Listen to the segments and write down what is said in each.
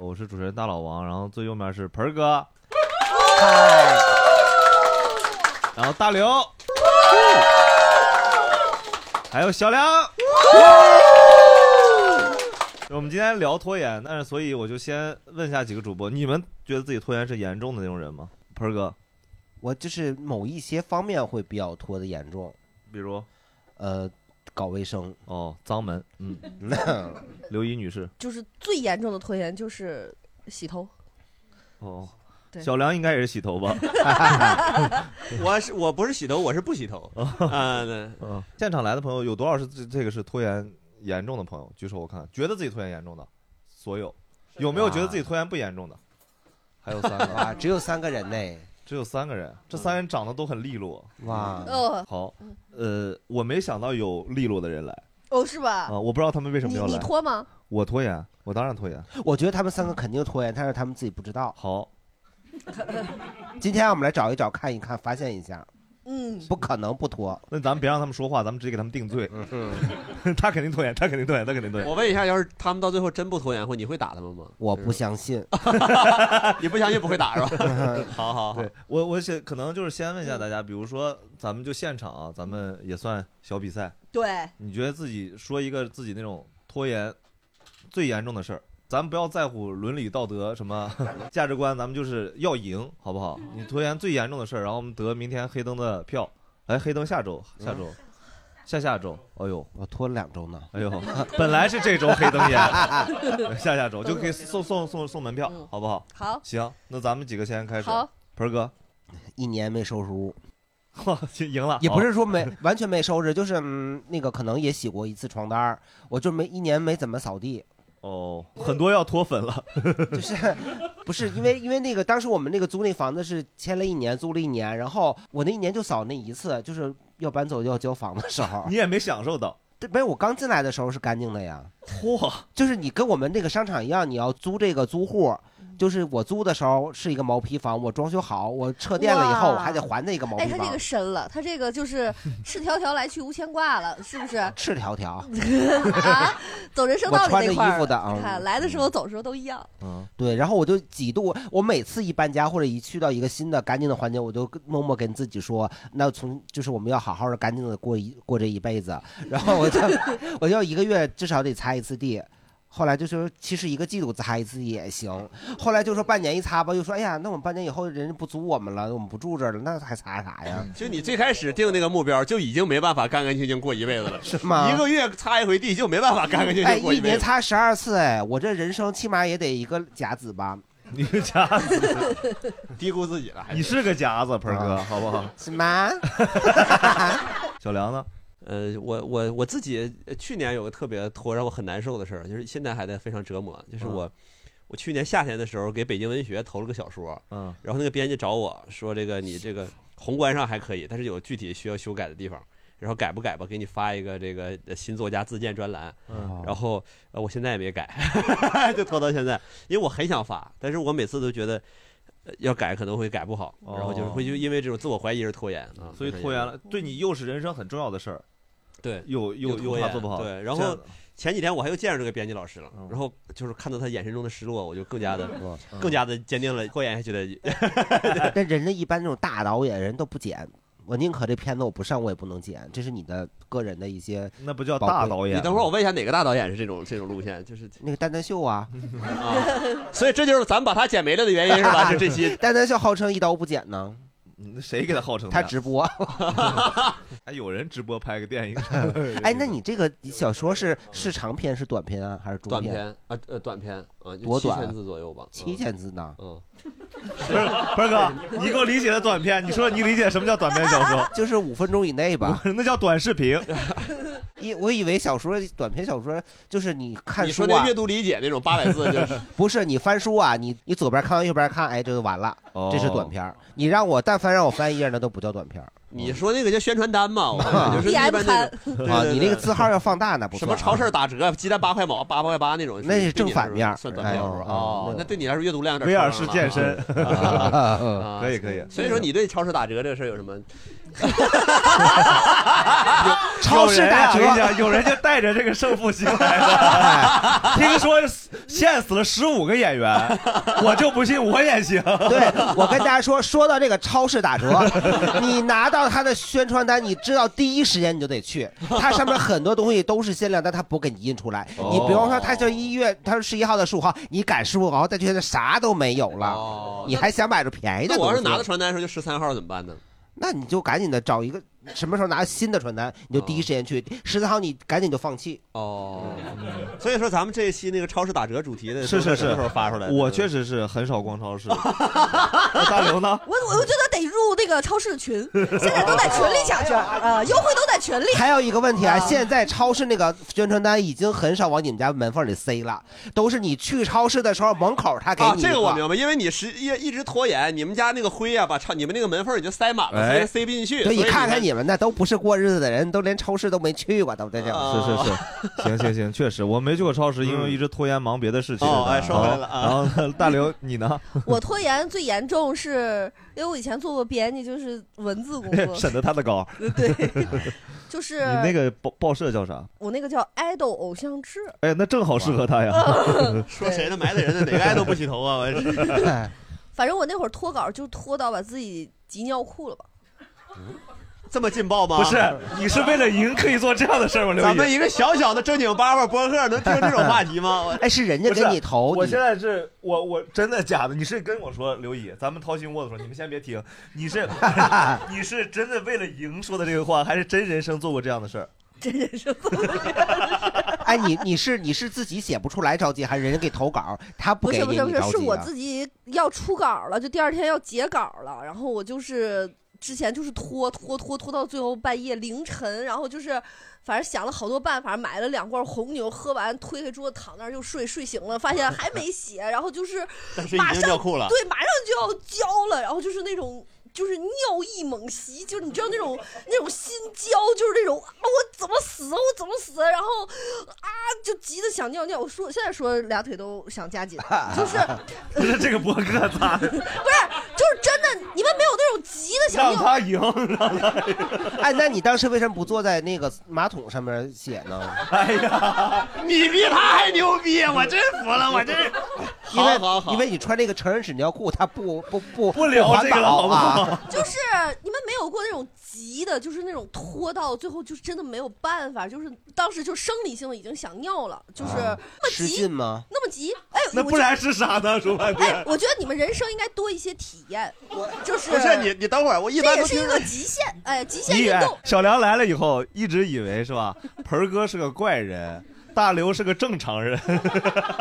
我是主持人大老王，然后最右面是盆儿哥，然后大刘，还有小梁。我们今天聊拖延，但是所以我就先问下几个主播，你们觉得自己拖延是严重的那种人吗？盆儿哥，我就是某一些方面会比较拖的严重，比如呃，搞卫生，哦，脏门，嗯， 刘怡女士，就是最严重的拖延就是洗头。哦，对小梁应该也是洗头 吧？ 我是我不是洗头，我是不洗头。啊，对，嗯，现场来的朋友有多少是这这个是拖延严重的朋友？举手我看，看，觉得自己拖延严重的，所有有没有觉得自己拖延不严重的？还有三 个哇，啊只有三个人呢，嗯只有三个人，这三人长得都很利落。哇，哦好，呃，我没想到有利落的人来哦，是吧？啊，我不知道他们为什么你要你来。拖吗？我拖延，我当然拖延。 我觉得他们三个肯定拖延，但是他们自己不知道。好， 今天我们来找一找，看一看，发现一下， 嗯，不可能不拖。那咱们别让他们说话，咱们直接给他们定罪。 他肯定拖延，他肯定拖延，他肯定拖延。嗯我问一下，要是他们到最后真不拖延会，你会打他们吗？ 我不相信，你不相信不会打是吧？ 好好好对，我，我先可能就是先问一下大家，比如说咱们就现场啊，咱们也算小比赛，对，你觉得自己说一个自己那种拖延最严重的事儿，咱们不要在乎伦理道德什么价值观，咱们就是要赢，好不好？你拖延最严重的事儿，然后我们得明天黑灯的票，哎，黑灯下周，下嗯周，下下周，哎呦。我拖了两周呢。哎呦，本来是这周黑灯夜，下下周就可以送送送送门票嗯，好不好？好，行，那咱们几个先开始。好，盆儿哥， 一年没收拾屋，哇，赢了，哦也不是说没完全没收拾，就是嗯，那个可能也洗过一次床单儿，我就没一年没怎么扫地，哦，很多要脱粉了， 就是不是因为因为那个当时我们那个租那房子是签了一年，租了一年，然后我那一年就扫那一次，就是要搬走要交房的时候你，也没享受到，对，没有我刚进来的时候是干净的呀，嚯，就是你跟我们那个商场一样，你要租这个租户。就是我租的时候是一个毛坯房，我装修好，我撤店了以后，哇我还得还那个毛哎，坯他这房个，深了，他这个就是赤条条来去无牵挂了，是不 是？赤条条。嗯 啊，走人生道我穿理着那块衣儿服了。的啊你看来的时候走的时候都一样，嗯，对，然后我就几度，我每次一搬家或者一去到一个新的干净的环境，我就默默跟自己说，那从就是我们要好好的干净的过一过这一辈子。然后我就我就一个月至少得擦一次地。后来就说，其实一个季度擦一次也行。后来就说半年一擦吧，又说，哎呀，那我们半年以后人家不租我们了，我们不住这儿了，那还擦啥呀？就你最开始定那个目标，就已经没办法干干净净过一辈子了。是吗？一个月擦一回地，就没办法干干净哎，净过一辈年子。擦十二次，哎，我这人生起码也得一个甲子吧？你个夹子，低估自己了，还你是个夹子，盆儿啊哥，好不好？什么？ 小梁呢？呃，我我我自己呃去年有个特别拖让我很难受的事儿，就是现在还在非常折磨，嗯就是我。我去年夏天的时候给北京文学投了个小说，嗯，然后那个编辑找我说：“这个你这个宏观上还可以，但是有具体需要修改的地方，然后改不改吧，给你发一个这个呃新作家自荐专栏。”嗯然后呃，我现在也没改， 就拖到现在，因为我很想发，但是我每次都觉得呃要改可能会改不好，哦然后就是会就因为这种自我怀疑而拖延嗯啊，所以拖延。了，对你又是人生很重要的事儿，对，又又又拖又延怕做不好，对然后这样的前几天我还又见着这个编辑老师了嗯，然后就是看到他眼神中的失落，我就更加的嗯更加的坚定了拖延下去的 但人家一般这种大导演人都不剪，我宁可这片子我不上，我也不能剪，这是你的个人的一些 那不叫大导演。啊你等会儿我问一下哪个大导演是这种这种路线，就是那个蛋蛋秀啊， 嗯 啊，所以这就是咱们把他剪没了的原因是吧？就这期蛋蛋秀号称一刀不剪呢，嗯谁给他号称的他呀？直播。 还有人直播拍个电影？ 哎，那你这个小说是是长篇是短篇啊，还是中短？篇啊呃短篇啊，就多七短千字左右吧，七千字呢？嗯，不是 哎哥，你给我理解的短片，你说你理解什么叫短篇小说？ 就是五分钟以内吧。 那叫短视 频。一我以为小说短篇小说就是你嗯看你书说啊那，阅读理解那种八百字就是， 不是你翻书啊，你你左边看完右边看，哎，这就完了，哦这是短。篇儿。你让我但凡让我翻一页，那都不叫短篇儿你说那个叫宣传单嘛，我感 觉就是一 DM 般那种对啊。对你对那个字号要放大呢，不什算么啊超市打折，鸡蛋八块毛，八块八那种，那是对你正反来说面算短篇小说哎哦嗯。那对你来说阅读量有点威尔超士了健身， 啊啊嗯啊可以可以所以说你对超市打折这个事儿有什么？超市打有人啊我跟你折，讲，有人就带着这个胜负心来 的。听说限死了十五个演员，我就不信我也行。 对我 跟大家说，说到这个超市打 折，你拿到它的宣传单，你知道第一时间你就得去，它上面很多东西都是限量，但它不给你印出来。哦你比方说，它就一月，它是十一号到十五号，你赶十五号再去，它啥都没有了，哦你还想买着便宜的那东西？我要是拿到传单的时候就十三号怎么办呢？那你就赶紧的找一个什么时候拿新的传单，你就哦第一时间去。十四号你赶紧就放 弃。哦，嗯 所以说咱们这一期那个超市打折主题的是是是什么时候发出来的？我确确实实是很少逛超市。大刘呢？我我觉得得入那个超市群，现在都 在群里抢券哎啊，优惠都在群里。还有一个问题啊，啊现在超市那个宣传单已经很少往你们家门缝里塞了，都是你去超市的时候门口他给啊，你一这个我挂明白，因为你是一一直拖延，你们家那个灰啊呀、把超你们那个门缝已经塞满了，哎塞塞不进去。所以所以看看你们那都不是过日子的人，都连超市都没去过，都这样。啊是哦是是，行行行，确实我没去过超市，因为一直拖延忙别的事情。嗯哦哎说回来了啊然后然后大刘你呢？我拖延最严重是因为我以前做过编辑，就是文字工 作，审的他的稿，对， 就是你那个报报社叫啥？我那个叫爱豆偶像制，哎，那正好适合他呀。说谁呢？埋汰人哦呢？哪个爱都不洗头啊？我 真是哎 反正我那会儿脱稿就拖到把自己急尿裤了吧。这么劲爆吗？不是，，你是为了赢可以做 这样的事儿吗？刘咱毅们，一个 小小的正经八百播客能听这种话题吗？我 哎，是人家不是给你投，我你现在是我我真的假的？你是跟我说刘毅，咱们掏心窝子说，你们先别听，你是 你是真的为了赢说的这个话，还是真人生做过这样的事儿？真人是不哎，你你是你是自己写不出来着急，还是人家给投稿，他不不是给你不你是不是，着是急我啊？自己要出稿了，就第二天要截稿了，然后我就是之前就是拖拖拖拖到最后半夜凌晨，然后就是反正想了好多办法，买了两罐红牛，喝完推开桌子躺那儿就睡，睡醒了发 现还没写，然后就是当时已经尿裤了。对，马上就要交了，然后就是那种。就是尿意猛袭，就是你知道那种那种心焦，就是那种啊，我怎么死，我怎么死，然后啊，就急得想尿尿。我说现在说俩腿都想夹紧， 就是 不是这个博客咋的不是，就是真的，你们没有那种急的想让尿。他赢？让他赢 哎，那你当时为什么不坐在那个马桶上面写呢？哎呀，你比他还牛逼，我真服了，我真是。因为好好好，因为你穿这个成人纸尿裤，它不不不不聊环这个了保好不啊好？就是你们没有过那种急的，就是那种拖到最后，就是真的没有办法，就是当时就生理性的已经想尿了，就是啊那么啊失急，禁吗？那么急，哎，那不我觉然是啥呢？说半哎天，。我觉得你们人生应该多一些体验，就是不是你，你等会儿，我一这般也都是听一着个极限，哎，极限你以运为动。小梁来了以后，一直以为是吧？盆儿哥是个怪人，大刘是个正常人，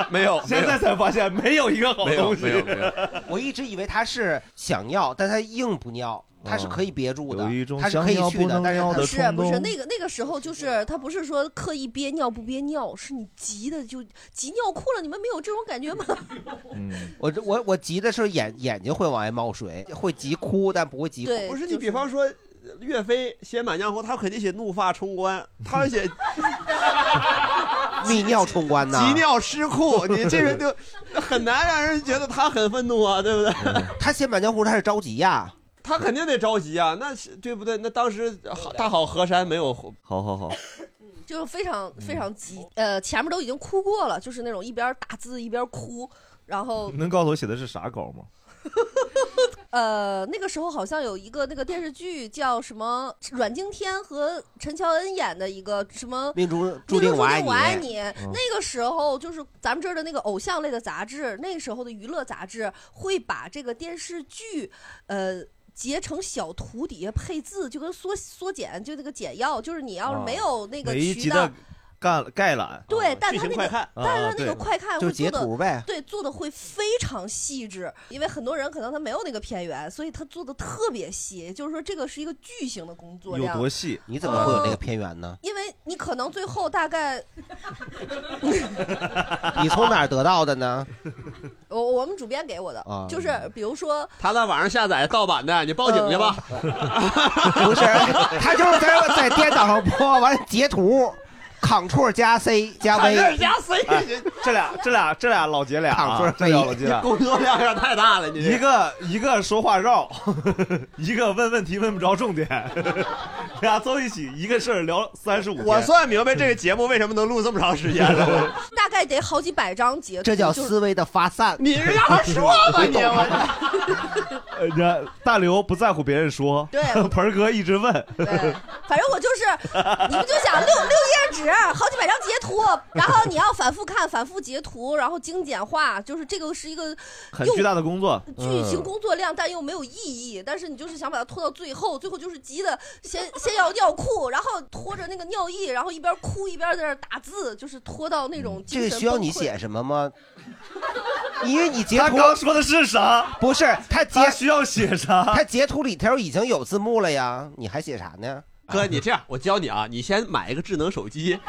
没有， 现在才发现没有一个好没有东没西。有没有， 我一直以为他是想要，但他硬不尿，他是可以憋住的哦有一种，他是可以想要去不的能，但是要他的不是不是冲动那个那个时候，就是他不是说刻意憋尿不憋尿，是你急的就急尿裤了。你们没有这种感觉吗？ 嗯，我这我我急的时候眼眼睛会往外冒水，会急哭，但不会急。对，不是就你比方说。岳飞写《满江红》，他肯定写怒发冲冠， 他写 泌尿冲关呐， 急尿失裤，你这人就很难让人觉得他很愤怒啊，对不对？他写满江红他是着急呀，他肯定得着急啊，那是对不对？那当时好大好河山没有，好好好，就是非常非常急，嗯呃，前面都已经哭过了，就是那种一边打字一边哭，然后能告诉我写的是啥稿吗？呃，那个时候好像有一个那个电视剧叫什么，阮经天和陈乔恩演的一个什么。命中注命中定注我爱定我爱你。嗯你。那个时候就是咱们这儿的那个偶像类的杂志，那时候的娱乐杂志会把这个电视剧，呃，截成小图，底下配字，就跟缩缩减，就那个简要，就是你要是啊没有那个每一渠集道的，概概览，对，但啊剧他那情快个，看但是啊他那对个快看就会是截做的图呗。对，做的会非常细致，因为很多人可能他没有那个片源，所以他做的特别细，也就是说这个是一个巨型的工作有量呃多。细？你怎么会有那个偏远呢？因为你可能最后大 概，你从哪儿得到的呢？我我们主编给我的，啊就是比如说，他在网上下载盗版的，你报警去吧。 不是，他就是在在电脑上播完截图，Ctrl 加 C 加 V，加 C，哎这俩这俩这俩老姐俩躺啊顺，这俩老姐俩，工作量有点太大了，你一这个一个说话绕， 一个问问题问不着重点， 俩凑一起一个事儿聊三十五。我算明白这个节目为什么能录这么长时间 了。大概得好几百张截图，这叫就是思维的发散。你是让他说 吧，你我人家呃大刘不在乎别人说， 对盆儿哥一直问，对，反正我就是， 你们就想六六页纸，好几百张截图，然后你要反复看、反复截图，然后精简化，就是这个是一个很又巨大的工作。嗯巨嗯型工作量，但又没有意义。但是你就是想把它拖到最后，最后就是急的先先要尿裤，然后拖着那个尿意，然后一边哭一边在那儿打字，就是拖到那种精嗯这个神需要崩你溃。写什么吗？因为你截他图刚说的是啥？不是他截他需要写啥？他截图里头已经有字幕了呀，你还写啥呢？哥，你这样，我教你啊，你先买一个智能手机，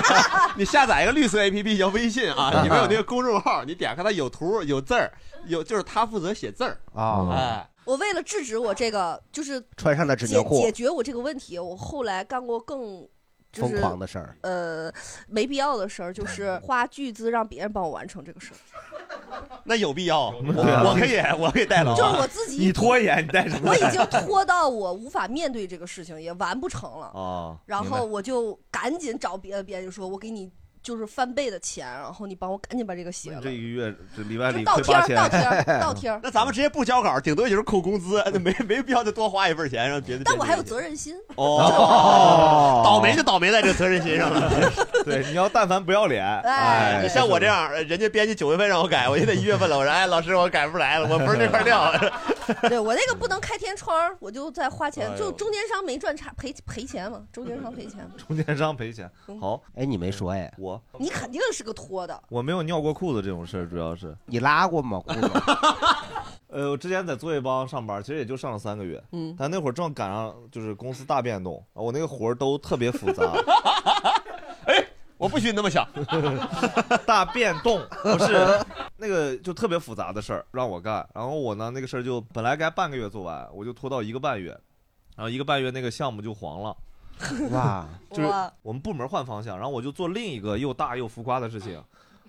你下载一个绿色 APP 叫微信啊，里面有那个公众号，你点开它有图有字儿，有就是他负责写字儿，啊，嗯哎，我为了制止我这个，就是穿上了纸解尿裤解，决我这个问题，我后来干过更就疯是狂的事儿。呃没必要的事儿，就是花巨资让别人帮我完成这个事 儿，那有必要， 对啊我我可以我可以代劳就是啊。我自己你拖延，你带什么我？已经拖到我无法面对这个事情，也完不成了。哦，然明白后我就赶紧找别的编辑说，我给你就是翻倍的钱，然后你帮我赶紧把这个嗯写那了，这就一个月这礼拜里倒亏贴儿八倒千，贴儿倒贴儿。那咱们直接不交稿，顶多就是扣工资，那没没必要再多花一份钱让别的。但我还有责任心，哦，倒霉就倒霉在这责任心上了。 对，你要但凡不要脸，哎你对像我这样，人家编辑九月份让我改，我现在一月份了，我说哎，老师我改不出来了，我不是那块料。 对我那个不能开天窗儿，我就在花哎钱，呦就中间商没赚差赔赔钱嘛，中间商赔钱， 中间商赔钱。嗯好，哎，你没说哎，我你肯定是个拖的，我没有尿过裤子这种事儿，主要是，你拉过吗？裤子 呃，我之前在作业帮上班，其实也就上了三个月，嗯，但那会儿正赶上就是公司大变动，我那个活儿都特别复 杂，哎我不许你那 么想， 大变动 不是那个就特别复杂的事儿让我干，然后我呢那个事儿就本来该半个月做完，我就拖到一个半月，然后一个半月那个项目就黄 了，哇，就是我我们部门换方向，然后我就做另一个又大又浮夸的事情，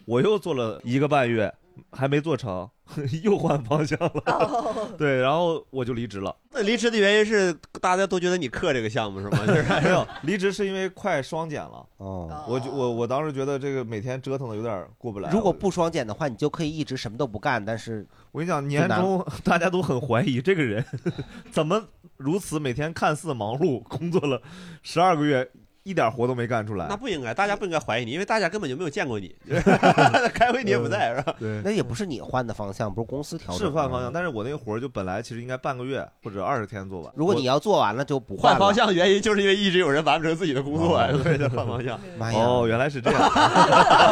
我又做了一个半月还没做成， 又换方向了，哦，对，然后我就离职了。那离职的原因是大家都觉得你克这个项目是吗？就是没有 离职是因为快双减了，哦，我就我我当时觉得这个每天折腾的有点儿过不来。如果不双减的话，你就可以一直什么都不干，但是我跟你讲，年 终大家都很怀疑这个人 怎么如此每天看似忙碌，工作了十二个月，一点活都没干出那来。不应该，大家不应该怀疑你，因为大家根本就没有见过你， 开会你也不在是吧？对，嗯那也不是你换的方向，不是公司调整嗯是的换方向，。但是我那个活儿就本来其实应该半个月或者二十天做完。如果你要做完了就不换了方，向的原因就是因为一直有人完不成自己的工作，所以才换方向。妈呀！哦，原来是这样，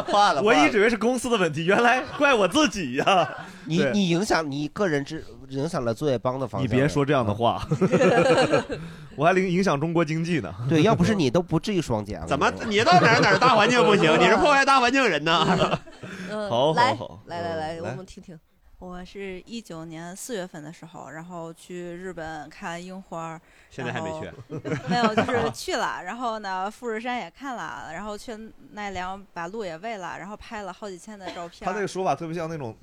换了， 我一直以为是公司的问题，原来怪我自己呀、 你对你影响你个人之影响了作业帮的方你向。别说这样的话， 我还影影响中国经济呢。嗯对，要不 是你都不至于双减。啊怎么我跟你你到哪儿哪儿大环境不 行？你是破坏大环境人呐！ 嗯，好来好好来来嗯来，来我们听听，我是一九年四月份的时候，然后去日本看樱花儿，现在还没去，啊 没有，就是去了。然后呢，富士山也看了，然后去奈良把鹿也喂了，然后拍了好几千的照片他儿。那个说法特别像那种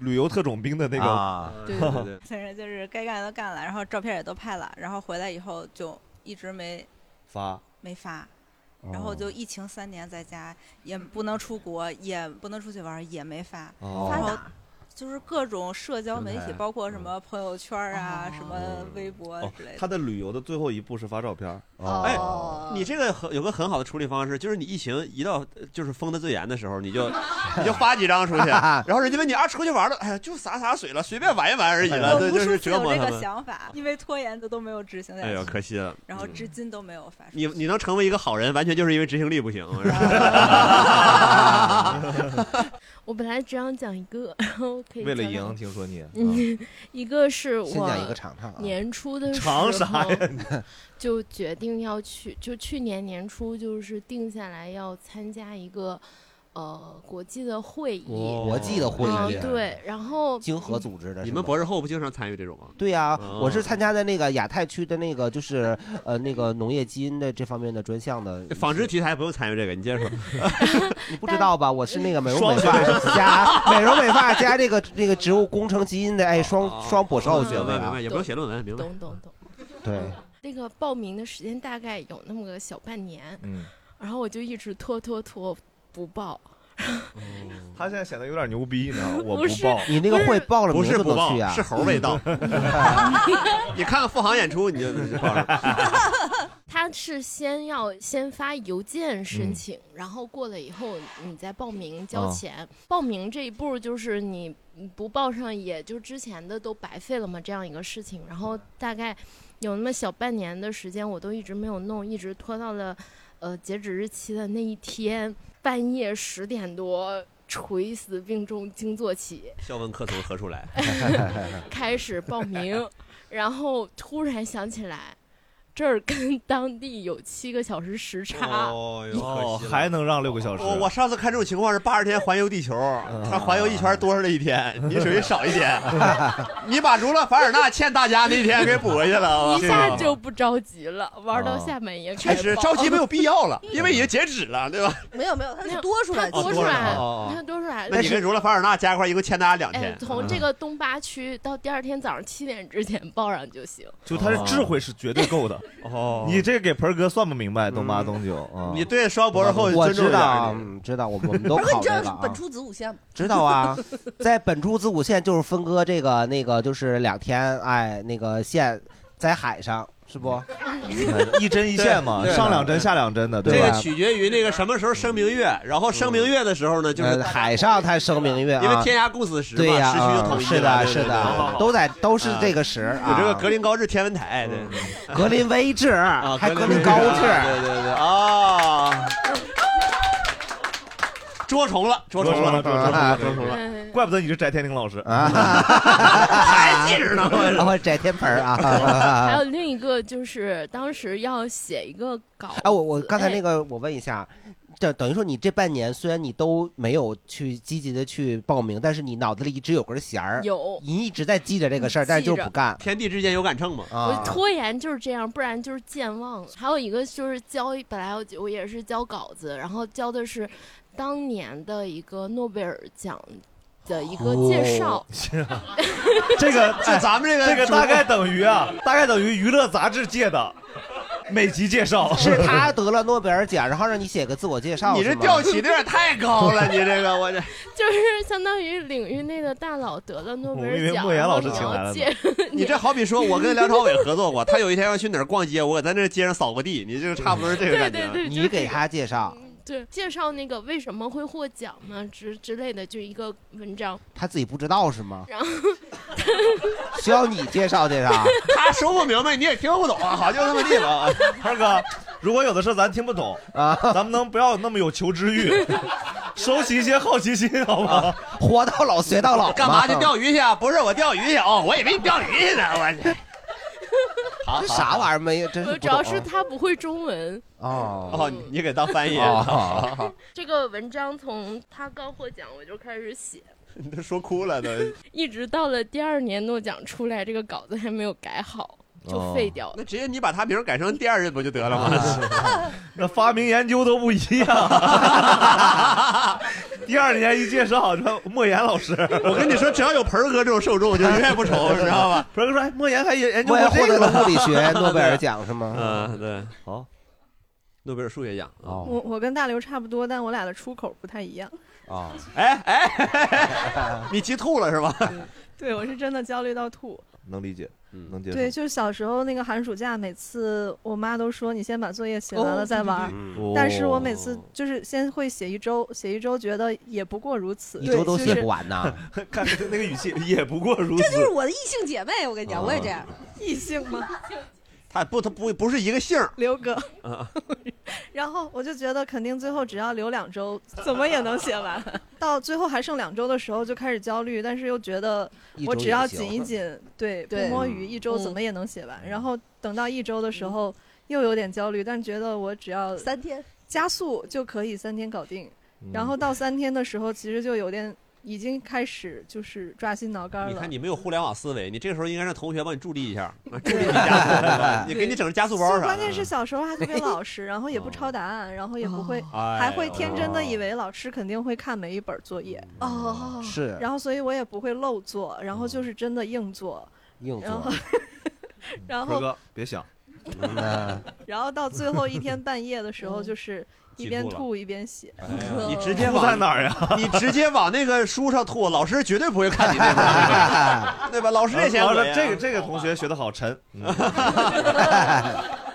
旅游特种兵的那个，啊，对对对反正 就是该干的都干了，然后照片也都拍了，然后回来以后就一直没 发没发。然哦后就疫情三年在家，也不能出国，也不能出去玩儿，也没发。哦发然后哪？就是各种社交媒体平台，包括什么朋友圈哦啊、什么嗯微博嗯哦之类的。他的旅游的最后一步是发照片儿，哎哦，你这个很有个很好的处理方式，就是你疫情一到呃就是封的最严的时候，你就你就发几张出去，然后人家问你啊出去玩了，哎呀就洒洒水了，随便玩一玩而已了，我对，无就数是次折有磨这他个们。想法，因为拖延的都没有执行下哎呦，去，可惜了，然后至嗯今都没有发生。你你能成为一个好人，完全就是因为执行力不行。是吧 我本来只想讲一个，然后可以为了讲两赢，个，听 说你啊嗯，一个是先讲一个我尝尝啊。年初的时尝啥候 就决定要去，就去年年初就是定下来要参加一个呃国际的会议，国际的会嗯议，，对，然后经合组织的，你是们吗博士后不经常参与这种吗？对呀、哦我是参加的那个亚太区的那个，就是呃那个农业基因的这方面的专项的纺织，题材不用参与这个，你接着说。你不知道吧？我是那个美容美发加美容美发加这个这个植物工程基因的，哎，双哦双博士后哦学明位白明啊白，，也不用写论文，明白。懂懂懂，对，那个报名的时间大概有那么个小半年，嗯，然后我就一直拖拖拖不报，他现在显得有点牛逼，你 知道吗？我不是报，你那个会报了不名是字不能报去，啊是？猴 未到。你看 看付航演出，你就就报了。他是先要先发邮件申请，然后过了以后你再报名交哦钱。报名这一步就是你不报上，也就之前的都白费了嘛，这样一个事情。然后大概有那么小半年的时间，我都一直没有弄，一直拖到了呃截止日期的那一天半夜十点多。垂死病中惊坐起，笑问客从何处 来？开始报名，然后突然想起来，这儿跟当地有七个小时时差。哦哦，还能让六个小时，我我上次看这种情况是八十天环游地球，他环游一圈多出来一天，你属于少一 天。你把除了凡尔纳欠大家那天给补回去了一，下 就不着急了，玩到下半夜哦开开始始着 急没有必要了，因为已经截止了，对吧？没有没有，他是多出来他的，多哦多出出来，来哦哦他多出来。那但你是跟除了凡尔纳加一块，一共欠大家两哎天，。从这个东八区到第二天早上七点之前报上就行。啊就他的智慧是绝对够的。哦嗯你这给盆儿哥算不明白，东八东九啊，你对双博士后嗯我尊重知一道点啊，。嗯知道，我我们都盆哥，考你知道虑了是啊本。初子午线吗？知道 啊，在本初子午线就是分割这个那个，就是两天，哎，那个线在海上是不？ 嗯一针一线嘛，对上两针下两针的，这对个吧？取决于那个什么时候声明月，然后声明月的时候呢，就是呃海上它声明月啊，因为天涯共此时对嘛，呀、时区就啊统一是了的，对对是对好好的，好都在都是这个时啊。有这个格林高治天文台，对格林威治，啊，还格林高高治，治，对对对啊，捉虫了，捉虫了，哎捉虫了捉虫了，哎嗯怪不得你是翟天临老师，啊， 还记着呢，我 然后摘天盆儿啊。还有另一个就是当时要写一个稿子。哎，我我刚才那个个，我问一下，这等于说你这半年虽然你都没有去积极的去报名，但是你脑子里一直有根弦儿，有，你一直在记着这个事儿，但是就是不干天地之间有杆秤嘛，啊我。拖延就是这样，不然就是健忘了。还有一个就是交，本来我我也是交稿子，然后交的是当年的一个诺贝尔奖的一个介绍。哦 啊这个哎就咱们这个这个主大概等于啊，大概等于娱乐杂志界的每集介 绍。是他得了诺贝尔奖，然后让你写个自我介绍，你是这吗吊起的有点太高了，你这个我 啊这就是相当于领域内的大佬得了诺贝我以为尔奖，莫言然后老师你请要来了呢介你这好比说，我跟梁朝伟合作过，他有一天要去哪儿逛街，我在那街上扫过地，你这个差不多是这个对感觉。对对，就你是给他介绍，对介绍那个为什么会获奖呢之之类的，就一个文章。 他自己不知道是吗？然后 需要你介绍介绍。啊他说不明白，你也听不懂，啊好就这么地吧。 二哥，如果有的事咱听不懂啊，咱们能不要有那么有求知欲， 收起一些好奇心，好不好？活到老学到老，干嘛去？钓鱼去啊？不是我钓鱼去哦，我以为你钓鱼去呢，我去。好这啥玩意儿没有？真是呃不主懂要是他不会中文，哦哦，你你给当翻译，哦，这个文章从他刚获奖我就开始写。 你都说哭了都。一直到了第二年诺奖出来，这个稿子还没有改好，就废掉了。哦那直接你把他名儿改成第二任不就得了吗？啊那发明研究都不一样。第二年一介绍，说莫言老师， 我跟你说，只要有盆儿哥这种受众，就永远不愁，你知 道吧？不是说哎，莫言还研研究我也过获这得个了物理 学诺贝尔奖是吗？嗯，对，好，诺贝尔数学奖。哦，我我跟大刘差不多，但我俩的出口不太一样。啊，哦哎哎，你急吐了是吧？对我是真的焦虑到吐。能理解，能接受。对，就是小时候那个寒暑假，每次我妈都说你先把作业写完了再玩嗯儿。嗯哦但是我每次就是先会写一周，写一周觉得也不过如此。一周都对就写是不完呐。看那个语气，也不过如此。 这就是我的异性姐妹，我跟你啊讲，我也这样。异性吗？他不，他不不是一个姓儿刘哥。啊，然后我就觉得肯定最后只要留两周，怎么也能写完。 到最后还剩两周的时候就开始焦虑，但是又觉得一周我只要也行嗯紧一 紧，对，不对嗯摸鱼，一周怎么也能写完。然后等到一周的时候又有点焦虑，但觉得我只要三天，加速就可以三天搞定。嗯然后到三天的时候，其实就有点已经开始就是抓心挠肝你了看。你没有互联网思维，你这个时候应该让同学帮你助力一下，啊助力你加速，你给你整个加速包所啥以的。关键是小时候还特 别老实，然后也不抄答案，然后也不会，哎呦嗯还会天真的以为老师肯定会看每一本作业。哦，是然后所以我也不会漏做，然后嗯就是真的硬做， 硬然后座。然坤后哥，别想，那然后到最后一 天半夜的时候，嗯就是一记边住了吐一边写，哎呀 你直接吐在往哪儿啊呀？你直接往那个书上吐，老师绝对不会看你那 本儿，对吧？老师也嫌然后恶说心啊这个这个同学学的好 沉，嗯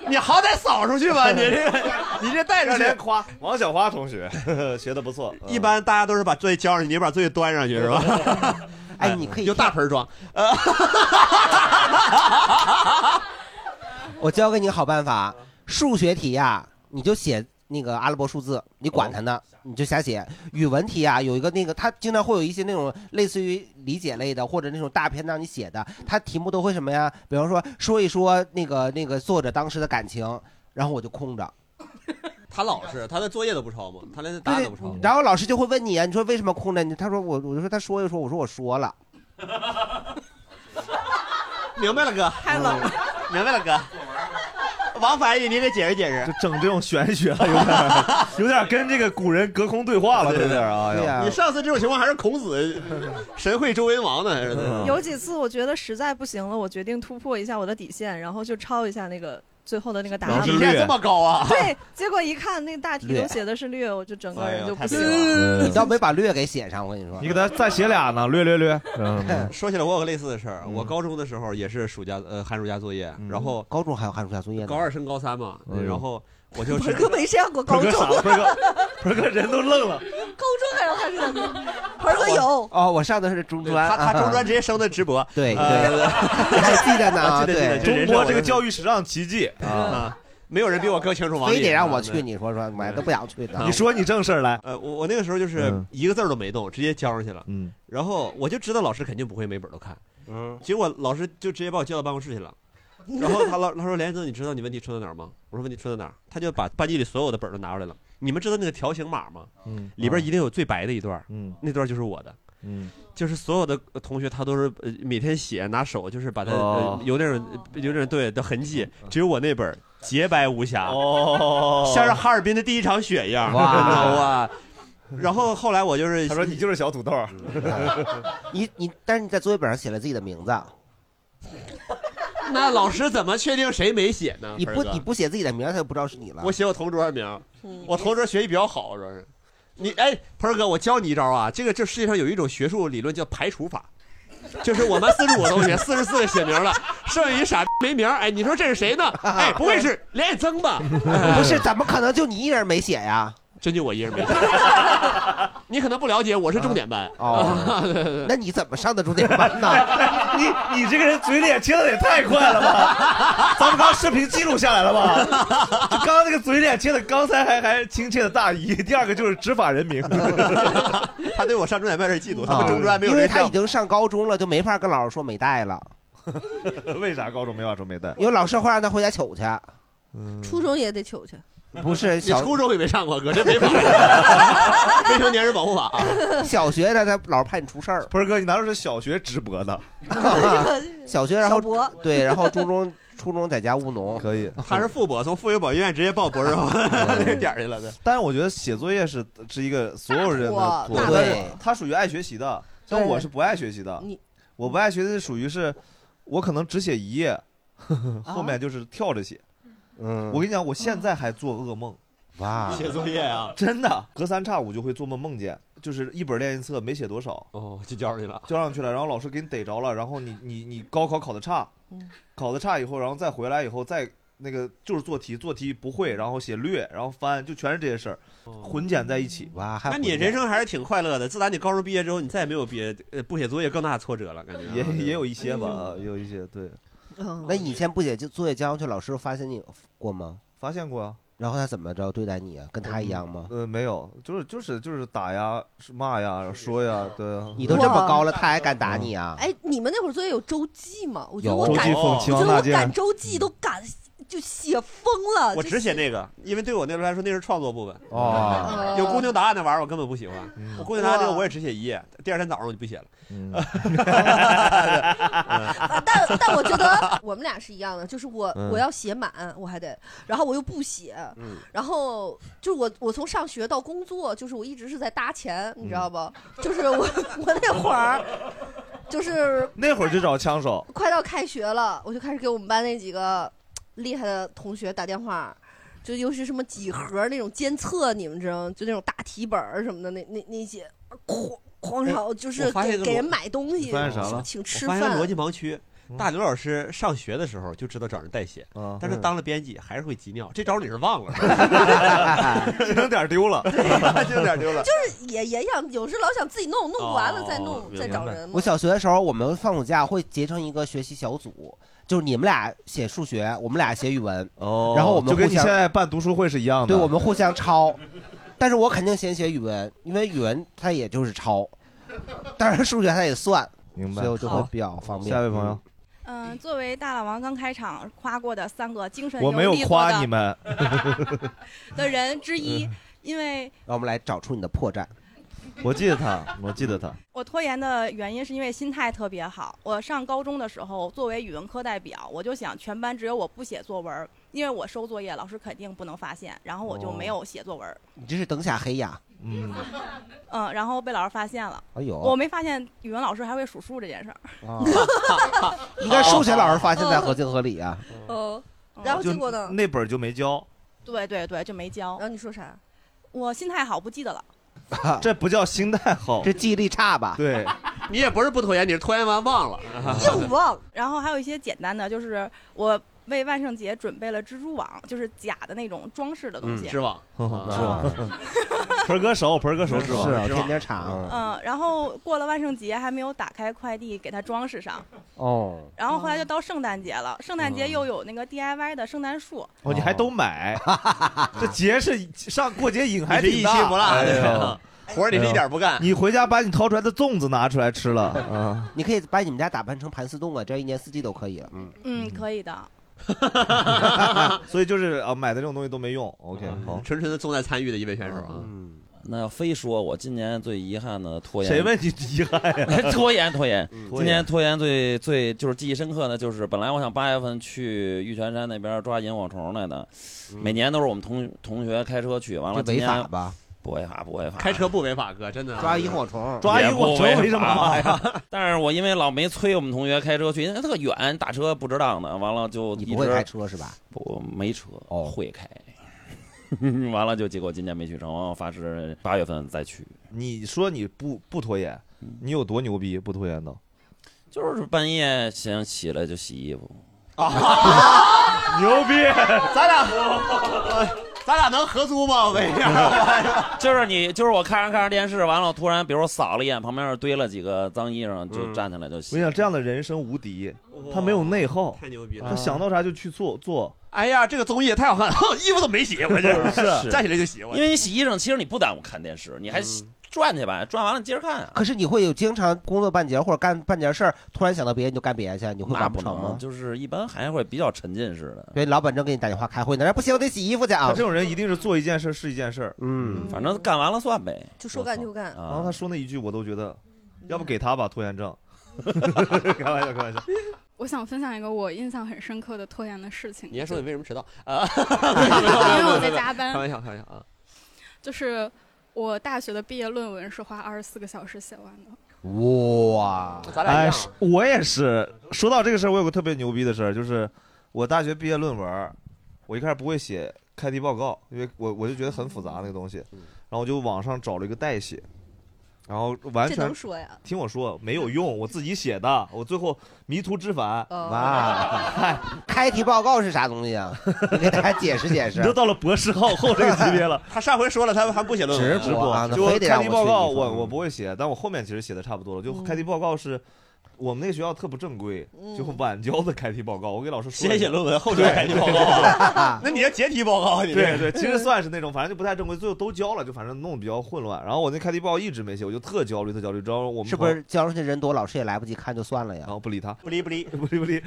你好歹扫出 去吧，你这个你这带出让去人。 夸王小花同学学的不错。嗯一般大家都是把作业交上去，你把作业端上去是吧？嗯哎，你可以用大 盆装。 我教给你个好办法，数学题呀、你就写那个阿拉伯数字，你管它呢，哦你就瞎写。语文题呀、有一个那个，它经常会有一些那种类似于理解类的，或者那种大篇让你写的，它题目都会什么呀？比方说说一说那个那个作者当时的感情，然后我就空着。他老实，他的作业都不抄吗？他连答对对案都不抄。然后老师就会问你啊，你说为什么空着？你他说我，我就说他说一说，我说我说了，明白了哥，太冷了。 明白了哥。王翻译，你给解释解释就。整这种玄学了，有点有点跟这个古人隔空对话了，有点啊。对呀、你上次这种情况还是孔子神会周文王呢，还是怎么嗯有几次我觉得实在不行了，我决定突破一下我的底线，然后就抄一下那个最后的那个答老案师底。线这么高啊？对，结果一看那大题略都写的是略，我就整个哎人呀就太不悲行了。惨嗯你倒没把略给写上，我跟你说 你。给他再写俩呢，略略 略。嗯，说起来，我有个类似的事儿。我高中的时候也是暑假呃寒暑假作业嗯，然后高中还有寒暑假作业呢，高二升高三嘛，哎呦然后 我就盆是哥没上过高鹏中，哥高傻了，鹏哥，鹏哥人都愣了。中还让他上 过，盆哥有。哦，我上的是中专，他他中专啊直接升的直博，对对， 呃，你 还记得呢啊？记得记得对记，得中国这个教育史上奇迹啊！啊，没有人比我更清楚王非力，得让我去，啊对。你说说，我都不想去的。你 说你正事儿来。呃，我我那个时候就是嗯一个字儿都没动，直接交上去了。嗯，然后我就知道老师肯定不会每本都看，嗯，结果老师就直接把我叫到办公室去了。然后他老他说连子，你知道你问题出在哪儿吗？我说问题出在哪儿？他就把班级里所有的本儿都拿出来了。你们知道那个条形码吗？嗯里边一定有最白的一段儿，嗯那段儿就是我的。嗯，就是所有的呃同学，他都是呃每天写拿手，就是把它、哦嗯呃、有点有点对的痕迹，只有我那本儿洁白无瑕，哦，像是哈尔滨的第一场雪一样，哇你知道吧？然后后来我就是他说你就是小土豆儿， 你你，但是你在作业本上写了自己的名字，啊那老师怎么确定谁没写呢？你不嗯儿子你不写自己的名儿，他就不知道是 你了我。写我同桌的名儿，嗯我同桌学习比较好，主要是。你哎，盆儿哥，我教你一招啊！这个这世界上有一种学术理论叫排除法，就是我们四十五个同学，四十四个写名了，剩下一傻逼没名儿。哎，你说这是谁呢？哎，不会是连夜增吧？哎不是，怎么可能就你一人没写呀？真就我一人没写。你可能不了解，我是重点班。 哦，那你怎么上的重点班呢？你你这个人嘴脸切的也太快了吧！咱们刚视频记录下来了吧？就刚刚那个嘴脸切的，刚才还还亲切的大姨，第二个就是执法人民。 他对我上重点班是嫉妒， 他啊们中专没有因为人他已上。经上高中了，就没法跟老师说没带了， 为啥高中没把中没带？因为老师会让他回家取去。初中也得求去，不是 你小初中也没上过，哥，这没法。 未成年人保护法啊！小学的，他老是怕你出事儿。不是哥，你哪有是小学直播 的？小学然小后博对，然后初 中初中在家务农，可以，他是副博，从妇幼保育院直接报博士后嗯 那个点儿去了。对但是我觉得写作业是是一个所有人的大苦活，大但是活他属于爱学习的，像对我是不爱学习的你。我不爱学习是属于是，我可能只写一页，啊后面就是跳着写。嗯，我跟你讲，我现在还做噩梦，哇，写作业啊，真的，隔三差五就会做梦梦见，就是一本练习册没写多少，哦，就交上去了，交上去了，然后老师给你逮着了，然后你你你高考考的差，考的差以后，然后再回来以后再那个就是做题，做题不会，然后写略，然后翻，就全是这些事儿，嗯混剪在一起。哇，那你人生还是挺快乐的。自打你高中毕业之后，你再也没有毕业呃不写作业更大的挫折了，感觉啊也也有一哎些嗯吧，也有一些对，那你以前不写就作业交上去，老师发现你过吗？发现过啊。然后他怎么着对待你啊？跟他一样吗？呃，没有，就是就是就是打呀、是骂呀、说呀，对啊。嗯你都这么高了，他还敢打你啊？哎，你们那会儿作业有周记吗？我觉得有我周赶，继我凤、秦觉王得大我剑赶，周记都赶就写疯了。啊我就只写是那个，因为对我那时候来说那是创作部分。哦有宫廷档案那玩意儿我根本不喜欢，嗯我宫廷档案那个哇我也只写一页，第二天早上我就不写了。嗯啊但但我觉得我们俩是一样的，就是我、嗯我要写满，我还得，然后我又不写，然后就是我我从上学到工作，就是我一直是在搭钱，你知道吧？就是我我那会儿就是那会儿就找枪手，快到开学了，我就开始给我们班那几个厉害的同学打电话，就尤其是什么几何那种监测，你们知道吗，就那种大题本儿什么的，那那那些狂狂潮，就哎我是发现给一个给逻人买东西，你发现啥请了请我吃发现饭逻。辑盲区。嗯大刘老师上学的时候就知道找人代写，啊，但是嗯当了编辑还是会急尿，这招你是 忘了。有点丢了， 有点丢了。就是也也想，有时老想自己弄，弄完了再哦弄，明白再找人嘛。我小学的时候，我们放暑假会结成一个学习小组，就是你们俩写数学，我们俩写语文，哦， 然后我们就跟你互相现在办读书会是一样的。对我们互相抄。但是我肯定先写语文，因为语文它也就是抄，但是数学它也算，明白所以。我就会比较方便。下一位朋友，嗯，作为大老王刚开场夸过的三个精神我没有力过夸你的 们， 的人之一， 因为让我们来找出你的破绽。我记得他，我记得他。我拖延的原因是因为心态特别好。我上高中的时候，作为语文课代表，我就想全班只有我不写作文，因为我收作业，老师肯定不能发现，然后我就没有写作文。你这是灯下黑呀？嗯，嗯，然后被老师发现了，哎呦，我没发现语文老师还会数数这件事儿。 啊应该数学老师发现才合情合理啊。嗯，嗯然后就结果呢？那本儿就没 交，对对对，就没教然。后你说啥？我心态好，不记得了。这不叫心态好。这记忆力差吧？对， 你也不是不拖延，你是拖延完忘啊 了。硬忘。然后还有一些简单的，就是我为万圣节准备了蜘蛛网，就是假的那种装饰的东西。嗯知网， 知啊嗯网， 盆儿哥熟，盆儿哥熟，是知吧是网。啊，是吧天天查。嗯，然后过了万圣节还没有打开快递给它装饰上，哦，嗯然后后来就到圣诞节了，圣诞节哦又有那个 DIY 的圣诞树，哦，你还都 买，这节是上过节瘾还你是挺一大心不落哎呦的，活儿你是一点不干。你回家把你掏出来的粽子拿出来吃了啊！你可以把你们家打扮成盘丝洞啊，这样一年四季都可以了。嗯，嗯，可以的。所以就是啊，买的这种东西都没用。OK，好，啊 纯纯的重在参与的一位选手啊，嗯，那要非说我今年最遗憾的拖延，哎谁问你遗憾 呀？嗯拖延拖延？今今年拖延最最就是记忆深刻的就是，本来我想八月份去玉泉山那边抓萤火虫来的，嗯每年都是我们同同学开车去，完这了今违法年吧？不违法不违法，开车不违法，哥真的抓萤火虫，抓也一我不成为违什么法哎法呀？ 但是我因为老没催我们同学开车去，因为特远，打车不值当的，完了就你一不会开直车是吧？我没车，哦 会开。完了就结果今年没去成，完了发誓八月份再去。嗯你说你不不拖延，你有多牛逼？不拖延的，就是半夜想起来就洗衣服，啊 牛逼！咱俩，咱俩 能合租吗？我问一 下，就是你就是我看着看着电视，完了我突然比如我扫了一眼旁边堆了几个脏衣裳，就站起来就 我洗。跟你讲，这样的人生无敌，他没有内耗，太牛逼他了！想到啥就去做做。哎呀，这个综艺也太好看了， 哼衣服都没洗，我 这是站起来就洗，我嗯因为你洗衣裳，其实你不耽误看电视，你还转去吧，转完了接着看啊。可是你会有经常工作半截或者干半截事儿，突然想到别人就干别人去，你会那完不成啊能，吗？就是一般还会比较沉浸式的。对，老板正给你打电话开会呢，然后不行，我得洗衣服去他啊这。种人一定是做一件事是一件事儿。嗯，反正干完了算呗，就说干就干嗯我操然后他啊！说那一句，我都觉得，要不给他吧，拖延症。 开玩笑，开玩笑。 我想分享一个我印象很深刻的拖延的事情，你还因说你为什么 迟到啊？为我在加 开班，玩笑，开玩笑啊！就是我大学的毕业论文是花二十四个小时写完的。哇，咱俩一哎样，，啊我也是。说到这个事儿，我有个特别牛逼的事儿，就是我大学毕业论文儿，我一开始不会写嗯开题报告，因为我我就觉得很复杂那个东西，然后我就网上找了一个代写，然后完这全能说呀听我说，没有用，我自己写的，我最后迷途知返。哎哦哇，开题报告是啥东西啊？你给大家 解释解释你。都到了博士号后这个级别 了。他上回说了，他还不写论文直播啊那就非得开让题我报去告你嗯我说我不会写，但我后面其实写的差不多了。就开题报告是。我们那个学校特不正规，就嗯晚交的开题报告，我给老师说写一写下论 文后交开题报告啊 那你要解题报告你这对对，其实算是那种，反正就不太正规，最后都交了，就反正弄得比较混乱。然后我那开题报告一直没写，我就特焦虑，特焦虑。知道我们哦是不是交上去人多，老师也来不及看就算了呀？然后不理他，不离不离 不离不离。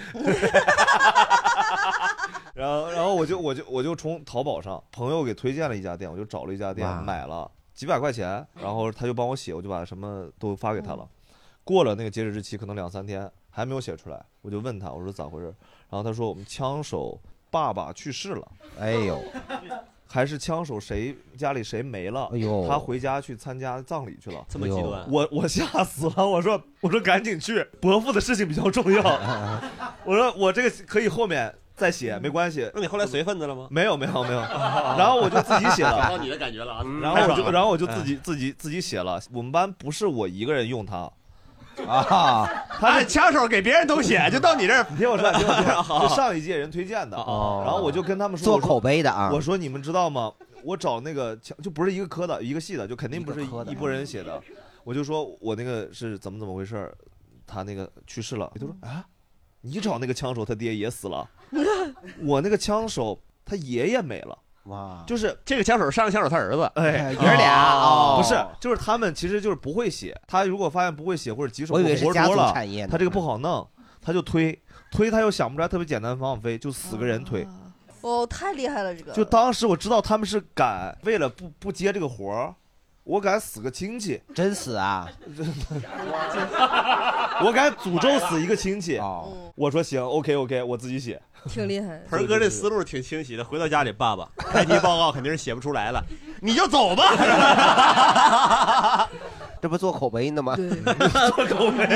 然后，然后我就我就我就从淘宝上朋友给推荐了一家店，我就找了一家店哇嗯买了几百块钱，然后他就帮我写，我就把什么都发给他了。过了那个截止日期，可能两三天还没有写出来，我就问他，我说咋回事？然后他说我们枪手爸爸去世了，哎呦，还是枪手谁家里谁没了，哎呦他回家去参加葬礼去了，这么极端我我吓死了，我说我说赶紧去，伯父的事情比较重要， 我说我这个可以后面再写，没关系。那你后来随份子了吗？没有没有 没有，然后我就自己写了，找到你的感觉了啊！然后我太爽就了然后我就自己自己自己写了。我们班不是我一个人用 它，啊，他是枪哎手给别人都写，就到你这 儿。你听我说，你听我好说，好就上一届人推荐的。哦然后我就跟他们说，做我说口碑的啊我说你们知道吗？我找那个枪就不是一个科的，一个系的，就肯定不是一个科的一拨人写的。我就说我那个是怎么怎么回事儿，他那个去世哎了。他说啊，你找那个枪手他爹也死了，我那个枪手他爷爷没了。哇，就是这个枪手上个枪手他儿子，哎，爷儿俩哦不是，就是他们其实就是不会写，他如果发现不会写或者棘手我以为不是活家捉族了，产业呢嗯他这个不好弄，他就推推，他又想不出来特别简单的方法推，就死个人推。哦，太厉害了，这个就当时我知道他们是敢为了不不接这个活儿，我敢死个亲戚，真死啊！ 我敢诅咒死一个亲戚。哦，我说行，OK OK，我自己写。挺厉害。盆儿哥这思路挺清晰的。回到家里，爸爸开题报告肯定是写不出来了，你就走吧。这不做口碑呢吗？你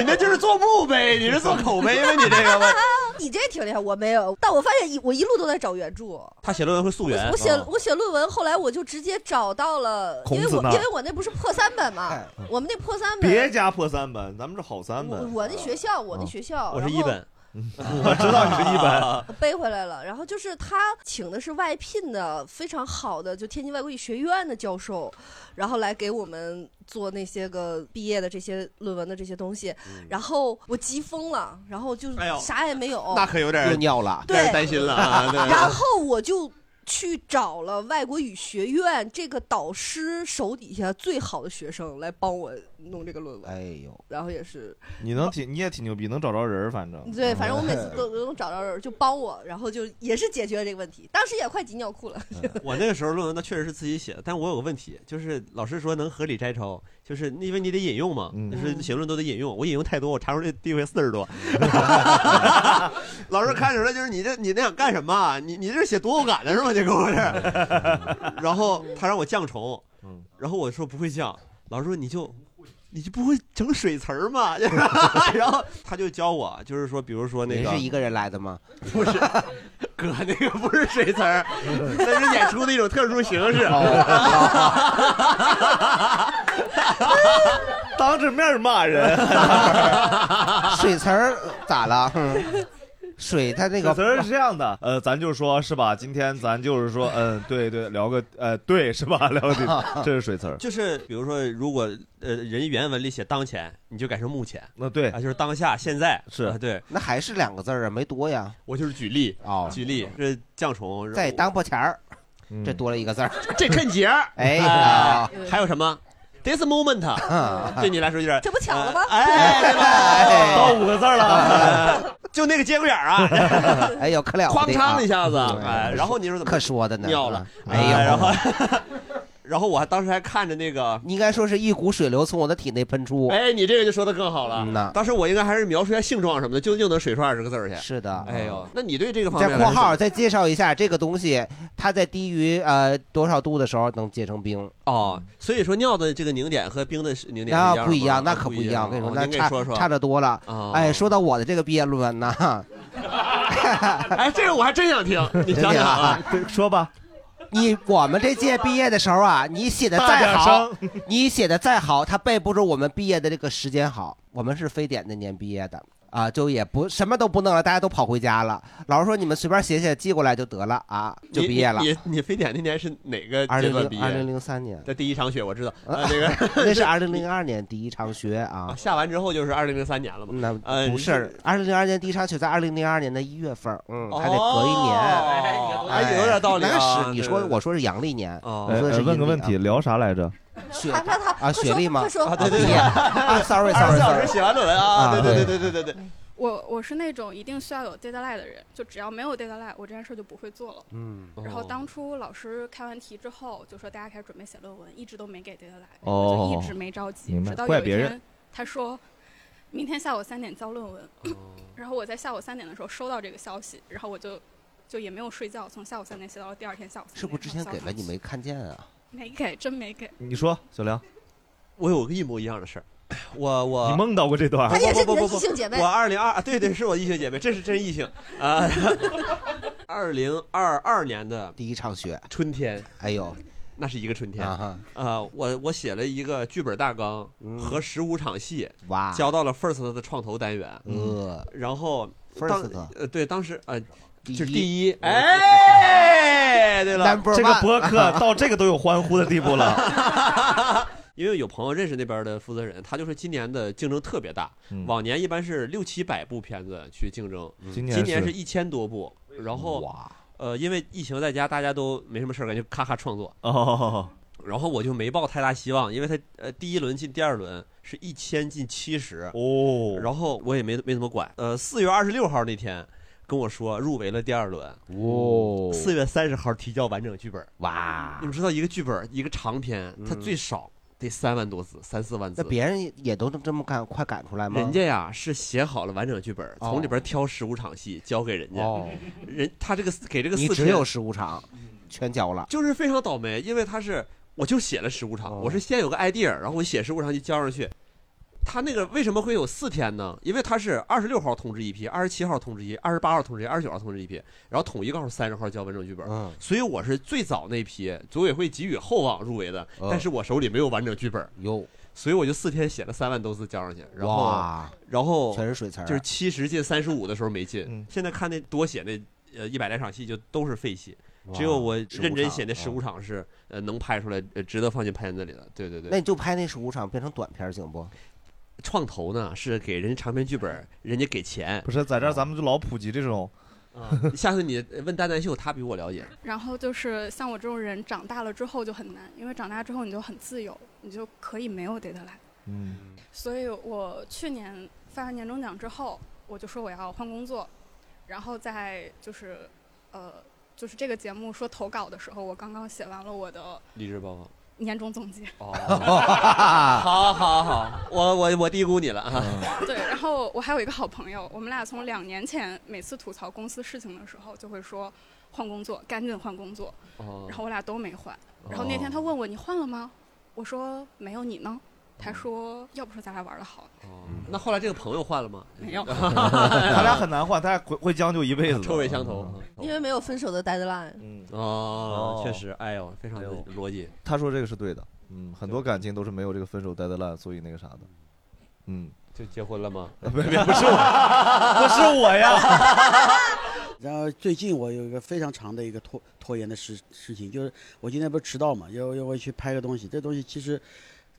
那就是做墓碑，你是做口碑吗？你这个吗？ 你这挺厉害，我没有，但我发现一我一路都在找原著。他写论文会溯 源，我写啊我写论文，后来我就直接找到了，因孔为子我那儿因为我那不是破三本嘛，我们那破三本，别哦加破三本，咱们是好三我本。我那学校，我那学校，我是然一后本， 我知道你是一 本，背回来了。然后就是他请的是外聘的非常好的，就天津外国语学院的教授，然后来给我们做那些个毕业的这些论文的这些东西。然后我急疯了，然后就哎呦啥也没有。那可有点又有尿了，点对，担心了 啊。对然后我就。去找了外国语学院这个导师手底下最好的学生来帮我弄这个论文，哎呦，然后也是你能挺你也挺牛逼，能找着人儿，反正。对，反正我每次 嗯都都能找着人就帮我，然后就也是解决了这个问题。当时也快挤尿裤了，我那个时候论文那确实是自己写的，但我有个问题，就是老师说能合理摘抄，就是因为你得引用嘛，嗯就是写论都得引用，我引用太多，我查出来地位四十多。老师看出来就是你这你那想干什么啊？你你这是写读后感的是吗？这跟我这儿，然后他让我降重嗯，然后我说不会降，老师说你就。你就不会整水词儿吗？然后他就教我，就是说，比如说那您个是一个人来的吗？哥，那个不是水词儿，那是演出的一种特殊形式。当着面儿骂人， 水词儿咋了？嗯水它那这个个词儿是这样的，呃，咱就说是吧？今天咱就是说，嗯，对对，聊个呃，对是吧？聊个 对，这是水词儿。啊就是比如说，如果呃人原文里写当前，你就改成目前 那对啊，，就是当下现在是啊对那还是两个字儿啊，没多呀。我就是举例哦，举例，这降虫在当破前儿，嗯这多了一个字 儿。这趁节儿， 哎啊呀，还有什么？This moment 嗯，对你来说有点这不巧了吗？哎，对哎到五个字儿了， 吧？就那个节骨眼儿啊，哎呦，可了哐不得啊嚓一下子，对哎，然后你说怎么可说的呢，尿了？哎呦，然后 然后我还当时还看着那个你应该说是一股水流从我的体内喷出。哎，你这个就说的更好了。嗯呐当时我应该还是描述一下性状什么的，就就能水出二十个字儿去。是的，嗯哎呦，那你对这个方面在来说括号再介绍一下这个东西，它在低于呃多少度的时候能结成冰，哦，所以说尿的这个凝点和冰的是凝点是那不一一样样，的吗，那可不不一样。我跟你哦说，您那给差说说差得多了。哦哎，说到我的这个毕业论文呢， 哎，这个我还真想听，你 真讲的讲啊啊。对说吧。你我们这届毕业的时候啊，你写的再好，你写的再好，它背不住我们毕业的这个时间好。我们是非典那年毕业的啊，就也不什么都不弄了，大家都跑回家了。老师说你们随便写写，寄过来就得了啊，就毕业了。你你你非典那年是哪个二阶零段毕零业？二零零三年，这第一场雪 我知道，呃，这个那是二零零二年第一场雪 啊。下完之后就是二零零三年了嘛。那呃，不是，二零零二年第一场雪在二零零二年的一月份儿，嗯，还得隔一哦哎年你，看哎有点道理啊那是你说对对对哦我说是阳历年，我哎说呃的哎是问个问阴历啊题，聊啥来着？雪他他他啊，雪说莉吗？快说啊，对对对毕 业啊，sorry 二 sorry 十四小时 sorry，哎写完论文啊！啊对对对对对对对对，我我是那种一定需要有 deadline 的人，就只要没有 deadline，我这件事就不会做了。嗯，哦然后当初老师开完题之后，就说大家开始准备写论文，一直都没给 deadline，我就一直没着急哦明，白直到怪有一别人天他说，明天下午三点交论文。哦 然后我在下午三点的时候收到这个消息，然后我就就也没有睡觉，从下午三点写到了第二天下午三点。是不是之前然后给交了上你去没看见啊？没给，真没给。你说，小梁，我有个一模一样的事儿，我我你梦到过这段她儿？也是不你的不不不异性姐妹我，二零二，对对，是我异性姐妹，这是真异性啊。 二零二二年的第一场雪，春天，哎呦那是一个春天啊啊、哈，我我写了一个剧本大纲嗯和十五场戏，哇，交到了 First 的创投单元，呃然后当，first 呃对，当时呃第就是一第一，哎，对了， number 这个 one，播客到这个都有欢呼的地步了。因为有朋友认识那边的负责人，他就说今年的竞争特别大，嗯往年一般是六七百部片子去竞争，今今年是是一千多部，然后呃因为疫情在家，大家都没什么事儿干，就咔咔创作，哦，然后我就没抱太大希望，因为他呃第一轮进第二轮是一千进七十，哦，然后我也没没怎么管。呃，四月二十六号那天跟我说入围了第二轮， 哦四月三十号提交完整剧本。哇你，们知道一个剧本一个长篇，它嗯最少得三万多字，三四万字那。别人也都这么赶，快赶出来吗？人家呀是写好了完整剧本，哦从里边挑十五场戏交给人家，哦，人他这个四给这个你四只有天十五场，全交了，就是非常倒霉，因为他是我就写了十五场，哦我是先有个 idea，然后我写十五场就交上去。他那个为什么会有四天呢？因为他是二十六号通知一批，二十七号通知一批，二十八号通知一批，二十九号通知一批，然后统一告诉三十号交完整剧本。嗯，所以我是最早那批组委会给予厚望入围的，哦但是我手里没有完整剧本，哟，所以我就四天写了三万多字交上去，然后哇，然后全是水词儿啊，就是七十进三十五的时候没进，嗯现在看那多写那呃一百来场戏就都是废戏，哇只有我认真写那15十五场是呃能拍出来，呃值得放进片子里的。对对那对，你就拍那十五场变成短片儿行不？创投呢是给人家长篇剧本，人家给钱不。是在这儿咱们就老普及这种啊下次你问蛋蛋秀，他比我了解。然后就是像我这种人，长大了之后就很难，因为长大之后你就很自由，你就可以没有 deadline。嗯所以我去年发完年终奖之后，我就说我要换工作，然后在就是呃就是这个节目说投稿的时候，我刚刚写完了我的励志报告。年终总结，哦，好好好，我我我低估你了啊！对，然后我还有一个好朋友，我们俩从两年前每次吐槽公司事情的时候，就会说换工作，赶紧换工作，哦然后我俩都没换。然后那天他问我你换了吗？我说没有，你呢？他说要不说咱俩玩的好，哦那后来这个朋友换了吗？没有。他俩很难换，他俩会会将就一辈子的，臭味相投。因为没有分手的 deadline。嗯，哦哦，确实，哎呦，非常的哎呦逻辑。他说这个是对的，嗯，很多感情都是没有这个分手 deadline，所以那个啥的，嗯，就结婚了吗？别别不是我，不是 我呀， 然后最近我有一个非常长的一个拖拖延的事事情，就是我今天不是迟到嘛，要要我去拍个东西，这东西其实，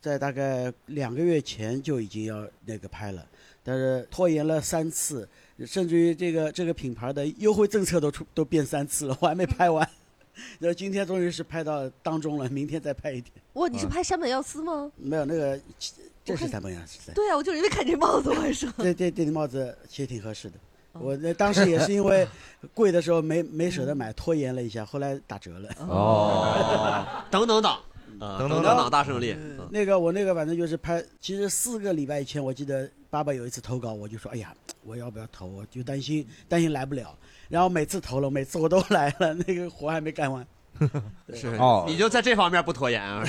在大概两个月前就已经要那个拍了，但是拖延了三次，甚至于这个这个品牌的优惠政策都出都变三次了，我还没拍完。 然后今天终于是拍到当中了，明天再拍一天。哇，你是拍山本耀司吗？没有那个，这是三本呀，是的对啊，我就是因为看你这帽子，我还说这这这顶帽子其实挺合适的。哦我那当时也是因为贵的时候没没舍得买，拖延了一下，后来打折了。哦，等等等，啊等等等等等大胜利，嗯那个我那个反正就是拍，其实四个礼拜以前，我记得爸爸有一次投稿，我就说，哎呀，我要不要投？我就担心担心来不了。然后每次投了，每次我都 来了，那个活还没干完。是哦你就在这方面不拖延啊。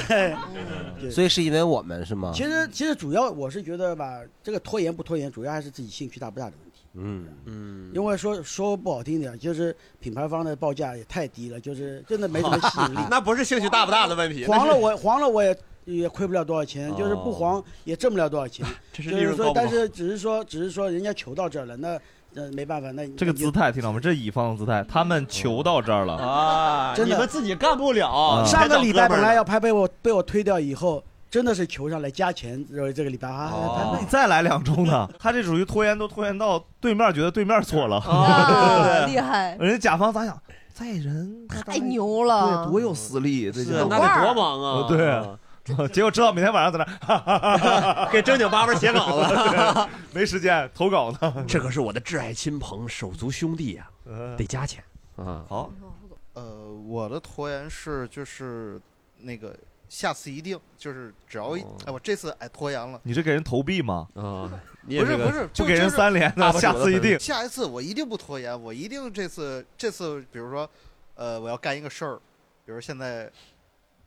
所以是因为我们是吗？其实其实主要我是觉得吧，这个拖延不拖延，主要还是自己兴趣大不大的问题。嗯。嗯，因为说说不好听点，就是品牌方的报价也太低了，就是真的没什么吸引力 那不是兴趣大不大的问题，黄了那是我黄了我也也亏不了多少钱，就是不哦黄也挣不了多少钱。 这是就利是润说高，不但高是只是说只是说人家求到这儿了，那那没办法，那这个姿态听到吗？这是乙方的姿态，他们求到这儿了啊真的自己干不了啊上个礼拜本来要要拍，被我被我推掉以后，真的是求上来加钱，呃这个礼拜啊，哦你再来两周呢，他这属于拖延，都拖延到对面觉得对面错了，啊 对不对厉害人家甲方咋啊想？在人 太牛了，对，多有私利，这是就哦那得多忙啊对， 结果知道每天晚上在那 给正经八百写稿 子没时间投稿呢。嗯这可是我的挚爱亲朋、手足兄弟呀、得加钱啊！好，呃，我的拖延是就是那个下次一定就是只要哦一哎我这次哎拖延了， 你是给人投币吗？啊，不是不是不就给人就是啊三连的，就是下次一定。下一次我一定不拖延，我一定这次这次比如说呃我要干一个事儿，比如现在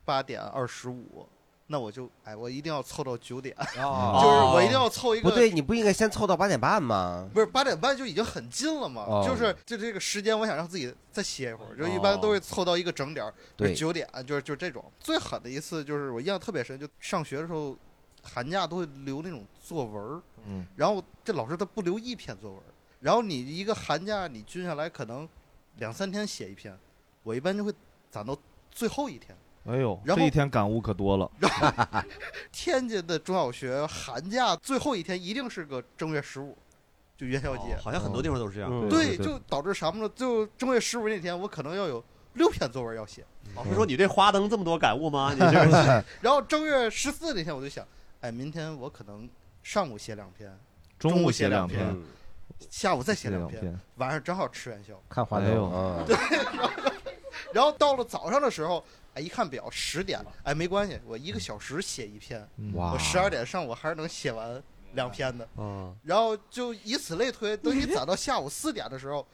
八点二十五。那我就哎，我一定要凑到九点，哦哦就是我一定要凑一个。不对，你不应该先凑到八点半啊吗？不是八点半就已经很近了嘛，哦就是就这个时间，我想让自己再歇一会儿，就一哦般都会凑到一个整点儿，对九点，就是就这种。最狠的一次就是我印象特别深，就上学的时候，寒假都会留那种作文儿，嗯然后这老师他不留一篇作文儿，然后你一个寒假你均下来可能两三天写一篇，我一般就会攒到最后一天。哎呦，然后这一天感悟可多了。天津的中小学寒假最后一天一定是个正月十五，就元宵节、哦好像很多地方都是这样嗯对，对对就导致什么呢？就正月十五那天，我可能要有六篇作文要写。老师说哦你对花灯这么多感悟吗？ 你这个然后正月十四那天，我就想，哎，明天我可能上午写两篇，中午午写两两篇嗯下午再写两写两篇晚上正好吃元宵，看花哎呦灯啊，对，然后 然后到了早上的时候，哎，一看表十点，哎，没关系，我嗯一个小时写一篇，哇我十二点上午还是能写完两篇哦的，嗯 啊，然后就以此类推，等你攒到下午四点的时候，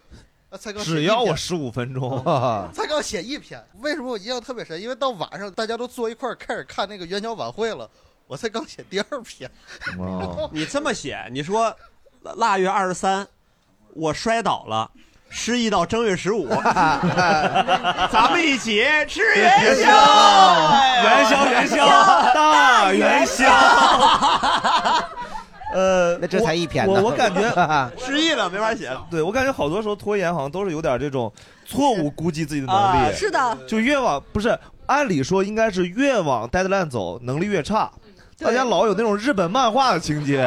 啊，才刚写只一要篇我十五分钟，才刚写一篇，为什么我印象特别深？因为到晚上大家都坐一块儿开始看那个元宵晚会了，我才刚写第二篇。嗯 哦你这么写，你说腊月二十三，我摔倒了。失忆到正月十 五，咱们一起吃元宵，元宵元宵大元宵。 呃，那这才一篇呢我我感觉失忆了，没法写 了。对我感觉好多时候拖延好像都是有点这种错误估计自己的能啊力。是的，就越往不是按理说应该是越往 deadline 走，能力越差。大家老有那种日本漫画的情节，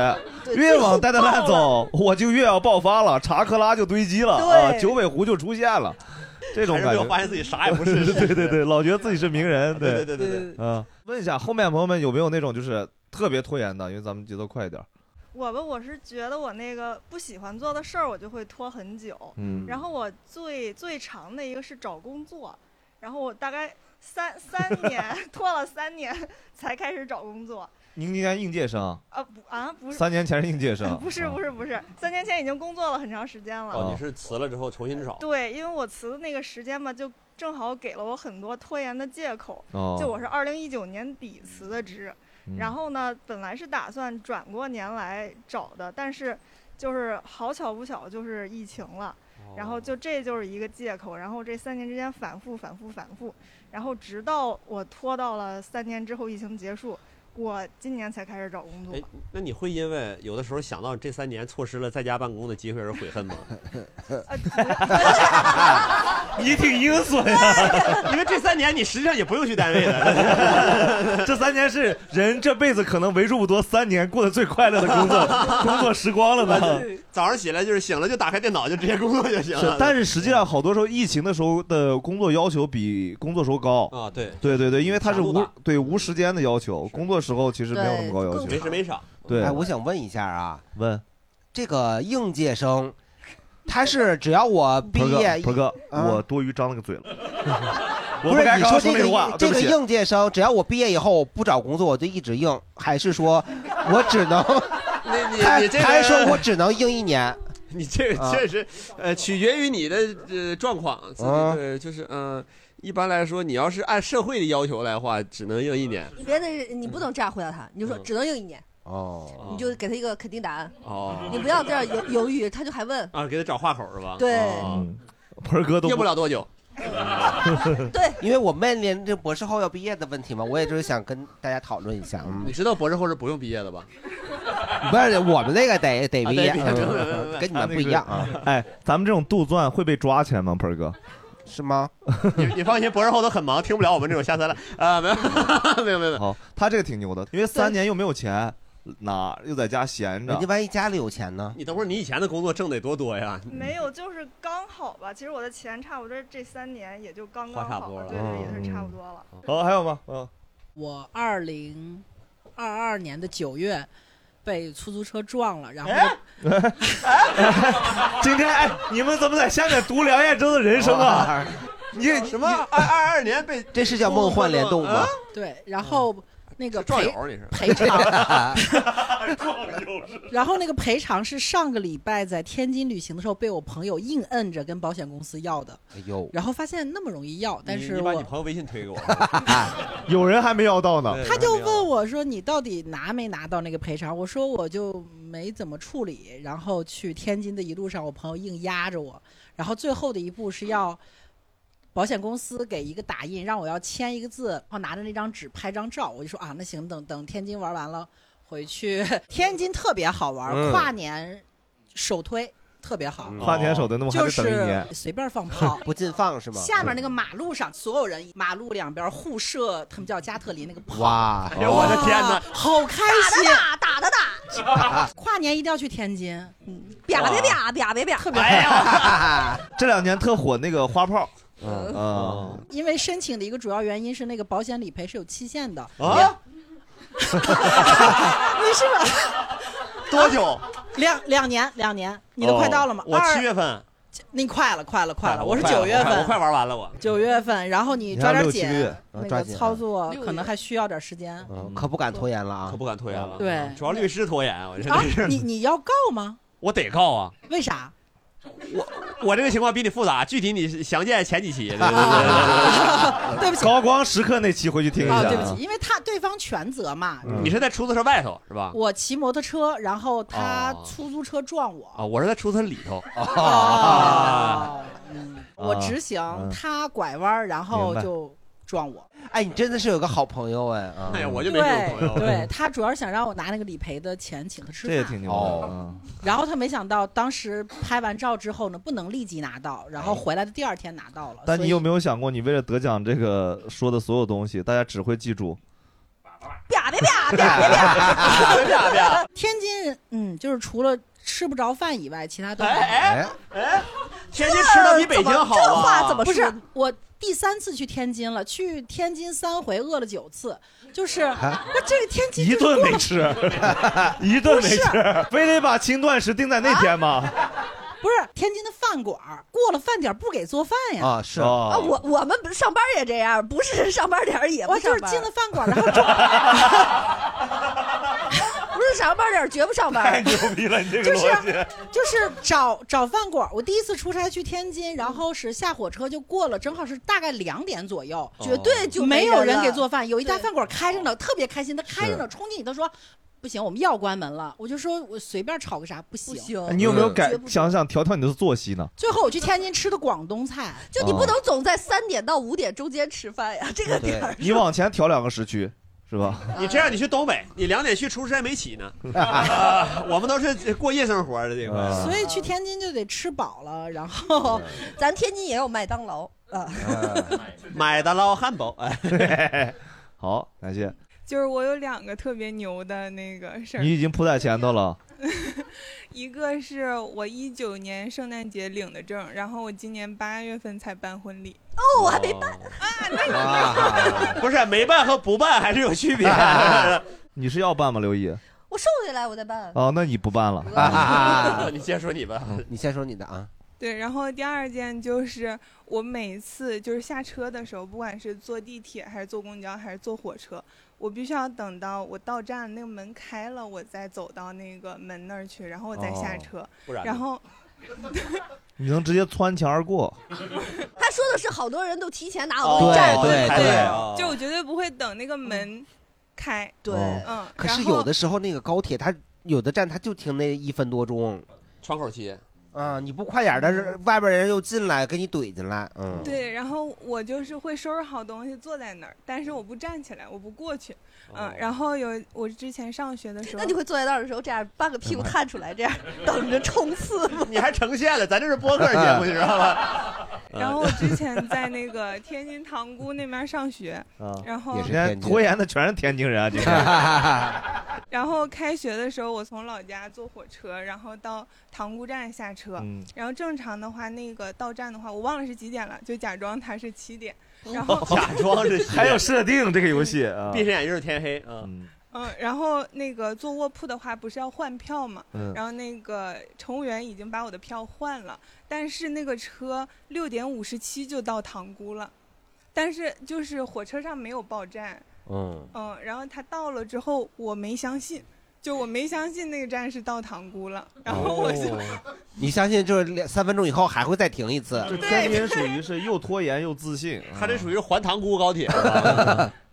越往 deadline 走，我就越要爆发了，查克拉就堆积了，对啊，九尾狐就出现了，这种还是感没觉。有发现自己啥也 不是对对对对，老觉得自己是名人。对对对对对嗯、问一下后面朋友们有没有那种就是特别拖延的，因为咱们节奏快一点。我吧，我是觉得我那个不喜欢做的事儿，我就会拖很久。嗯然后我最最长的一个是找工作，然后我大概三 三年拖了三年才开始找工作。您应该应届生，啊不啊不是，，三年前是应届生 啊不是不是不是，三年前已经工作了很长时间啊了。哦，你是辞了之后重新找，对，因为我辞的那个时间吧，就正好给了我很多拖延的借口。哦就我是二零一九年底辞的职，嗯然后呢，本来是打算转过年来找的，但是就是好巧不巧，就是疫情了。哦然后就这就是一个借口，然后这三年之间反复反复反复，然后直到我拖到了三年之后疫情结束，我今年才开始找工作哎。，那你会因为有的时候想到这三年错失了在家办公的机会而 悔恨吗？呃 你挺阴损呀， 因为这三年你实际上也不用去单位 的，这三年是人这辈子可能为数不多三年过得最快乐的工 作工作时光了呢。 早上起来就是醒了就打开电脑就直接工作啊就行啊是了，，但是实际上好多时候疫情的时候的工作要求比工作时候高啊对对对对，因为它是强度无大对无时间的要求，工作时候其实没有那么高要求，没时没少。对哎，我想问一下啊，问这个应届生，他是只要我毕鹏哥业，鹏哥，啊我多余张了个嘴了，我不是该你刚说刚这那话个，对这不个起应届生，只要我毕业以后不找工作，我就一直应，还是说我只能 你他你这个他还说我只能应一年， 你这个啊 确实，呃，取决于你的呃状况，自己啊对，就是嗯、呃一般来说，你要是按社会的要求来话，只能应一年。嗯你别那，你不能这样回答他，你就说只能应一年。哦你就给他一个肯定答案。哦你不要这样犹犹豫，他就还问。啊，给他找话口是吧？对哦，盆哥都不了多久。对，因为我面临这博士后要毕业的问题嘛，我也就是想跟大家讨论一下。嗯你知道博士后是不用毕业的吧？不是我们那个得得啊毕业，得毕业嗯对对对对跟你们不一样啊。哎，咱们这种杜撰会被抓起来吗，盆哥？是吗？ 你你放心，博士后都很忙，听不了我们这种瞎猜的啊，没有 没有没 有没有。好，哦他这个挺牛的，因为三年又没有钱，哪又在家闲着？人家万一家里有钱呢？你等会儿你以前的工作挣得多多呀？没 有，就是刚好吧。其实我的钱差不多这三年也就刚刚花差好不多了对对，也嗯是差不多了。好，还有吗？嗯，我二零二二年的九月被出租车撞了，然后哎今天哎，你们怎么在下面读梁彦洲的人生啊？你什么二二二年被这是叫梦幻联动啊吗？对，然后那个壮赔友嗯你是赔 偿，然后那个赔偿是上个礼拜在天津旅行的时候被我朋友硬摁着跟保险公司要的，啊哎呦，然后发现那么容易要，但你是你把我你朋友微信推给我， 有人还没要到呢。 他就问我说：“你到底拿没拿到那个赔偿？”我说：“我就没怎么处理。”然后去天津的一路上，我朋友硬压着我，然后最后的一步是要保险公司给一个打印，让我要签一个字，然后拿着那张纸拍张照。我就说：“啊，那行，等等天津玩完了回去。” 天津特别好玩，嗯跨年首推特别好，跨年首推那么还就得等一是年随 便放炮嗯。不禁放是吗？下嗯面那个马路上，所有人马路两边互射，他们叫加特林那个炮。 哇！哎呦我的天哪！啊好开心！打的打， 跨年一定要去天津，啪别啪啪别啪，特别 这两年特火那个花炮，嗯嗯，因为申请的一个主要原因是那个保险理赔是有期限的。啊，没事吧？多久？啊两两年，两年，你都快到了吗？哦我二七月，份，你快了，快了，快了，啊我是快了九月我快我份，快玩完了我。九月份，然后你抓你点还有六七个紧月，那抓个紧操作可能还需要点时间。嗯可不敢拖延了啊！可不敢拖延了对主要律师拖延，我真啊的是，，你你要告吗？我得告啊！为啥？我这个情况比你复杂，具体你详见前 几期。对对对 对不起，高光时刻那期回去听一啊，下。对不起，因为他对方全责嘛。嗯你是在出租车外头是吧？我骑摩托车，然后他哦出租车撞我，啊，我是在出租车里头。啊哦啊我直行，嗯他拐弯儿，然后明白 就撞我。哎，你真的是有个好朋友哎！啊哎呀我就没这种朋对友 对，他主要是想让我拿那个理赔的钱请他吃这也挺饭。牛哦的。嗯然后他没想到，当时拍完照之后呢，不能立即拿到，然后回来的第二天拿到了。哎但所你以有没有想过，你为了得奖这个说的所有东西，大家只会记住啪别啪别 别啪别。 天津，嗯，就是除了吃不着饭以外，其他都好哎天津吃的比北京啊好啊吧？不是我第三次去天津了，去天津三回，饿了九次，就是啊那这个天津一就是顿过没吃，一顿没吃不是，非得把轻断食定在那天吗？不是天津的饭馆儿过了饭点儿不给做饭呀。啊是哦啊我我们上班也这样，不是上班点儿也不我就是上班进了饭馆儿，然后中 不是上班点儿绝不上班。逼了，你这就是啊就是找找饭馆儿。我第一次出差去天津，然后是下火车就过了，正好是大概两点左右，哦绝对就没没有人人哦了给做饭。有一家饭馆儿开着呢，特别开心，他开着呢，冲进去他说。不行，我们要关门了。我就说，我随便炒个啥不行。哎嗯你有没有改想想调调你的作息呢？最后我去天津吃的广东菜，就你不能总在三点到五点中间吃饭 呀，这个点儿。你往前调两个时区是吧？你这样，你去东北，你两点去，厨师还没起呢。 啊我们都是过夜生活的这啊块。所以去天津就得吃饱了，然后咱天津也有麦当劳呃啊。 买的捞汉堡，哎，好，感谢就是我有两个特别牛的那个事儿，你已经铺在前头了。一个是我一九年圣诞节领的证，然后我今年八月份才办婚礼。啊哦，我还没办哦不是没办和不办还是有 区别。哎你是要办吗，刘毅？ 我瘦下来我再办。哦，那你不办了。 你先说你吧，嗯你先说你的啊。对，然后第二件就是我每次就是下车的时候，不管是坐地铁还是坐公交还是坐火车，我必须要等到我到站那个门开了，我再走到那个门那儿去，然后我再下哦车。不然呢 然后你能直接穿墙而过。 他说的是好多人都提前拿哦我站对对对对哦就我绝对不会等那个门开。哦嗯，可然是后有的时候那个高铁，它有的站它就停那一分多钟。窗口期。啊，你不快点儿的，但外边人又进来给你怼进来，嗯，，对，然后我就是会收拾好东西坐在那儿，但是我不站起来，我不过去。嗯，然后有我之前上学的时候，那你会坐在那儿的时候这样半个屁股探出来，这样等着冲刺吗？你还呈现了，咱这是播客节目，你知道吗？啊然后我之前在那个天津塘沽那边上学，啊，然后今天拖延的全是天津人啊，今天。 然后开学的时候，我从老家坐火车，然后到塘沽站下车。嗯然后正常的话，那个到站的话，我忘了是几点了，就假装它是七点。嗯然后 还有设定这个游戏啊， 闭上眼就是天黑啊。嗯，然后那个坐卧铺的话，不是要换票嘛？嗯然后那个乘务员已经把我的票换了，但是那个车六点五十七就到塘沽了，但是就是火车上没有报站。嗯，嗯，然后他到了之后，我没相信，就我没相信那个站是到塘沽了，然后我哦就、你相信就是两三分钟以后还会再停一次，就嗯天津属于是又拖延又自信，啊他这属于是环塘 沽高铁。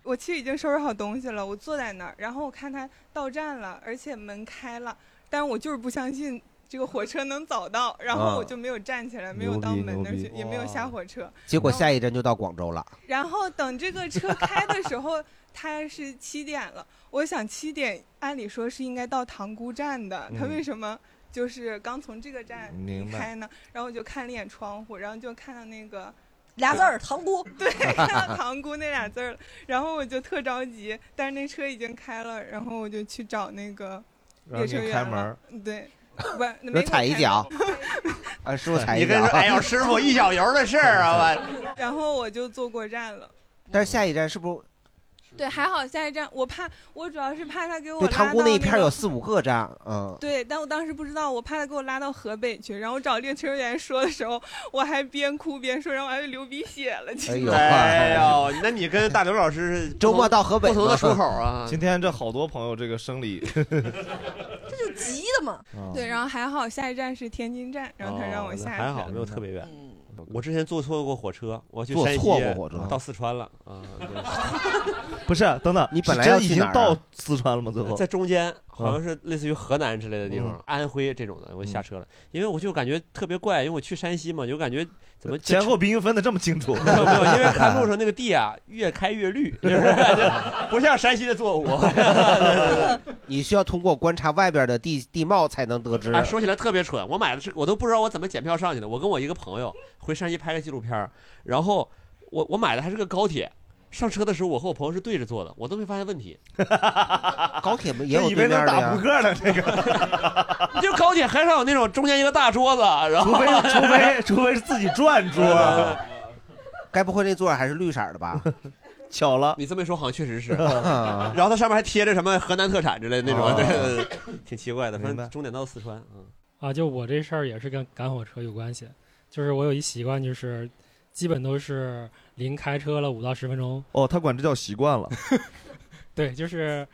我其实已经收拾好东西了，我坐在那儿，然后我看他到站了，而且门开了，但是我就是不相信这个火车能早到，然啊后我就没有站起来，没有牛到逼门牛那儿逼去，也没有下火车。结果下一站就到广州了。然后等这个车开的时候， 它是七点了。我想七点，按理说是应该到塘沽站的，它嗯为什么就是刚从这个站离明白开呢？然后我就看了一眼窗户，然后就看到那个俩字儿塘沽， 对，看到塘沽那俩字儿了。然后我就特着急，但是那车已经开了，然后我就去找那个让列车你员开了门儿， 对，不，没说给我踩一开脚门啊，师傅踩你一跟脚。他说，哎呦，师傅一小油的事儿啊，我。 然后我就坐过站了。 但是下一站是不对，还好下一站，我怕我主要是怕他给是我嗯对拉塘到沽那一个片有四五个站？嗯，对，但我当时不知道，我怕他给我拉到河北去。然后我找列车员说的时候，我还边哭边说，然后我还流鼻血了。其实哎呦，那你跟大刘老师 是周末到河北不同的出口啊。今天这好多朋友这个生 理，就急的嘛哦啊哦对，然后还好下一站是天津站，然后他让我下去、哦还好没有特别远。我之前坐错过火车，我去坐山西错过火车到四川了啊。 不是等等，你本来要真去已经哪儿啊到四川了吗？最对后在中间好像是类似于河南之类的地方嗯，安徽这种的，我下车了，因为我就感觉特别怪，因为我去山西嘛，就感觉怎么前后鼻音分的这么清楚， 没有没有， 因为看路上那个地啊，越开越绿，就是感觉不像山西的作物。你需要通过观察外边的地地貌才能得知。哎，说起来特别蠢，我买的是我都不知道我怎么检票上去的。我跟我一个朋友回山西拍个纪录片儿，然后我我买的还是个高铁。上车的时候，我和我朋友是对着坐的，我都没发现问题。 高铁也有有对面的呀克呢，这个。 就高铁很少有那种中间一个大桌子，然后呃除非除非除 非是自己转桌 啊，嗯该不会那座还是绿色的 吧？巧了，你这么一说好像 确实是。然后它上面还贴着什么河南特产之类的那哦种，对对 对，挺奇怪的。反正终点到四川，嗯，啊，就我这事儿也是跟赶火车有关系，就是我有一习惯，就是基本都是临开车了五到十分钟，哦，他管这叫习 惯了。对，就是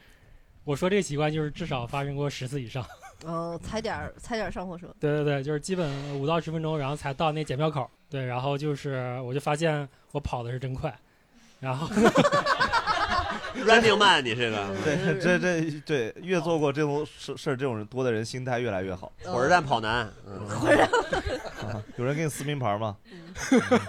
我说这个习惯就是至少发生过十次以上。 嗯，踩点儿踩点儿上火车，对对对，就是基本五到十分钟，然后才到那检票口。对，然后就是我就发现我跑的是真快，然后 running man 你这个对，这这对，越做过这种事事儿，这种人多的人心态越来越好。火车站跑男，嗯火车 啊有人给你撕名牌吗？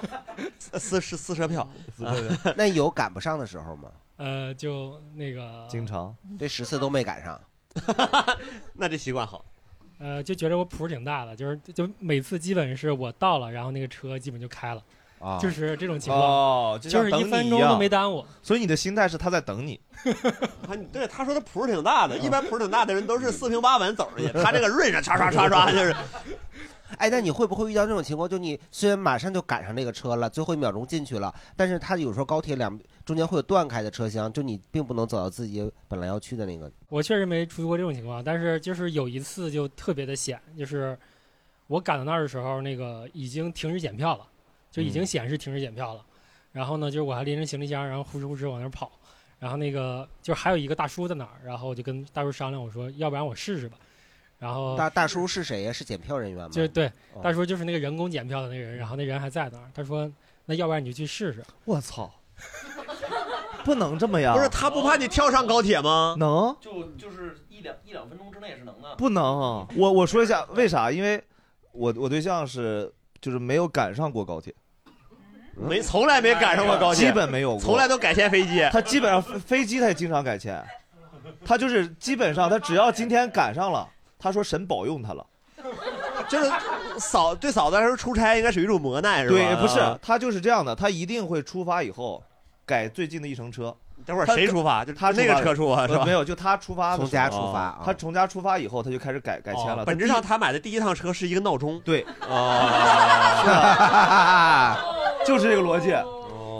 撕撕撕车票，撕车票。那有赶不上的时候吗？呃，就那个经常这十次都没赶上， 那这习惯好。呃，就觉得我谱儿挺大的，就是就每次基本是我到了，然后那个车基本就开了，啊，就是这种情况，哦，就像是等一你分钟样都没耽误。。所以你的心态是他在等你，啊，你对他说的谱儿挺大的，一般谱儿挺大的人都是四平八稳走上去，他这个润着唰唰唰唰 就是。哎，那你会不会遇到这种情况？就你虽然马上就赶上这个车了，最后一秒钟进去了，但是它有时候高铁两中间会有断开的车厢，就你并不能走到自己本来要去的那个。我确实没出过这种情况，但是就是有一次就特别的险，就是我赶到那儿的时候，那个已经停止检票了，就已经嗯显示停止检票了。然后呢，就是我还拎着行李箱，然后呼哧呼哧往那儿跑。然后那个就是还有一个大叔在那儿，然后我就跟大叔商量，我说要不然我试试吧。然哦后大大叔是谁呀？是检票人员吗？就是对哦大叔就是那个人工检票的那个人，然后那人还在那儿，他说那要不然你就去试试。我操！不能这么样。不是他不怕你跳上高铁吗？ 能，就就是一两一两分钟之内是能的。不能。啊我我说一下为啥？因为我我对象是就是没有赶上过高铁，没从来没赶上过高铁基本没有过，从来都改签飞机他基本上飞飞机他也经常改签，他就是基本上他只要今天赶上了，他说神保佑他了。就是嫂对嫂子来说出差应该属于一种磨难，是吧？对，不是，他就是这样的，他一定会出发以后改最近的一程车。等会儿谁出发就他那个车出发呃是吧没有，就他出发的时候从家出发啊他从家出发以后，他就开始改改签了。哦本质上，他买的第一趟车是一个闹钟。对， 哦，就是这个逻辑。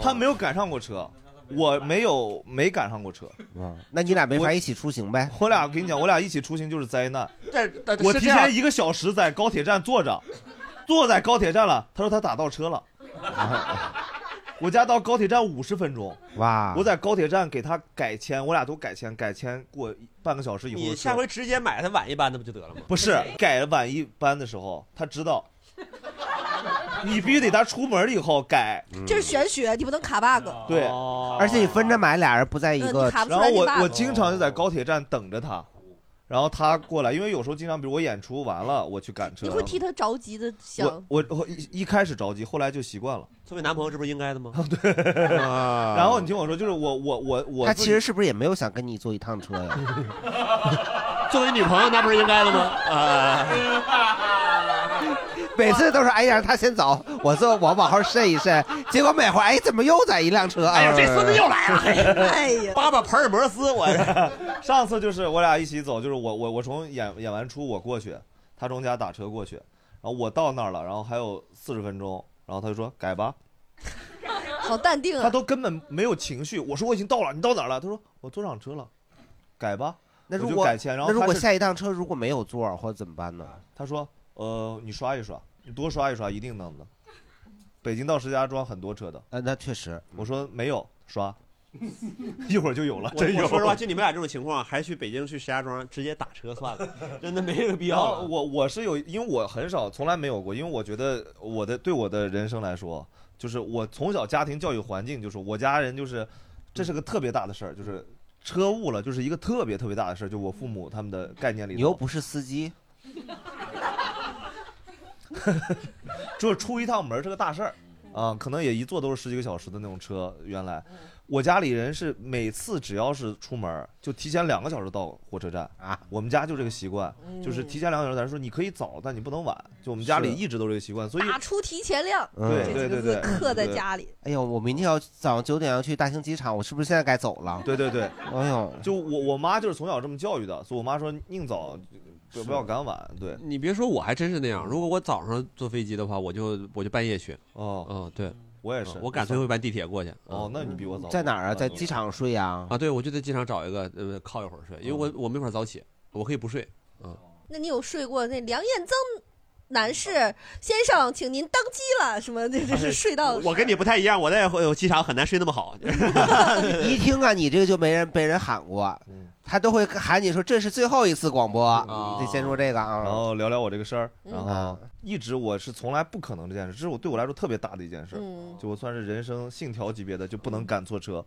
他没有赶上过车，我没有没赶上过车。嗯那你俩没法一起出行呗？我俩跟你讲，我俩一起出行就是灾难。但但我是提这样前一个小时在高铁站坐着，坐在高铁站了。他说他打到 车了。我家到高铁站五十分钟，哇我在高铁站给他改签，我俩都改签，改签过一半个小时以后的车。你下回直接买他晚一班的不就得了吗？不是改了晚一班的时候，他知道，你必须得他出门以后改。这是玄学，你不能卡 bug。对，而且你分着买，俩人不在一嗯个你。卡不然出后来就我罢了我经常就在高铁站等着他，然后他过来，因为有时候经常，比如我演出完了，我去赶车。你会替他着急的我想，我我一一开始着急，后来就习 惯了。作为男朋友，这不是应该的吗？哦对。啊然后你听我说，就是我我我啊我，他其实是不是也没有想跟你坐一趟车呀？ 作为女朋友，那不是应该的吗？啊、每次都是哎呀，他先走，我坐我往后渗一渗，结果每回哎怎么又在一辆车？啊哎呀，这孙子又来 了！哎呀，爸爸盆尔摩斯，我 上次就是我俩一起走，就是我我我从演演完出我过去，他从家打车过去，然后我到那儿了，然后还有四十分钟，然后他就说改吧， 好淡定他啊。都根本没有情绪。我说我已经到了，你到哪儿了？他说我坐上车了，改吧。那我如就果改签，然后那如他果是下一趟车如果没有座儿或者怎么办呢？他说呃你刷一刷，你多刷一刷一定能的。北京到石家庄很多车的，呃那确实。我说没有 刷，一会儿就 有了，我真有。我说实话，就你们俩这种情况，还去北京去石家庄直接打车算了，真的没这个必然要后了。我我是有，因为我很少，从来没有过，因为我觉得我的对我的人生来说，就是我从小家庭教育环境就是我家人就是，这是个特别大的事儿，就是车误了，就是一个特别特别大的事儿，就我父母他们的概念里。你又不是司机，嗯 就是出一趟门儿是个大事儿啊，可能也一坐都是十几个小时的那种车。原来我家里人是每次只要是出门儿就提前两个小时到火车站啊，我们家就这个习惯，就是提前两个小时。咱说你可以早，但你不能晚，就我们家里是一直都是这个习惯，所以打出提前量，嗯对对这几个对对，字刻在家里。哎呦，我明天要早上九点要去大兴机场，我是不是现在该走了？对对对，哎呦，就我我妈就是从小这么教育的，所以我妈说宁早不不要赶晚。对，嗯你别说，我还真是那样。如果我早上坐飞机的话，我就我就半夜去。哦，嗯，对，我也是我赶最后一班地铁过去。嗯哦，那你比我早。在哪儿啊？在机场睡呀？啊，对，我就在机场找一个呃靠一会儿睡，因为嗯我我没法早起，我可以不睡。嗯，那你有睡过那梁彦增男士先生，请您当机了什么？这这哎是睡到哦我跟你不太一样，我在呃机场很难睡那么好。 一听啊，你这个就没人被人喊过，嗯他都会喊你说这是最后一次广播，你得先说这个啊。哦然后聊聊我这个事儿，嗯然后一直我是从来不可能这件事，这是我对我来说特别大的一件事儿嗯，就我算是人生信条级别的，就不嗯能赶错车。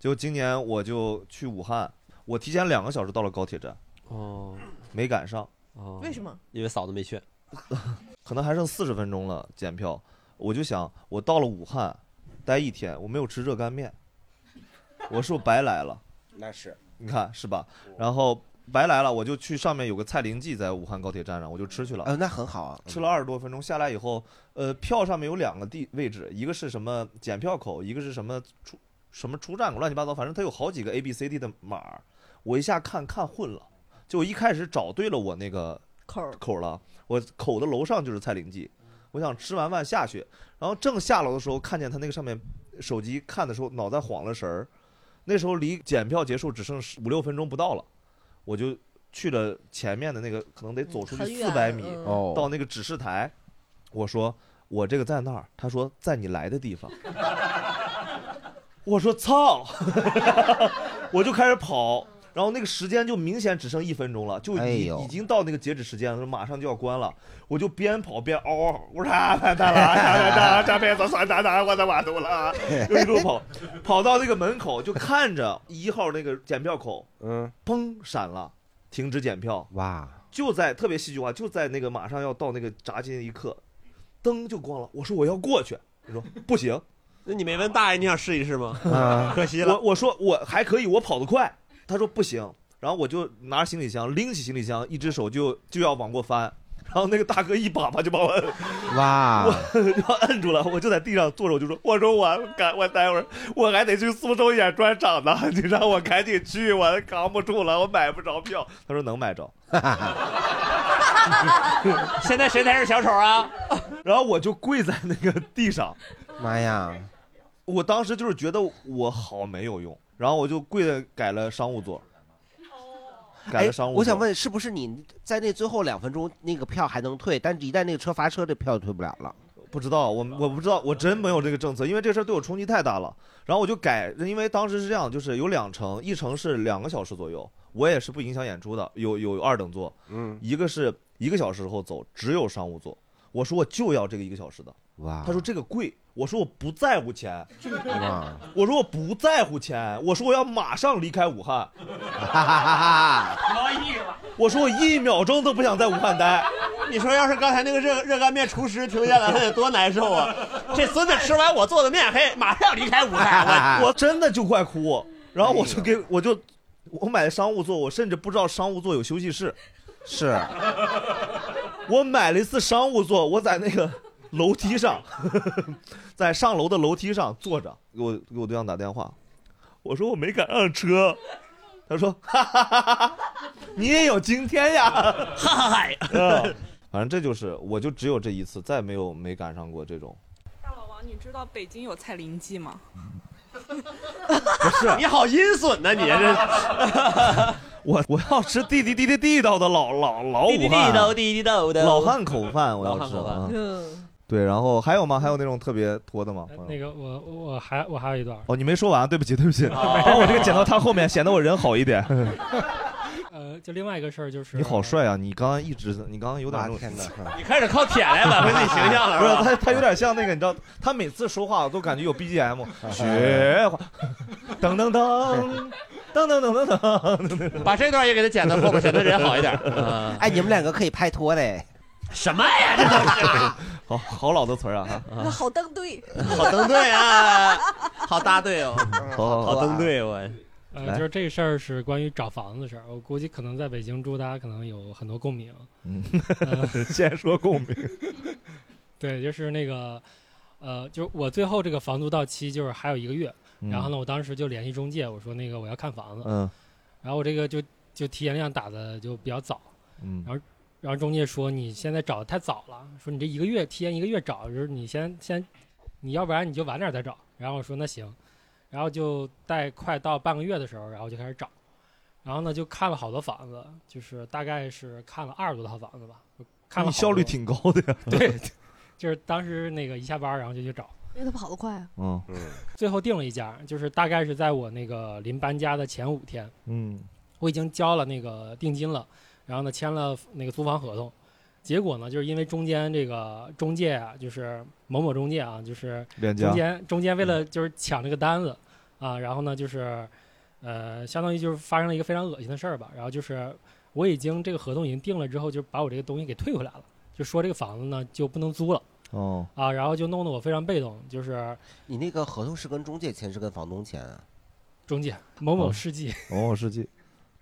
就今年我就去武汉，我提前两个小时到了高铁站，哦，没赶上，哦为什么？因为嫂子没去， 可能还剩四十分钟了检票，我就想我到了武汉待一天，我没有吃热干面，我是不是白来了？那是你看是吧？然后白来了，我就去上面有个蔡林记在武汉高铁站上，我就吃去了。呃，那很好啊，吃了二十多分钟，下来以后，呃，票上面有两个地位置，一个是什么检票口，一个是什么出什么出站口，乱七八糟，反正它有好几个 A B C D 的码儿，我一下看看混了，就我一开始找对了我那个口儿口儿了，我口的楼上就是蔡林记，我想吃完饭下去，然后正下楼的时候看见他那个上面手机看的时候，脑袋晃了神儿，那时候离检票结束只剩十五六分钟不到了，我就去了前面的那个，可能得走出去很四远百米嗯哦到那个指示台，我说我这个在那儿，他说在你来的地方， 我说操，我就开始跑，然后那个时间就明显只剩一分钟了，就已、哎呦已经到那个截止时间了，马上就要关了。我就边跑边嗷嗷，我说啊，完蛋了，啊完蛋了，这辈子算蛋蛋，我的完犊了啊！就一路跑，跑到那个门口就看着一号那个检票口，嗯，砰闪了，停止检票。哇！就在特别戏剧化，就在那个马上要到那个闸金一刻，灯就光了。我说我要过去，你 说 不行，那你没问大爷你想试一试吗？啊，可惜了我我说我还可以，我跑得快。他说不行，然后我就拿着行李箱，拎起行李箱，一只手就就要往过翻，然后那个大哥一把把就把我 摁，哇，我就摁住了，我就在地上坐着，我就说，我说我赶我待会儿我还得去苏州演专场呢，你让我赶紧去，我扛不住了，我买不着票。他说能买着。现在谁才是小丑啊？ 然后我就跪在那个地上，妈呀！我当时就是觉得我好没有用，然后我就跪着改了商务座，改了商务座。哎我想问，是不是你在那最后两分钟那个票还能退，但一旦那个车罚车，这票就退不了了？不知道，我我不知道，我真没有这个政策，因为这事儿对我冲击太大了。然后我就改，因为当时是这样，就是有两程，一程是两个小时左右，我也是不影响演出的，有有二等座，嗯，一个是一个小时后走，只有商务座。我说我就要这个一个小时的，哇他说这个贵，我说我不在乎钱，哇， 我说我不在乎钱，我说我要马上离开武 汉，哈哈哈哈！我说我一秒钟都不想在武汉待。你说要是刚才那个热热干面厨师停下来，他得多难 受啊！这孙子吃完我做的面，嘿，马上离开武汉，哎我 我我真的就快哭，然后我就给我就我买的商务座，我甚至不知道商务座有休息室，是 我买了一次商务座，我在那个楼梯上， 在上楼的楼梯上坐着，给我给我对象打电话，我说我没赶上车，他说 哈哈哈哈哈，你也有今天呀，哈哈嗨， 嗯反正这就是，我就只有这一次，再没有没赶上过这种。大老 王，你知道北京有蔡林记吗？ 不是，你好阴损呐、你这。 我我要吃地地地地地道的老老 老武汉，地地地道地地道的老汉口饭，我要吃。老汉啊口饭嗯对，然后还有吗？还有那种特别拖的吗？朋友那嗯个我我还我还有一段，哦，你没说完，对不起，对不起， 哦把我这个剪到他后面，显得我人好一点。 呃，就另外一个事儿就是你好帅啊！你刚刚一直，你刚刚有点那种，你开始靠舔来 挽回自己形象了，不是吧他，他有点像那个，你知道，他每次说话我都感觉有 BGM，雪花， 噔噔噔，噔噔噔噔噔，把这段也给他剪到后边，显得人好一 点。 嗯哎，你们两个可以拍拖嘞。什么呀？这都是 好好老的词儿啊！那好登对，好登 对啊，好搭对哦，好哎好登对我。呃，就是这事儿是关于找房子的事儿，我估计可能在北京住，大家可能有很多共鸣。嗯呃 先说共鸣。 对，就是那个，呃，就是我最后这个房租到期就是还有一个月，嗯然后呢，我当时就联系中介，我说那个我要看房子，嗯，然后我这个就就提前量打的就比较早，嗯然后然后中介说你现在找的太早了，说你这一个月提前一个月找，就是你先先，你要不然你就晚点再找。然后我说那行，然后就在快到半个月的时候，然后就开始找，然后呢就看了好多房子，就是大概是看了二十多套房子吧，看了你好效率多挺高的呀。 对，就是当时那个一下班儿然后就去找，因为他跑得快啊。嗯最后定了一家，就是大概是在我那个临搬家的前五天，嗯我已经交了那个定金了，然后呢签了那个租房合同，结果呢就是因为中间这个中介啊，就是某某中介啊，就是链家中间中间为了就是抢这个单子啊，然后呢就是呃相当于就是发生了一个非常恶心的事儿吧，然后就是我已经这个合同已经定了之后，就把我这个东西给退回来了，就说这个房子呢就不能租了哦，啊，然后就弄得我非常被动，就是你那个合同是跟中介签，是跟房东签啊？中介某某世纪。哦某某世纪，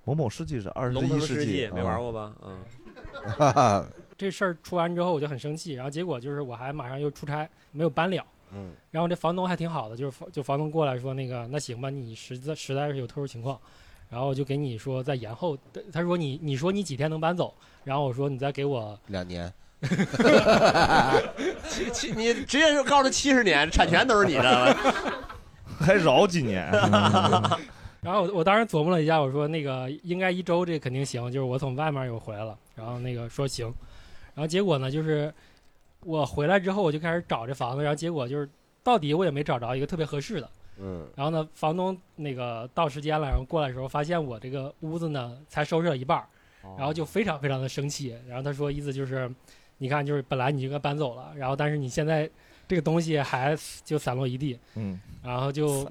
某某世纪是二十龙腾一世纪纪，没玩过吧？嗯， 啊？这事儿出完之后我就很生气，然后结果就是我还马上又出差，没有搬了。嗯，然后这房东还挺好的，就是房就房东过来说那个那行吧，你实在实在是有特殊情况，然后就给你说再延后。他说你你说你几天能搬走？然后我说你再给我两年。七七，你直接就告诉七十年，产权都是你的，还饶几年？啊然后我我当时琢磨了一下，我说那个应该一周这肯定行，就是我从外面又回来了，然后那个说行，然后结果呢就是我回来之后我就开始找这房子，然后结果就是到底我也没找着一个特别合适的，嗯然后呢，房东那个到时间了，然后过来的时候发现我这个屋子呢才收拾了一半儿，然后就非常非常的生气。然后他说意思就是，你看就是本来你就应该搬走了，然后但是你现在这个东西还就散落一地，嗯，然后就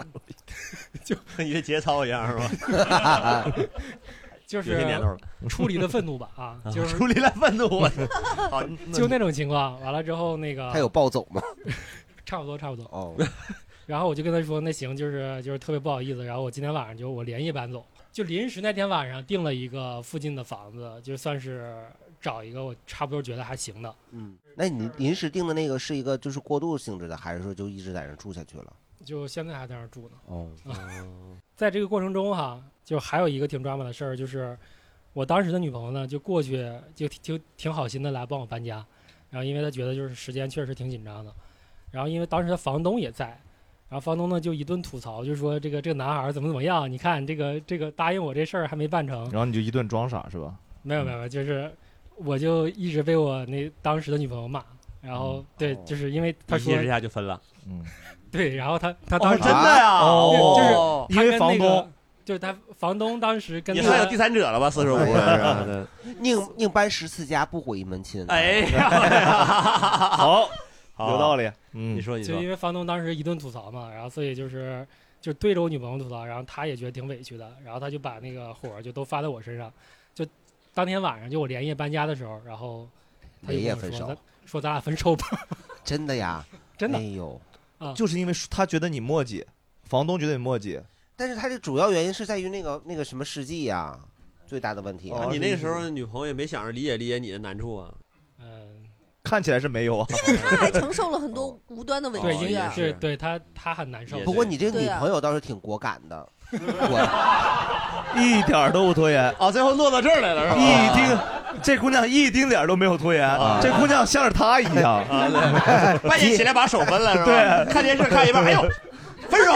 就？跟你这节操 一样是 吧 就是有些年头了，，处理了愤怒吧啊 就是处理了 愤怒，我好，就那种情况。完了之后，那个他有暴走吗？ 差不多，差不多。哦， 然后我就跟他说，那行，就是就是特别不好意思，然后我今天晚上就我连夜搬走，就临时那天晚上订了一个附近的房子，就算是找一个我差不多觉得还行的，嗯，那你临时定的那个是一个就是过渡性质的，还是说就一直在那儿住下去了？就现在还在那儿住呢。哦，在这个过程中哈，就还有一个挺 drama 的事儿，就是我当时的女朋友呢，就过去就挺挺好心的来帮我搬家，然后因为她觉得就是时间确实挺紧张的，然后因为当时她房东也在，然后房东呢就一顿吐槽，就说这个这个男孩儿怎么怎么样，你看这个这个答应我这事儿还没办成，然后你就一顿装傻是吧？没有没嗯有，就是我就一直被我那当时的女朋友骂，然后对，哦就是因为她嗯一说气之下就分了。嗯， 对，然后他他哦当时、真的呀哦对就是他因为跟房那个东，就是他房东当时跟也他算有第三者了吧？四十五人，宁宁搬十次家，不回一门亲。哎呀，好，有道理。嗯你说你就说因，为房东当时一顿吐槽嘛，然后所以就是就对着我女朋友吐槽，然后她也觉得挺委屈的，然后她就把那个火儿就都发在我身上，就当天晚上就我连夜搬家的时候，然后她就哎连夜跟我说分手咱说咱俩分手吧， 真的呀？真的哎呦，啊就是因为他觉得你磨叽，房东觉得你磨叽， 但是他这主要原因是在于那个那个什么世纪呀、最大的问哦题。啊啊你那个时候女朋友也没想着理解理解你的难处啊。呃 看起来是没有 啊。他还承受了很多无端的委对，屈因为啊。哎对对她她很难受。不过你这个女对啊朋友倒是挺果敢的，一点儿都不拖延。 哦，最后落到这儿来了，是吧？一丁，这姑娘一丁点儿都没有拖延，这姑娘像是她一样。啊 半夜起来把手分了，是吧？对 看电视看一半，哎呦，分手。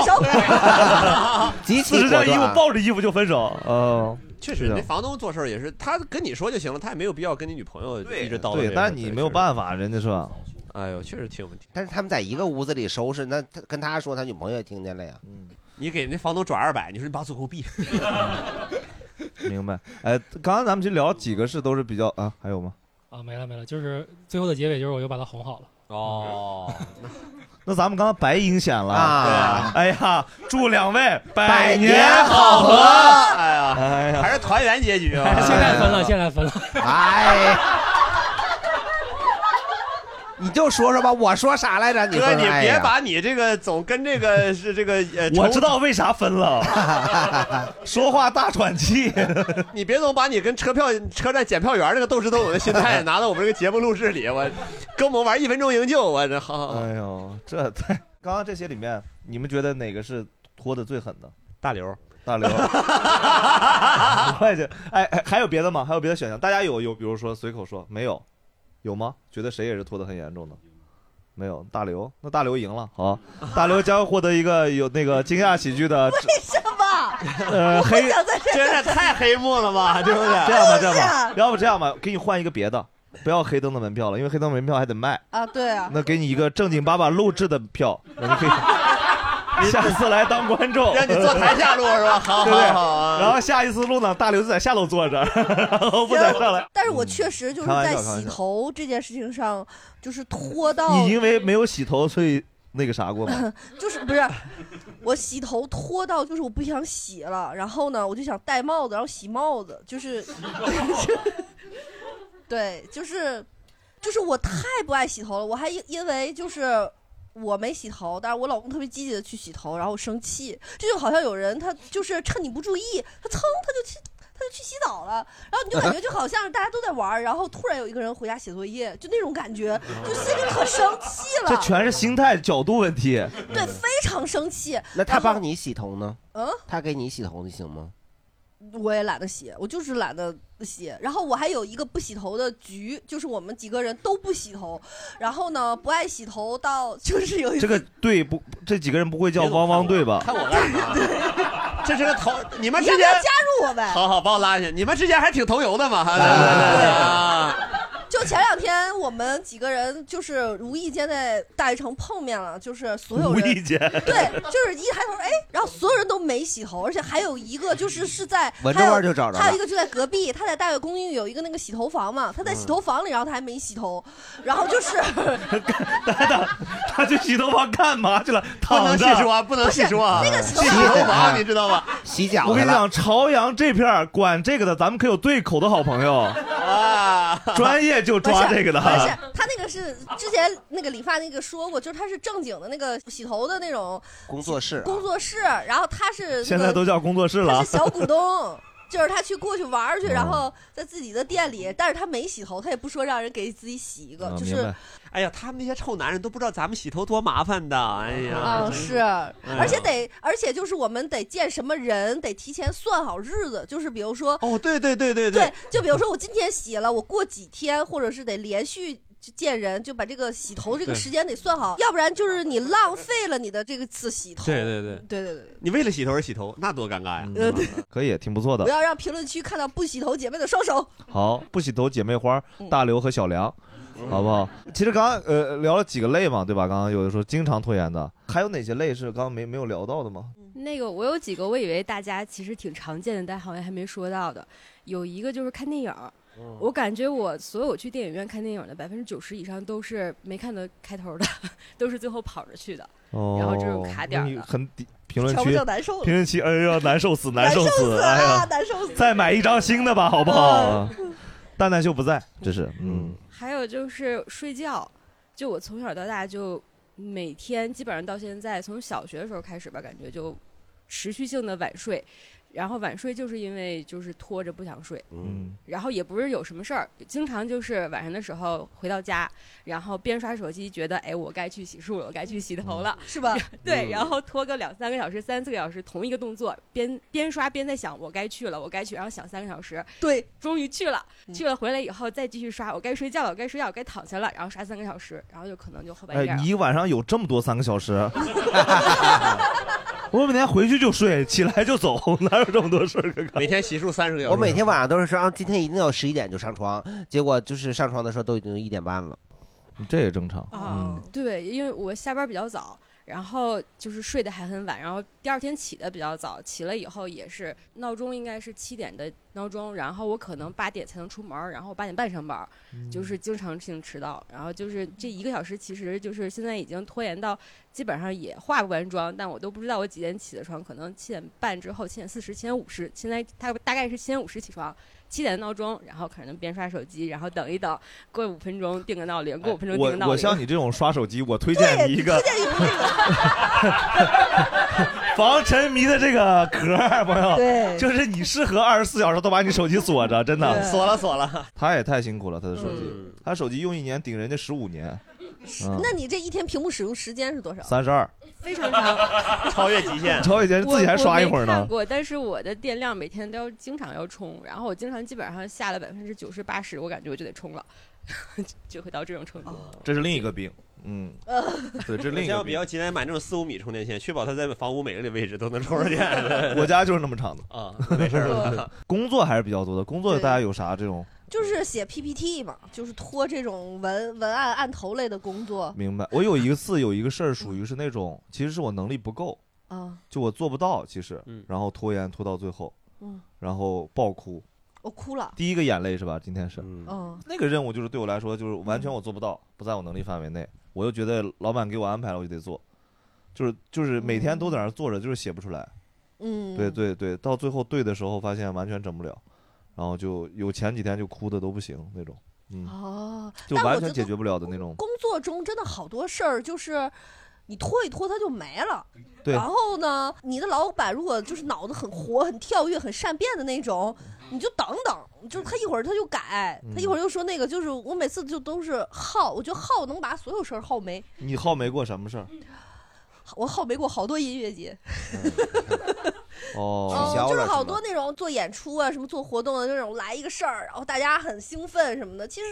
极其四十件衣果服断抱着衣服就分手，嗯，确是实，的那房东做事儿也是，他跟你说就行了，他也没有必要跟你女朋友一直叨叨这个事儿。对，但是你没有办法，人家是吧？哎呦，确实挺有问题。但是他们在一个屋子里收拾，那他跟他说，他女朋友也听见了呀。嗯你给那房东转二百，你说你把我做狗屁。明白。哎，刚刚咱们去聊几个事都是比较啊，还有吗？啊，没了没了，就是最后的结尾就是我又把她哄好了。哦，那咱们刚刚白阴险了啊！哎呀，祝两位百年年好合哎呀哎呀，还是团圆结 局啊吧。现在分了，啊现在分了。 哎， 你就说说吧，我说啥来着？说哥，你哎别呀把你这个总跟这个是这个呃，我仇知道 为啥分了， 说话大喘气。 你别总把你跟车票车站检票员那个斗智斗勇的心态拿到我们这个节目录制里，我跟我们玩一分钟营 救，我这好好好。哎呦，这 太刚刚这些里面，你们觉得哪个是拖的最狠的？大刘，大刘， 快去！哎，哎还有别的吗？还有别的选项？大家有有，比如说随口说没有，有吗？觉得谁也是拖得很严重的？没有，大刘，那大刘赢了，好，大刘将获得一个有那个惊讶喜剧的 为什么？呃我黑想在这真是太黑幕了 吧，啊对不对？这样吧，这样啊吧，要不这样吧，给你换一个别的，不要黑灯的门票了，因为黑灯门票还得卖。啊，对啊，那给你一个正经八百录制的票，那你可以下次来当观众，让你坐台下 录是吧好对不对好好啊然后下一次录呢，大刘就在下头坐着， 然后不在上来。但是我确实就是嗯开玩在笑开玩洗笑头这件事情上，就是拖到你因为没有洗头，所以那个啥过吗？就是不是我洗头拖到就是我不想洗了，然后呢我就想戴帽子，然后洗帽子，就是对，就是就是我太不爱洗头了，我还因因为就是。我没洗头，但是我老公特别积极的去洗头，然后我生气，这就好像有人他就是趁你不注意，他噌他就去他就去洗澡了，然后你就感觉就好像大家都在玩儿，然后突然有一个人回家写作业，就那种感觉，就心里可生气这了。全是心态角度问题。对，非常生气。那他帮你洗头呢？嗯，他给你洗头，你行吗？我也懒得洗，我就是懒得洗。然后我还有一个不洗头的局，就是我们几个人都不洗头。然后呢，不爱洗头到 就是有一这个队不，这几个人不会叫汪汪队吧？看我干嘛？这是个头，你们你之要不间要加入我呗？好好把我拉进去，你们之间还挺头油的嘛？哈对对对对啊！就前两天我们几个人就是无意间在大悦城碰面了，就是所有无人意间， 对，就是一抬头，哎，然后所有人都没洗头，而且还有一个就是是 在闻着还有味儿就找着了还有一个就在隔壁，他在大悦公寓有一个那个洗头房嘛，他在嗯洗头房里，然后他还没洗头，然后就是 他去洗头房干嘛去了？躺着不能细说啊不能细说啊不是那个洗头房洗头房你知道吧？洗脚啊我跟你去了讲，朝阳这片儿管这个的，咱们可有对口的好朋友啊， 专业就抓这个的。不是他那个是之前那个理发那个说过，就是他是正经的那个洗头的那种工作室啊工作室，然后他是、那个、现在都叫工作室了他啊。是小股东。就是他去过去玩儿去，哦然嗯后在自己的店里，但是他没洗头，他也不说让人给自己洗一个，嗯啊就是，哎呀，他们那些臭男人都不知道咱们洗头多麻烦的，哎呀，嗯真是，哎呀而且得，而且就是我们得见什么人，得提前算好日子，就是比如说，哦，对对对对对，就比如说我今天洗了，我过几天或者是得连续就见人，就把这个洗头这个对时间得算好，要不然就是你浪费了你的这个次洗头。对对对对对对，你为了洗头而洗头，那多尴尬呀！呃对嗯可以，挺不错的不。要让评论区看到不洗头姐妹的双手。好，不洗头姐妹花嗯，大刘和小梁，嗯好不好？其实刚刚呃聊了几个类嘛，对吧？刚刚有的说经常拖延的，还有哪些类是刚刚没没有聊到的吗？那个我有几个我以为大家其实挺常见的，但好像还没说到的。有一个就是看电影儿，嗯我感觉我所有去电影院看电影的百分之九十以上都是没看到开头的，都是最后跑着去的。嗯哦，然后这种卡点儿那你的很抵评论瞧区不着难受了评论区哎呀难受死，难受受死，死哎呀啊难受死再买一张新的吧，好不好？嗯蛋蛋秀不在，这是嗯，还有就是睡觉，就我从小到大就每天基本上到现在，从小学的时候开始吧，感觉就持续性的晚睡。然后晚睡就是因为就是拖着不想睡，嗯，然后也不是有什么事儿，经常就是晚上的时候回到家，然后边刷手机，觉得哎，我该去洗漱了，我该去洗头 了，是吧对，嗯然后拖个两三个小时、三四个小时，同一个动作，边边刷边在想我该去了，我该去，然后想三个小时，对，嗯终于去了，去了回来以后再继续刷，我该睡觉了，我该睡觉，我该躺下了，然后刷三个小时，然后就可能就后半哎夜了。，你一晚上有这么多三个小时？我每天回去就睡，起来就走，哪有这么多事儿可干？每天洗漱三十个小时，我每天晚上都是说啊，今天一定要十一点就上床，结果就是上床的时候都已经一点半了，这也正常。啊、对，因为我下班比较早，然后就是睡得还很晚，然后第二天起的比较早，起了以后也是闹钟应该是七点的闹钟，然后我可能八点才能出门儿，然后八点半上班儿，嗯就是经常性迟到，然后就是这一个小时其实就是现在已经拖延到基本上也化不完妆，但我都不知道我几点起的床，可能七点半之后七点四十、七点五十，现在大大概是七点五十起床。七点的闹钟，然后可能边刷手机，然后等一等，过五分钟定个闹铃，过五分钟定哎我个闹铃。我像你这种刷手机，我推荐你一个 防沉迷的这个壳儿，朋友，对就是你适合二十四小时都把你手机锁着，真的锁了 锁了。他也太辛苦了，他的手机，他手机用一年顶人家十五年，嗯那你这一天屏幕使用时间是多少？三十二，非常长，超越极限超越极限，我自己还刷一会儿我没呢看。过，但是我的电量每天都要经常要充，然后我经常基本上下了百分之九十八十，我感觉我就得充了， 就会到这种程度。这是另一个病，嗯，对，这是另一我个比病。。较急难买那种四五米充电线，确保它在房屋每个的位置都能充上电 我家就是那么长的 啊， 没事儿 了。工作还是比较多的，工作大家有啥这种 就是写 PPT 嘛，就是拖这种文文案案头类的工作明白？我有 一次有一个事儿，属于是那种其实是我能力不够，啊。就我做不到，其实，然后拖延拖到最后，嗯，然后爆哭，我哭了。第一个眼泪是吧？今天是，嗯那个任务就是对我来说就是完全我做不到，不在我能力范围内，我就觉得老板给我安排了我就得做，就是就是每天都在那儿坐着，就是写不出来，嗯，对对对，到最后对的时候发现完全整不了，然后就有前几天就哭的都不行那种，嗯，哦，就但我完觉全得解决不了的那种。工作中真的好多事儿，就是你拖一拖它就没了。对然后呢，你的老板如果就是脑子很活、很跳跃、很善变的那种，你就等等，就是他一会儿他就改，他一嗯会儿又说那个，就是我每次就都是耗，我觉得耗能把所有事儿耗没。嗯你耗没过什么事儿？我耗没过好多音乐节，哦，嗯，就是好多那种做演出啊，什么做活动的那种，来一个事儿，然后大家很兴奋什么的，其实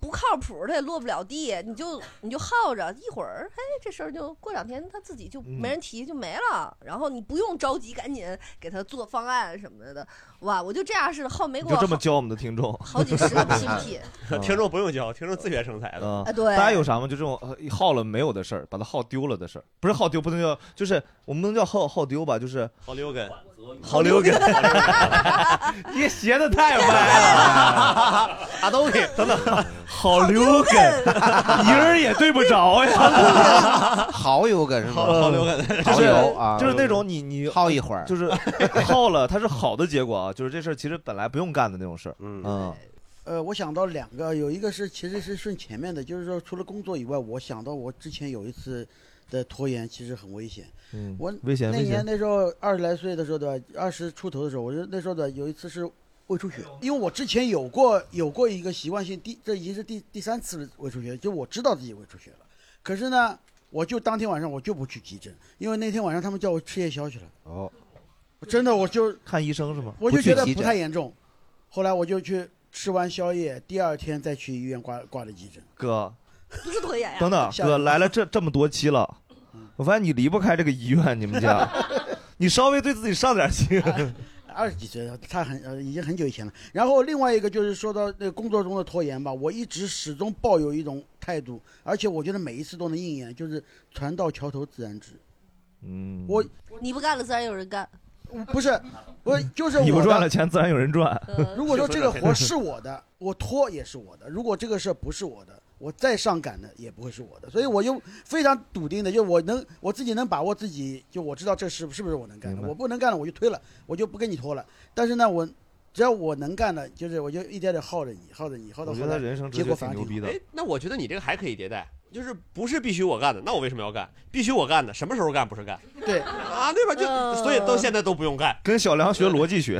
不靠谱，它也落不了地，你就你就耗着，一会儿，哎，这事儿就过两天他自己就嗯没人提就没了，然后你不用着急，赶紧给他做方案什么的，哇，我就这样似的耗没你过就好，这么教我们的听众，好几十 个 PPT 听众不用教，听众自学成才的。啊哎对大家有啥吗？就这种呃耗了没有的事儿，把它耗丢了的事儿，不是耗丢，不能叫，就是我们不能叫耗耗丢吧，就是好溜根，好溜根， 你学的太歪了， 阿东给等等，好溜根， 音儿也对不着呀，好有梗是 吗？好溜梗，就是油啊，就是那种你你耗一会儿，就是 耗了，它是好的结果啊，就是这事儿其实本来不用干的那种事儿，嗯，呃，我想到两个，有一个是其实是顺前面的，就是说除了工作以外，我想到我之前有一次的拖延其实很危险。嗯我危险那危年险那时候二十来岁的时候对吧？二十出头的时候，我就那时候的有一次是胃出血，因为我之前有过有过一个习惯性第这已经是第第三次胃出血，就我知道自己胃出血了，可是呢，我就当天晚上我就不去急诊，因为那天晚上他们叫我吃夜宵去了。哦，真的我就看医生是吗？我就去觉得急不诊太严重，后来我就去吃完宵夜，第二天再去医院挂挂的急诊。哥，不是拖延呀，等等，哥来了这这么多期了，嗯我发现你离不开这个医院，你们家，你稍微对自己上点心。 二十几岁了，他很呃已经很久以前了。然后另外一个就是说到那个工作中的拖延吧，我一直始终抱有一种态度，而且我觉得每一次都能应验，就是船到桥头自然直。嗯，我你不干了自然有人干，不是，我就是我你不的呃赚了钱，自然有人赚。 呃如果说这个活是我 的，我拖也是我的；如果这个事儿不是我的，我再上赶的也不会是我的。所以我就非常笃定的，就我能我自己能把握自己，就我知道这是是不是我能干的，明白我不能干了我就推了，我就不跟你拖了。但是呢，我只要我能干的，就是我就一点点耗着你，耗着你，耗到我后觉来，得人生结果反而挺好哎，那我觉得你这个还可以迭代，就是不是必须我干的，那我为什么要干？必须我干的，什么时候干不是干？对 啊，对吧？嗯就所以到现在都不用干。 跟小梁学逻辑学。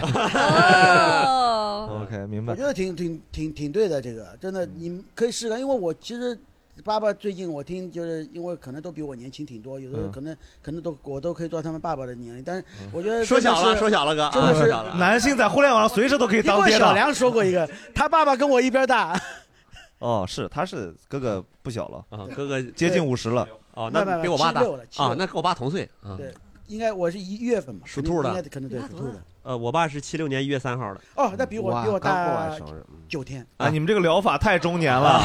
哦 OK，明我白觉。得挺挺挺挺对的，这个真嗯的，你可以试试看。因为我其实爸爸最近我听，就是因为可能都比我年轻挺多，有的嗯可能、可能都我都可以做他们爸爸的年龄，但是我觉得嗯 说真的小了，是说小了， 哥，真的说是小了。 男性在互联网上随时都可以听当过爹小的。梁说过一个，他爸爸跟我一边 大，哦，是，他是哥哥不小了啊，哥哥接近五十了。哦那没有没有比我爸大76了76啊，那跟我爸同岁啊。对，应该我是一月份嘛，属兔的应该可能对你爸属多兔的。呃，我爸是七六年一月三号的。哦，那比我哇比我刚过大完生日九天。啊，你们这个疗法太中年 了，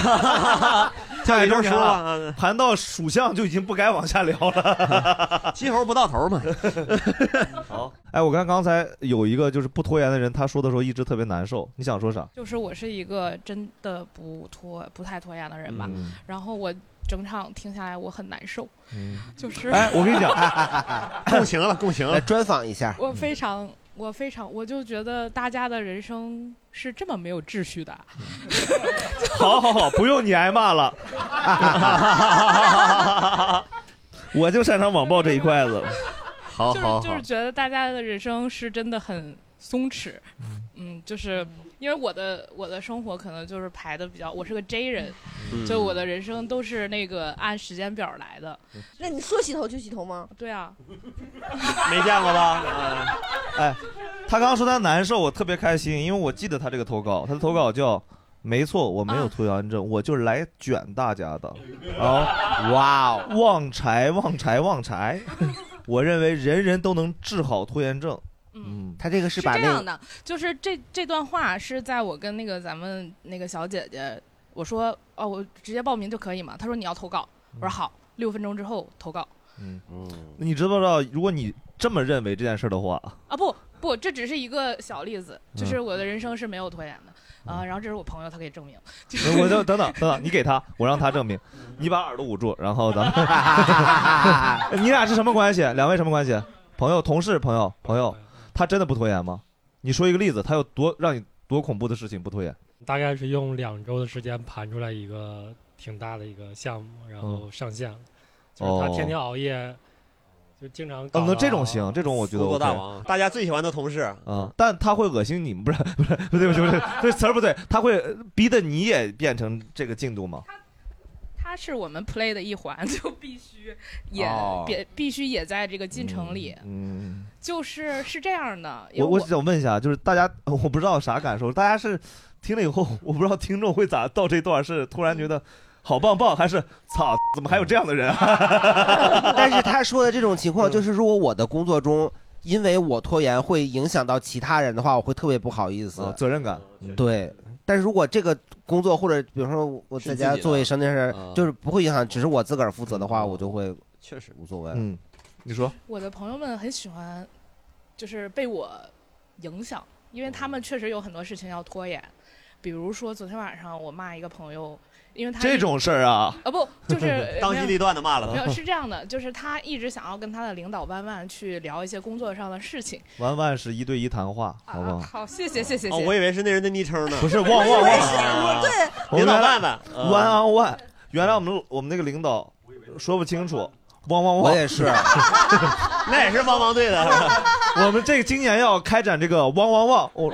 太中年了，啊盘到属相就已经不该往下聊了， 鸡猴不到头嘛。好，哎，我看刚才有一个就是不拖延的人，他说的时候一直特别难受，你想说啥？ 就是我是一个真的不拖不太拖延的人吧，嗯然后我整场听下来我很难受，嗯，就是哎，我跟 你讲，共情了，共情来专访一下，我非常我非常我就觉得大家的人生是这么没有秩序的啊，好好好，不用你挨骂了， 我就擅长网暴这一块子。好就是就是觉得大家的人生是真的很松弛，嗯，就是因为我的我的生活可能就是排的比较，我是个 J 人，嗯就我的人生都是那个按时间表来的。那你说洗头就洗头吗？哎对啊，没见过吧？啊哎，他刚刚说他难受，我特别开心，因为我记得他这个投稿，他的投稿叫“没错，我没有拖延症，我就是来卷大家的”。哦啊，哇哦，旺财，旺财，旺财！我认为人人都能治好拖延症。嗯，他这个是这样的，就是这这段话是在我跟那个咱们那个小姐姐，我说哦，我直接报名就可以嘛。她说你要投稿，我说好，六分钟之后投稿嗯你知不知道，如果你这么认为这件事的话，啊，不不，这只是一个小例子，嗯就是我的人生是没有拖延的啊、然后这是我朋友，他可以证明。就是 我就等等等等，你给他，我让他证明。你把耳朵捂住，然后咱们， 你俩是什么关系？两位什么关系？朋友、同事、朋友、朋友，他真的不拖延吗？你说一个例子，他有多让你多恐怖的事情不拖延？大概是用两周的时间盘出来一个挺大的一个项目，然嗯后上线了。就是他天天熬夜，就经常搞啊哦，到。那这种行，这种我觉得工 OK 作大王，大家最喜欢的同事。啊，但他会恶心你吗，不是不是不对不对不对，这词儿不对，他会逼得你也变成这个进度吗？他是我们 play 的一环， 就必须也、哦别必须也在这个进程里。嗯，就是是这样的，因为我我我想问一下，就是大家我不知道啥感受，大家是听了以后，我不知道听众会咋到这段是突然觉得好棒棒，还是操怎么还有这样的人？啊但是他说的这种情况，就是如果我的工作中，因为我拖延会影响到其他人的话，我会特别不好意思，哦责任感。嗯对，但是如果这个工作或者比如说我在是自家己的做卫生这事儿啊，就是不会影响，只是我自个儿负责的话，我就会嗯确实无所谓。嗯，你说我的朋友们很喜欢，就是被我影响，因为他们确实有很多事情要拖延，比如说昨天晚上我骂一个朋友，因为他这种事儿啊，啊不就是呃当机立断地骂了他没有是这样的，就是他一直想要跟他的领导弯弯去聊一些工作上的事情。弯弯是一对一谈话，好啊不好？好，谢谢谢谢谢谢。哦，我以为是那人的昵称呢。不是旺旺旺，领导嗯万万， ，one on one。原来我们我们那个领导说不清楚，汪汪汪，我也是 那也是汪汪队的。 我们这个今年要开展这个汪汪汪，我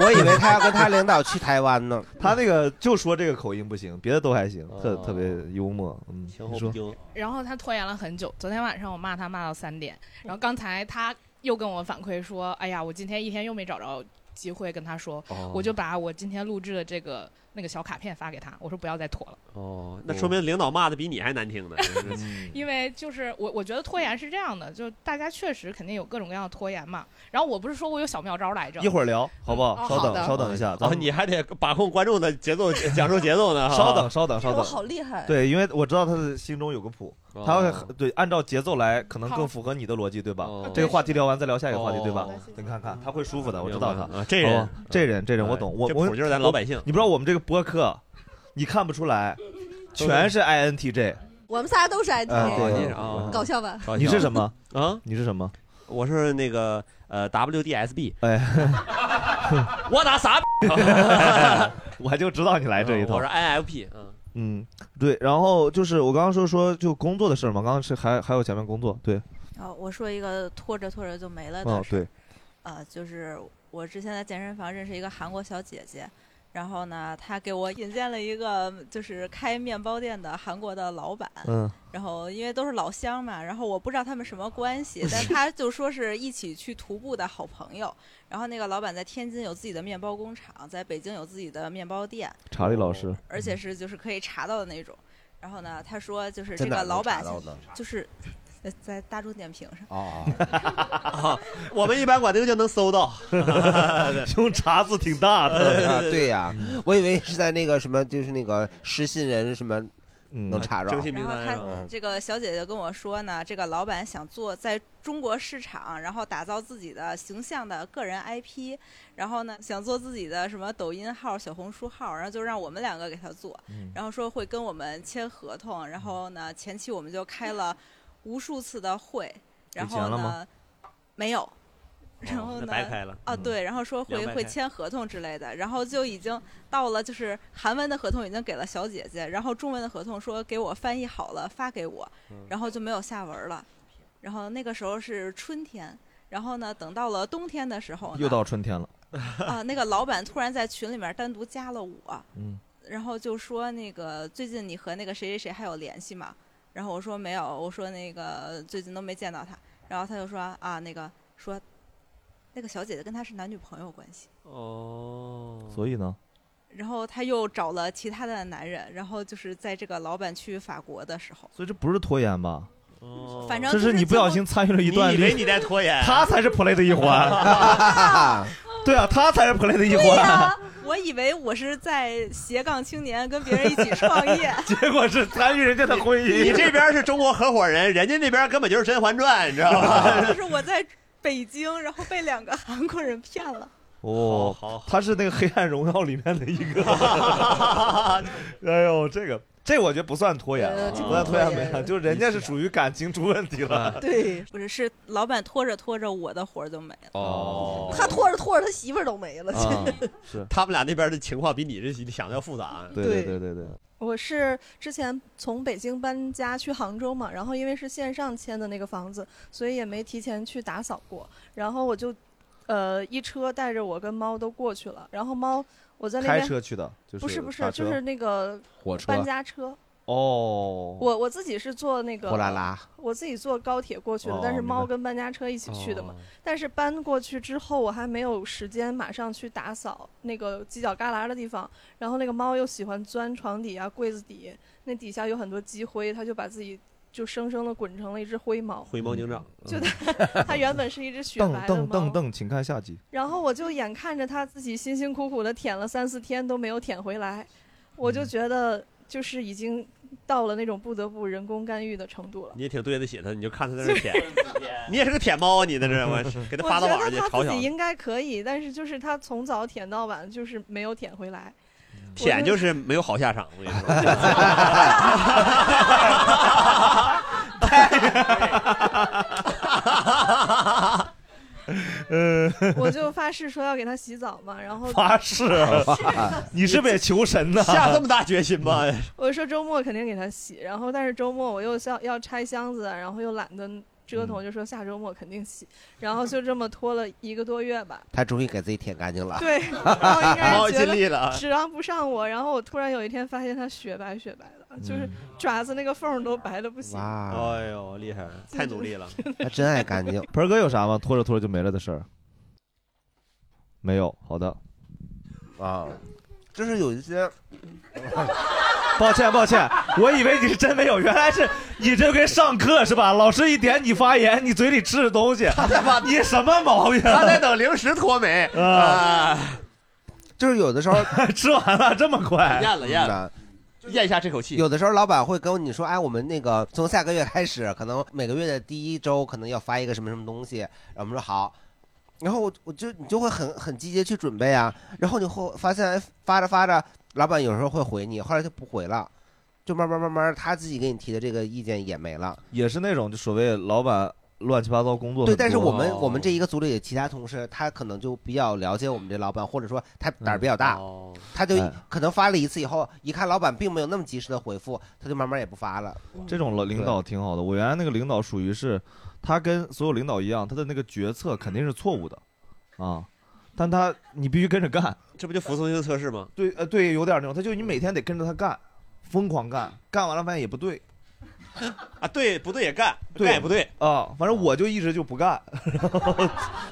我以为他要跟他领导去台湾呢。哦他那个就说这个口音不行，别的都还行，特特别幽默。嗯，你说然后他拖延了很久，昨天晚上我骂他骂到三点，嗯然后刚才他又跟我反馈说，哎呀，我今天一天又没找着机会跟他说，哦我就把我今天录制的这个那个小卡片发给他，我说不要再拖了，哦，那说明领导骂的比你还难听呢。真嗯是因为就是我我觉得拖延是这样的，就大家确实肯定有各种各样的拖延嘛，然后我不是说我有小妙招来着，一会儿聊好不嗯好？哦稍好等的稍等一下，咱哦，们你还得把控观众的节奏，讲述节奏呢。哈稍等稍等稍我等，好厉害对，因为我知道他的心中有个谱，哦哦他会很对按照节奏来，可能好更符合你的逻辑，对吧哦？这个话题聊完再聊下一个话题，哦对吧？你看看他会舒服的，我知道明白他啊这人好吧这人这人我哎懂，我这我谱就是咱我老百姓你不知道我们这个播客，你看不出来，全是 INTJ。我们仨都是 IT，、啊对你是啊搞笑吧？你是 什么啊？你是什么？我是那个呃 WDSB。哎， 我打啥？我就知道你来这一套。嗯我是 INFP。嗯，嗯，对，然后就是我刚刚说说就工作的事儿嘛，刚刚是还还有前面工作，对，哦，我说一个拖着拖着就没了的哦事。对，呃，就是我之前在健身房认识一个韩国小姐姐，然后呢，她给我引荐了一个就是开面包店的韩国的老板。嗯。然后因为都是老乡嘛，然后我不知道他们什么 关系，但她就说是一起去徒步的好朋友。然后那个老板在天津有自己的面包工厂，在北京有自己的面包店，查理老师，而且是就是可以查到的那种。然后呢，他说就是在这哪个能老板查到呢就是在在大众点评上。哦， 啊我们一般管这个就能 搜到。用查字挺大 的啊，对呀，嗯我以为是在那个什么，就是那个失信人什么嗯能查着。然后他这个小姐姐跟我说呢，这个老板想做在中国市场，然后打造自己的形象的个人 IP，然后呢想做自己的什么抖音号、小红书号，然后就让我们两个给他做，嗯然后说会跟我们签合同，然后呢前期我们就开了无数次的会，然给后钱了吗哦呢没有。然后那呢？白开了啊，嗯对，然后说会凉白会开签合同之类的，然后就已经到了，就是韩文的合同已经给了小姐姐，然后中文的合同说给我翻译好了发给我嗯，然后就没有下文了。然后那个时候是春天，然后呢，等到了冬天的时哦候呢，又到春天了，啊、那个老板突然在群里面单独加了我，嗯，然后就说那个最近你和那个谁谁谁还有联系吗？然后我说没有，我说那个最近都没见到他。然后他就说啊，那个说那个小姐姐跟他是男女朋友关系。哦，所以呢，然后他又找了其他的男人，然后就是在这个老板去法国的时候，所以这不是拖延吧？反正这就是你不小心参与了一段，哦你以为你在拖延他才是 play 的一 环。对啊，他才是 play 的一对呀环，、我以为我是在斜杠青年跟别人一起创业，结果是参与人家的婚姻。你这边是中国合伙人，人家那边根本就是《甄嬛传》，你知道吧？就是我在北京，然后被两个韩国人骗了。哦，他是那个《黑暗荣耀》里面的一 个。哎呦，这个这我觉得不算拖延呃啊，这不不算拖延拖没延有，就是人家是属于感情出问题 了。，对，不是，是老板拖着拖着，我的活儿就没了。 哦啊他拖着拖着，他媳妇儿都没了。嗯是他们俩那边的情况比你这想的要复杂。对对对对对。我是之前从北京搬家去杭州嘛，然后因为是线上签的那个房子，所以也没提前去打扫过。然后我就，呃，一车带着我跟猫都过去了。然后猫，我在那开边车去的就是不不是打，就车是那个火车搬家车。哦，我我自己是坐那个货拉拉我自己坐高铁过去的，哦但是明白猫跟搬家车一起去的嘛。哦但是搬过去之后，我还没有时间马上去打扫那个犄角旮旯的地方，然后那个猫又喜欢钻床底啊、柜子底，那底下有很多积灰，它就把自己就生生的滚成了一只灰猫。灰猫警长，嗯就它它原本是一只雪瞪白的瞪猫瞪。瞪，请看下 集。 然后我就眼看着它自己辛辛苦苦的舔了三四天都没有舔回来，我嗯就觉得就是已经到了那种不得不人工干预的程度了。你也挺对得起他，你就看他在 那儿舔，你也是个舔猫啊，你在这儿我给他我发到觉网上去得它嘲自己笑。应该可以，但是就是它从早舔到晚，就是没有舔回来。我嗯舔就是是没有好下场，我跟你说。 呃，我就发誓说要给它洗澡嘛，然后 发誓，你是不是也求神呢？下这么大决心 吗？嗯我说周末肯定给它洗，然后但是周末我又要要拆箱子，啊然后又懒得嗯折腾，就说下周末肯定洗，然后就这么拖了一个多月吧。他终于给自己舔干净了。 对，然后应哦该是觉尽力了得啊指望不上我，然后我突然有一天发现它雪白雪白的，就是爪子那个缝儿都白的不行。嗯哇，哦哎呦，厉害，太努力了。 他真爱干净。 盆儿哥有啥吗？拖着拖着就没了的事儿？没有，好的。啊，就是有一些，抱歉抱歉，我以为你是真没有，原来是你这跟上课是吧？老师一点你发言，你嘴里吃着东西，你什么毛病？他在等零食脱没啊？就是有的时候 嗯吃完了这么快咽了咽了咽下这口气。有的时候老板会跟你说，哎，我们那个从下个月开始，可能每个月的第一周可能要发一个什么什么东西，然后我们说好，然后我我就你就会很很积极去准备啊，然后你会发现哎发着发着，老板有时候会回你，后来就不回了，就慢慢慢慢他自己给你提的这个意见也没了。也是那种就所谓老板乱七八糟工作对，很但是多我们我们这哎一个组里的其他同事，他可能就比较了解我们这老板，或者说他胆儿比较大，他就哎可能发了一次以后，一看老板并没有那么及时的回复，他就慢慢也不发了。嗯这种老领导挺好的。我原来那个领导属于是，他跟所有领导一样，他的那个决策肯定是错误的，啊，但他你必须跟着干，这不就服从性测试吗？对，呃，对，有点那种，他就你每天得跟着他干，疯狂干，干完了发现也不对，啊，对，不对也干，对哎干也不对啊，反正我就一直就不干，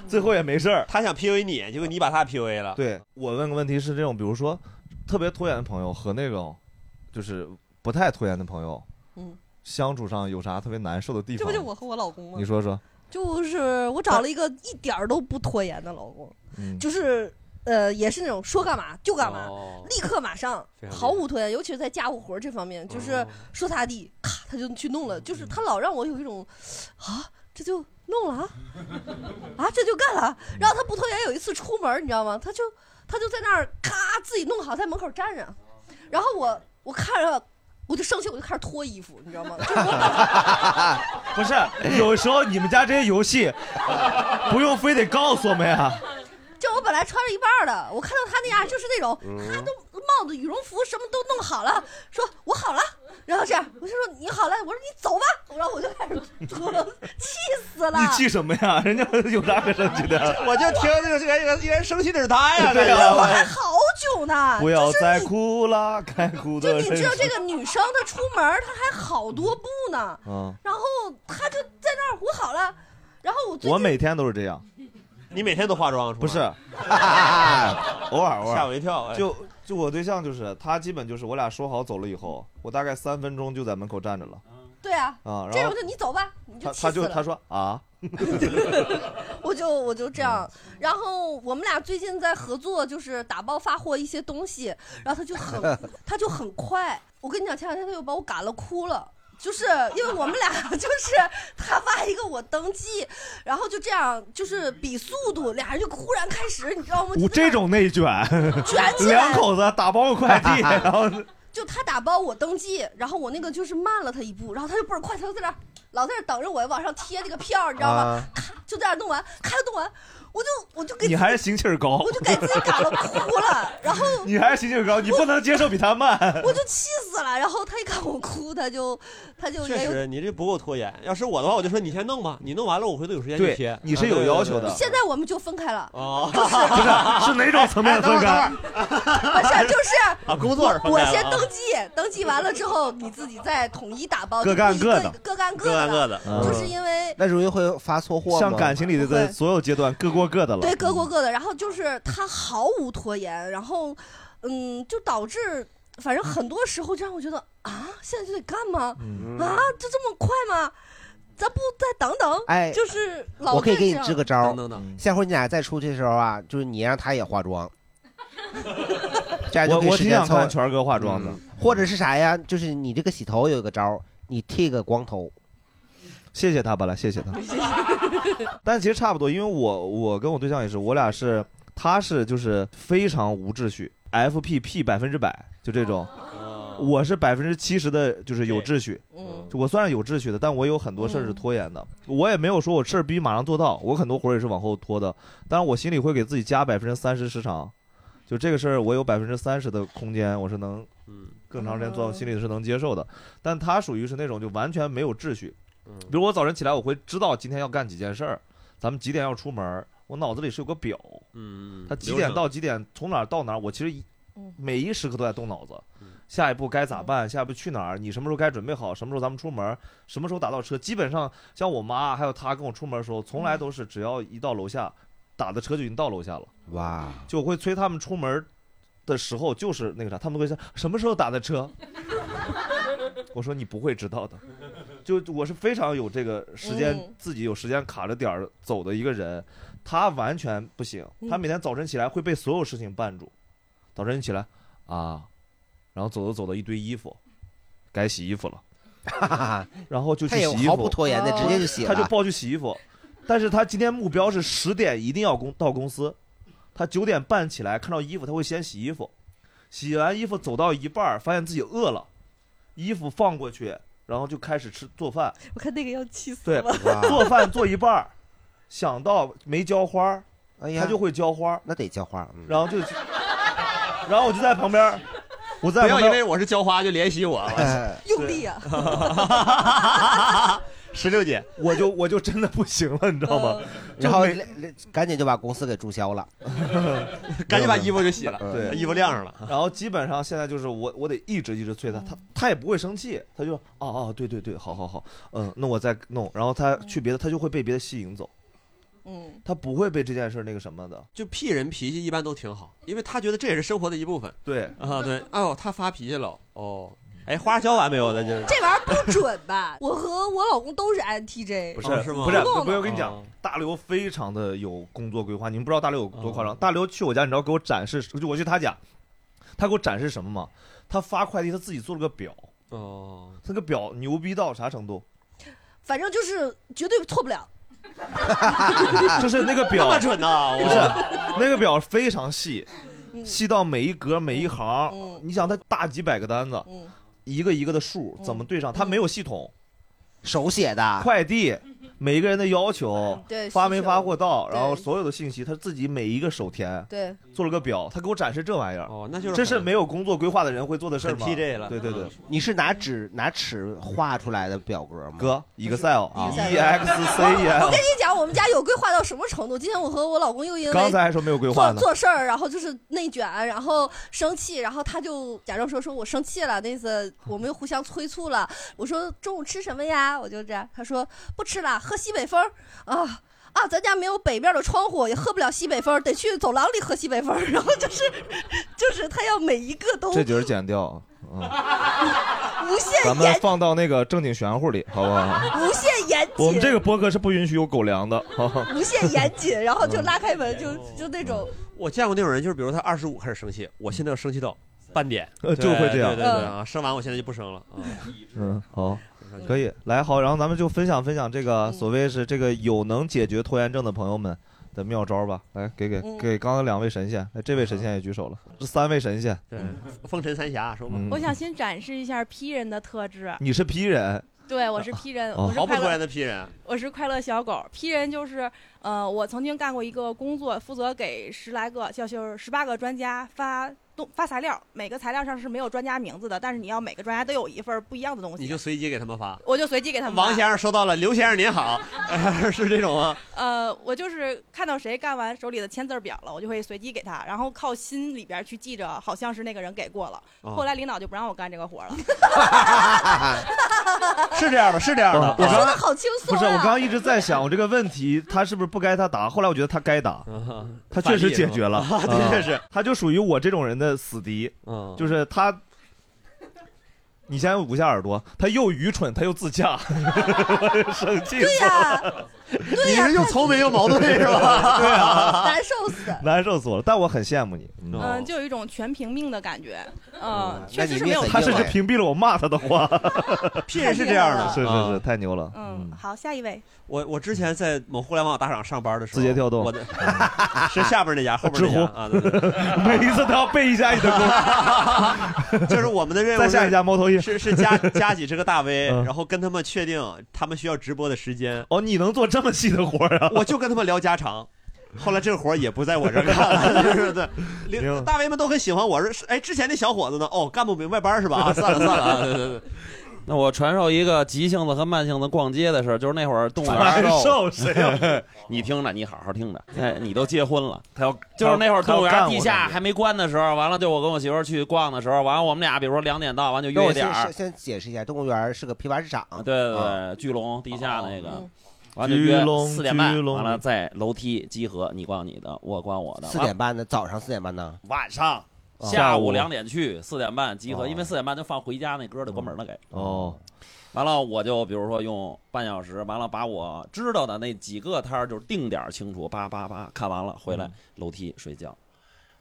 最后也没事儿。他想 PUA 你，结果你把他 PUA 了。对我问个问题是这种，比如说特别拖延的朋友和那种就是不太拖延的朋友嗯，相处上有啥特别难受的地方？这不就我和我老公吗？你说说，就是我找了一个一点儿都不拖延的老公，嗯就是呃，也是那种说干嘛就干嘛，哦立刻马上哦 非，常厉害哦毫无拖延，尤其是在家务活儿这方面，就是说咋地，咔他就去弄了，嗯就是他老让我有一种啊，这就弄了啊，啊这就干了。嗯然后他不拖延，有一次出门儿你知道吗？他就他就在那儿咔自己弄好，在门口儿站着，然后我我看着。我就生气，我就开始脱衣服，你知道吗？不就是是，有时候你们家这些游戏，不用非得告诉我们呀。就我本来穿着一半儿的，我看到他那样，就是那种嗯他都帽子、羽绒服什么都弄好了，说我好了，然后这样，我就说你好了，我说你走吧，然后我就开始脱，气死了。你气什么呀？人家有啥可生气 的？我就听这个这个这个这个人生气的是他哎呀，对这呀个我 还好久呢，不要再哭了，该哭就的是你。就你知道这个，个女生她出门儿她还好多步呢，嗯，然后她就在那儿我好了，然后我最我每天都是这样。你每天都化妆？不 是，偶尔偶尔。吓我一跳哎就就我对象就是他，基本就是我俩说好走了以后，我大概三分钟就在门口站着了。对啊，啊然后这种就你走吧，你他气死他了。就他说啊，我就我就这样，嗯然后我们俩最近在合作，就是打包发货一些东西，然后他就很 他就很快。我跟你讲，前两天他又把我赶了哭了。就是因为我们俩 就是他发一个我登记，然后就这样就是比速度，俩人就忽然开始，你知道吗？就我这种内卷， 卷起来两口子打包个快 递，然后就他打包我登记，然后我那个就是慢了他一步，然后他就倍儿快，他就在那儿老在那儿等着我往上贴这个票，你知道吗？啊咔就在那儿弄完，咔弄完，我就我就给你自己还是心气儿高， 我就给自己赶了哭了，然后你还是心气儿高，你不能接受比他慢。我就气死了。然后他一看我哭，他就他就哎确没有实，你这不够拖延。要是我的话，我就说你先弄吧，你弄完了，我回头有时间就对贴。啊你是有要求的现在我们就分开 了，哦，是哪种层面分 开？不是就是啊工作是分开我我了啊先登记，登记完了之后你自己再统一打包，各干各的就各各干各干各各的嗯就是因为那容易会发错货吗？像感情里不会的所有阶段，各过各的了。对，各过各的。然后就是他毫无拖延，然后嗯，就导致反正很多时候就让我觉得啊，现在就得干吗？啊，就这么快吗？咱不再等等？哎就是老我可以这给你样支个招儿，等嗯等下回你俩再出去的时候啊，就是你让他也 化妆，这样就我可以我时挺间想凑合看全哥化妆的。或者是啥呀？就是你这个洗头有一个招儿，你剃个光头，谢谢他吧，来谢谢他。但其实差不多，因为我我跟我对象也是，我俩是他是就是非常无秩序，FPP 百分之百就这种，啊哦我是百分之七十的，就是有秩序。嗯就我算是有秩序的，但我有很多事儿是拖延的。我也没有说我事儿必须马上做到，我很多活儿也是往后拖的。但是我心里会给自己加百分之三十时长，就这个事儿我有百分之三十的空间，我是能更长时间做，我心里是能接受的。但他属于是那种就完全没有秩序，比如我早晨起来，我会知道今天要干几件事儿，咱们几点要出门儿，我脑子里是有个表，嗯他几点到几点，从哪儿到哪儿，我其实一每一时刻都在动脑子。下一步该咋办？下一步去哪儿？你什么时候该准备好？什么时候咱们出门？什么时候打到车？基本上像我妈还有她跟我出门的时候，从来都是只要一到楼下，打的车就已经到楼下了。哇，就我会催他们出门的时候，就是那个啥，他们都会说什么时候打的车。我说你不会知道的，就我是非常有这个时间，嗯自己有时间卡着点儿走的一个人，他完全不行。他每天早晨起来会被所有事情绊住，早晨起来啊，然后走着走着一堆衣服，该洗衣服了， 然后就去他也洗衣服，毫不拖延的直接就洗他就了抱去洗衣服。但是他今天目标是十点一定要公到公司，他九点半起来看到衣服，他会先洗衣服，洗完衣服走到一半儿，发现自己饿了，衣服放过去，然后就开始吃做饭。我看那个要气死对了，，做饭做一半儿，想到没浇花儿，哎他就会浇花儿，那得浇花儿。嗯然后就，然后我就在旁边儿，我在不要旁因边为我是浇花就怜惜我。哎哎用力啊！十六姐，我就我就真的不行了，你知道吗？ 然后就每赶紧就把公司给注销了， 赶紧把衣服就洗了对，衣服晾上了。 嗯然后基本上现在就是我，我得一直一直催他，他他也不会生气，他就哦哦，对对对，好好好，嗯，那我再弄。然后他去别的，他就会被别的吸引走，嗯，他不会被这件事那个什么的。 就屁人脾气一般都挺好，因为他觉得这也是生活的一部分。对啊，对，哦，他发脾气了，哦，哎，花浇完没有？咱这这玩意儿不准吧？ 我和我老公都是 INTJ，不是、哦是吗啊不是，不弄不是，了我跟你讲，大刘非常的有工作规划，你们不知道大刘有多啊夸张。大刘去我家，你知道给我展示，就我去他家，他给我展示什么吗？他发快递，他自己做了个表。哦，那个表牛逼到啥程度？反正就是绝对错不了。 就是那个表那么准啊呐不是，那个表非常细，嗯细到每一格每一行。你想，它大几百个单子，嗯一个一个的数怎么对上？它没有系统，手写的快递，每个人的要求，嗯对发没发货到，需求然后所有的信息，他自己每一个手填。对，做了个表，他给我展示这玩意儿。哦，那就是这是没有工作规划的人会做的事儿吗很 PJ 了对对对，嗯你是拿纸拿尺画出来的表格吗？哥，Excel 啊 Excel，E X C E 我 L 跟。你讲，我们家有规划到什么程度？今天我和我老公又因为刚才还说没有规划做呢做事儿，然后就是内卷，然后生气，然后他就假装说说我生气了，那次我们又互相催促了。我说中午吃什么呀？我就这样，他说不吃了，喝西北风啊。啊，咱家没有北边的窗户，也喝不了西北风，得去走廊里喝西北风。然后就是， 就是他要每一个都这节儿剪掉啊，无限咱们严，放到那个正经玄乎里，好不好？ 无限严谨。我们这个播客是不允许有狗粮的，好吧无限严 谨，然后就拉开嗯门，就就那种我见过那种人，就是比如他二十五开始生气，我现在要生气到半点，呃就会这样对对对嗯对啊，生完我现在就不 生了。啊嗯，好，可以来好，然后咱们就分享分享这个所谓是这个有能解决拖延症的朋友们的妙招吧。来，给给嗯给刚刚两位神仙，来这位神仙也举手了，这三位神仙，对，风尘三侠说嘛，嗯我想先展示一下 P 人的特质。你是 P 人，对，我是 P 人，哦我是毫不快乐拖延的 P 人我是快乐小狗。P 人就是，呃，我曾经干过一个工作，负责给十来个，就就是十八个专家发都发材料，每个材料上是没有专家名字的，但是你要每个专家都有一份不一样的东西。你就随机给他们发。我就随机给他们发王先生收到了，刘先生您好， 是这种吗？呃，我就是看到谁干完手里的签字表了，我就会随机给他，然后靠心里边去记着，好像是那个人给过了。哦后来领导就不让我干这个 活了。是这样的，是这样的。我刚才好轻不是，我刚刚一直在想，我这个问题他是不是不该他答？后来我觉得他该答， 嗯他确实解决 了，反例是吧啊的确嗯是，他就属于我这种人的死敌，就是他。你先捂一下耳朵，他又愚蠢，他又自洽， 生气死对呀了，对呀，又聪明又矛盾是 吧 对 啊，难受死。难受死我了。但我很羡慕你，嗯嗯、哦就有一种全凭命的感觉。嗯，那确你实是没有。他甚至屏蔽了我骂他的 话，屁人是这样的是是是，啊太牛了。嗯，好，下一位。我我之前在某互联网大厂上班的时候，字节跳动我的是下边那家，后边那知乎家啊，对对 对 每一次都要背一下你的功，就是我们的任务再是下一家猫头鹰是是加加几十个大 V，嗯然后跟他们确定他们需要直播的时间。哦，你能做这么细的活儿啊？我就跟他们聊家常。后来这个活儿也不在我这儿干了， 就是对，领大 V 们都很喜欢我，说是哎，之前那小伙子呢？哦，干不明白班儿是吧？ 啊算了算了啊，对对对。那我传授一个急性子和慢性子逛街的事儿，就是那会儿动物园传儿授谁啊呀 你听着，你好好听着。哎，你都结婚了，他要他就要是那会儿动物园他要干我地下还没关的时候，完了就我跟我媳妇儿去逛的时候，完了我们俩比如说两点到，完就那约我一点先儿先，先解释一下，动物园儿是个批发市场。对对啊对，巨龙地下那哦个嗯。完了就约巨龙四点半巨，龙完了在楼梯集合，你逛你的，我逛我的。四点半的，早上四点半呢？晚上哦下午两点去，四点半集合，哦因为四点半就放回家那歌就关门了给。哦，完了我就比如说用半小时，完了把我知道的那几个摊儿就是定点儿清楚，叭叭叭看完了回来楼梯睡觉。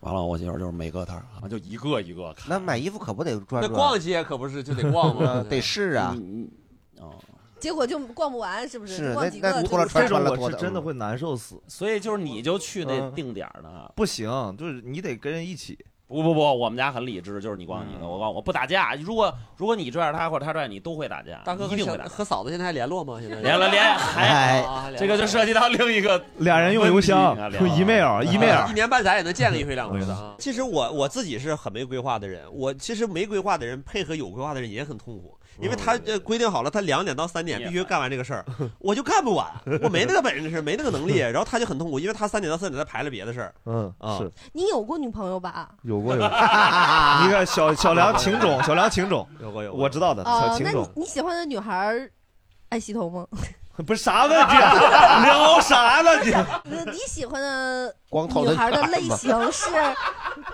完了，我媳妇儿就是每个摊儿啊，就一个一个看。那买衣服可不得转那转？逛街可不是就得逛呃吗 嗯得试啊。结果就逛不完，是不是？是逛那几个那就脱了是穿这种穿了我脱是的真的会难受死。所以就是你就去那嗯定点儿的，不行，就是你得跟人一起。嗯不不不，我们家很理智，就是你逛你的，我逛我不打架。如果如果你拽着他或者他拽你，都会打架，大哥一和定小会打架。和嫂子现在还联络吗？现在连了连哎还啊这个就涉及到另一个俩人用邮箱问题啊用 email 啊 email 一年半载也能见个一回两回的 啊。其实我我自己是很没规划的人，我其实没规划的人配合有规划的人也很痛苦，因为他呃规定好了，他两点到三点必须干完这个 事儿，我就干不完，我没那个本事，没那个能力，然后他就很痛苦，因为他三点到四点他排了别的事儿。嗯，是你有过女朋友吧？有过有过。你看小小梁情种，小梁情种，有过有我知道的，小哦，情那种你你喜欢的女孩儿爱 洗头吗？不是啥问题啊，聊啥呢 你？那你喜欢的光头女的孩的女孩类吗型是？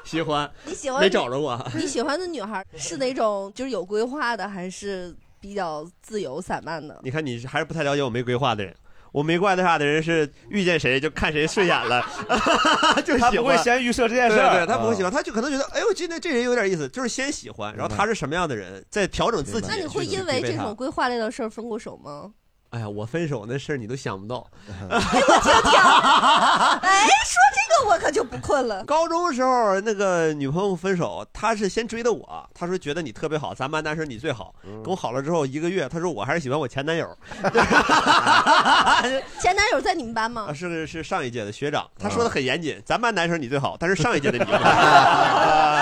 喜欢，你喜欢没找着我，你喜欢的女孩是哪种？就是有规划的，还是比较自由散漫的？ 你看你还是不太了解我没规划的人。我没规划的人是遇见谁就看谁顺眼了， 就喜欢他不会先预设这件事儿啊对对，他不会喜欢，他就可能觉得，哎呦，今天这人有点意思，就是先喜欢，然后他是什么样的人，再调整自己。那你会因为这种？规划类的事儿分过手 吗？哎呀，我分手那事儿你都想不到。嗯 哎， 说这个我可就不困了。高中时候那个女朋友分手，她是先追的我，她说觉得你特别好，咱班男生你最好。嗯跟我好了之后一个月，她说我还是喜欢我前男友，前男友在你们班吗啊？是是上一届的学长，嗯他说的很严谨，咱班男生你最好，但是上一届的你不好。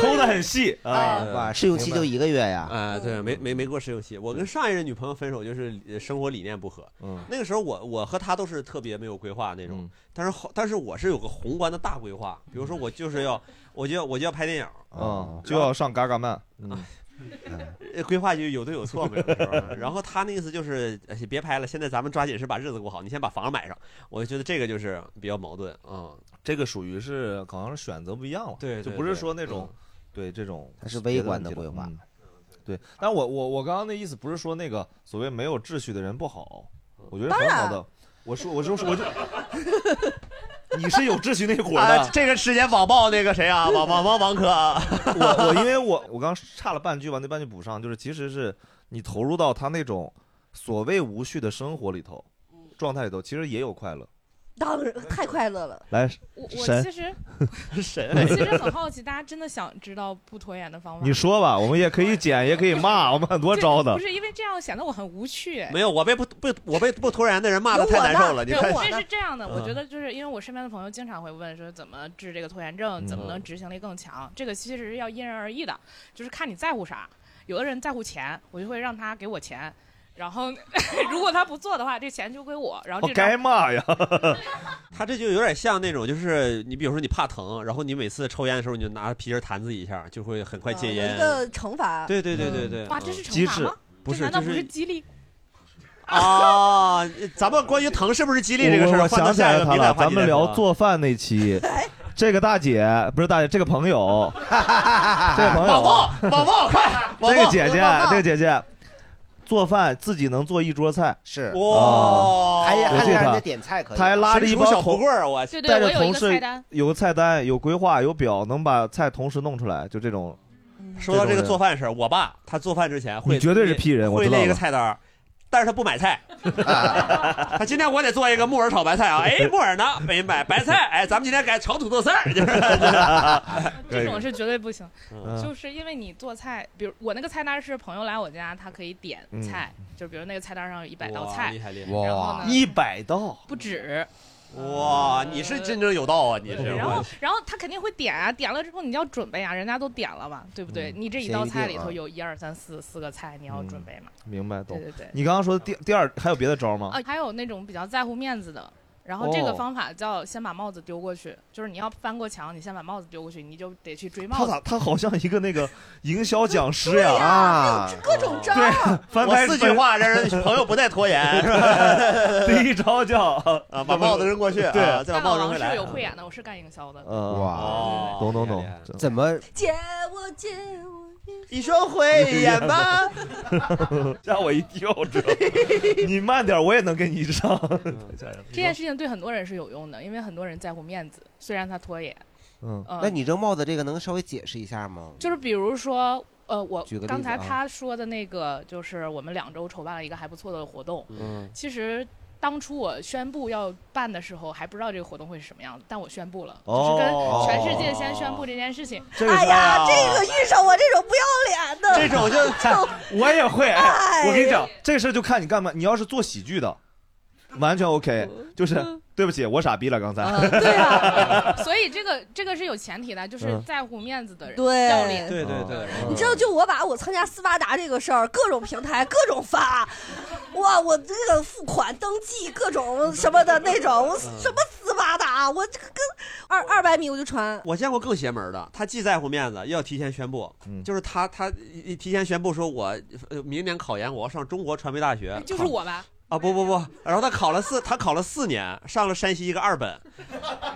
抠的很 细啊哇，试用期就一个月呀。啊，对，没没没过试用期。我跟上一任女朋友分手就是呃生活理念不合。嗯那个时候我我和她都是特别没有规划那种，但是好，但是我是有个宏观的大规划，比如说我就是要我就要我就要拍电影，啊，就要上嘎嘎曼。嗯呃规划就有对有错嘛。有的时候 然后她那意思就是哎别拍了，现在咱们抓紧是把日子过好，你先把房买上。我就觉得这个就是比较矛盾啊。这个属于是好像是选择不一样了，对就对不是对说那种对这种它是别微观的问题了规划 嗯对，但我我我刚刚那意思不是说那个所谓没有秩序的人不好，嗯我觉得很好当的。我说我说我 就你是有秩序那伙啊的，，这个时间网暴那个谁啊，网网王王哥啊，我我因为我我刚差了半句吧，那半句补上，就是其实是你投入嗯到他那种所谓无序的生活里头状态里头，其实也有快乐。当然太快乐了。来，我我神其 实神我其实很好奇，大家真的想知道不拖延的方法 吗？你说吧，我们也可以剪，也可以骂，我们很多招的不。是因为这样显得我很无趣。没有，我被不不，我被不突然的人骂的有太我难受了。你对，看，我这是这样的，我觉嗯得就是因为我身边的朋友经常会问说怎么治这个拖延症，怎么嗯能执行力更强？这个其实是要因人而异的，就是看你在乎啥。有的人在乎钱，我就会让他给我钱，然后 如果他不做的话，这钱就归我。啊哦然后这张骂 呀！他这就有点像那种，就是你比如说你怕疼，然后你每次抽烟的时候，你就拿皮筋弹自己一下，就会很快戒啊有烟一。个惩罚。对对对对对，哇嗯这是惩罚吗不是，难就道不是激励？啊，咱们关于疼是不是激励这个事我儿，我换到想起下来一个他敏感了，话咱们题再说聊啊做饭那期，哎 这个大姐不是大姐，这个朋 友，这个朋友，宝 宝快，这个姐啊姐，这个姐姐。做饭自己能做一桌菜，是哇，还我还记得得让人她家点菜可以她还拉着一帮神厨小同福棍儿我对对带着我有一同个事菜单有个菜单，有规划，有表，能把菜同时弄出来，就这种。说到这个种人做，饭事儿，我爸他做饭之前会你绝对是 P 人我会知道列一个了菜单儿，但是他不买 菜。他今天我得做一个木耳炒白菜啊，哎，木耳呢没买，白菜，哎，咱们今天改炒土豆丝儿， 就是 这种是绝对不行嗯，就是因为你做菜，比如我那个菜单是朋友来我家，他可以点嗯菜，就比如那个菜单上有一百道哇菜，厉害厉害，然后呢一百道，不止。哇，你是真正有道啊，你是。然后，然后他肯定会点啊，点了之后你要准备啊，人家都点了嘛，对不对？你这一道菜里头有一二三四四个菜，你要准备嘛。明白懂。对对对你刚刚说的第第二还有别的招吗？哦啊，还有那种比较在乎面子的，然后这哦个方法叫先把帽子丢过去，就是你要翻过墙，你先把帽子丢过去，你就得去追他帽咋子。他好像一个那个营销讲师呀对呀啊！各种招 对，啊翻我拍四句话让人 朋友不带拖延 第一招叫啊把帽子扔过去啊对， 再把帽子扔回是来哦有慧眼的，我是干啊营销的。哇，懂懂懂，嗯怎么借我借我一双慧眼 吧。啊吓我一跳，知道 吗？你慢点，我也能跟你上。嗯这件事情对很多人是有用的，因为很多人在乎面子，虽然他拖延。嗯嗯那你扔帽子这个能稍微解释一下吗？就是比如说，呃，我举个例子啊刚才他说的那个，就是我们两周筹办了一个还不错的活动。嗯其实当初我宣布要办的时候，还不知道这个活动会是什么样子，但我宣布了，哦就是跟全世界先宣布这件事情。这个是哎呀这个遇上我这种不要这脸的，种就我也会。哎哎我跟你讲，这事儿就看你干嘛。你要是做喜剧的，完全 OK，就是嗯对不起，我傻逼了刚才。 对啊， 所以这个这个是有前提的，就是嗯在乎面子的人，对要脸。对对对，你知道，就我把我参加斯巴达这个事儿，各种平台各种发，哇，我这个付款登记各种什么的那种，我嗯什么斯巴达，我这个跟二二百米我就穿。我见过更邪门儿的，他既在乎面子，又要提前宣布，嗯就是他他一提前宣布说我，呃明年考研我要上中国传媒大学，就是我吧？ 啊不不不，然后他考了四，他考了四年，上了山西一个 二本，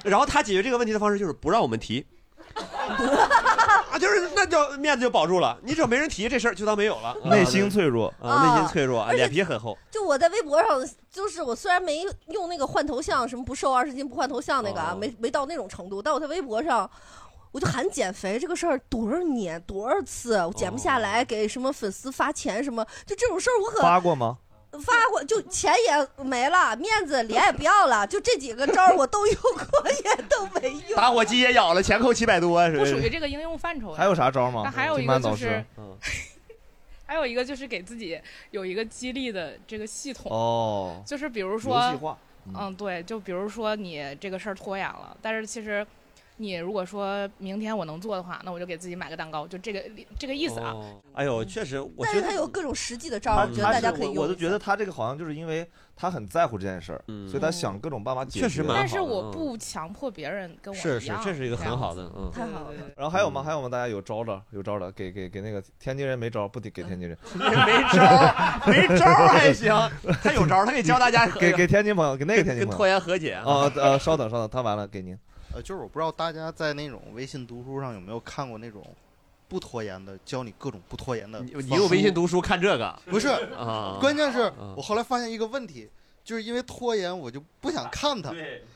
然后他解决这个问题的方式就是不让我们提，啊就是那就面子就保住了，你只要没人提这事儿就当没有了，啊嗯内心脆弱啊内心啊脆弱，啊而且脸皮很厚，就我在微博上，就是我虽然没用那个换头像，什么不瘦二十斤不换头像那个啊，哦没没到那种程度，但我在微博上。我就喊减肥这个事儿多少年多少次，啊我减不下来，给什么粉丝发钱什么，就这种事儿我可哦发过吗？发过，就钱也没了，面子脸也不要了，就这几个招儿我都用过，也都没用。打火机也咬了，钱扣七百多，不属于是这个应用范畴呀。还有啥招吗？那还有一金个班就导是师，嗯还有一个就是给自己有一个激励的这个系统。哦就是比如说游戏化，嗯嗯，对，就比如说你这个事儿拖延了，但是其实你如果说明天我能做的话，那我就给自己买个蛋糕，就这个这个意思哦啊。哎呦，确实，我但觉是得它有各种实际的招他儿，我觉得大家是可以我我就用。觉得他这个好像就是因为他很在乎这件事儿，所以他想各种办法解决。确实嗯蛮嗯但是我不强迫别人跟我是一是样，，这是一个样很好的，嗯，太好了。然后还有吗？还有吗？大家有招的，有招的，给给给那个天津人没招，不得给天津人，没招，没招还行，他有招，他可以教大家给给天津朋友，给那个天津朋友跟拖延和解哦呃，稍等稍等，他完了给您。呃，就是我不知道大家在那种微信读书上有没有看过那种不拖延的，教你各种不拖延的。你用微信读书看这个？不是啊，关键是啊我后来发现一个问题，就是因为拖延，我就不想看它。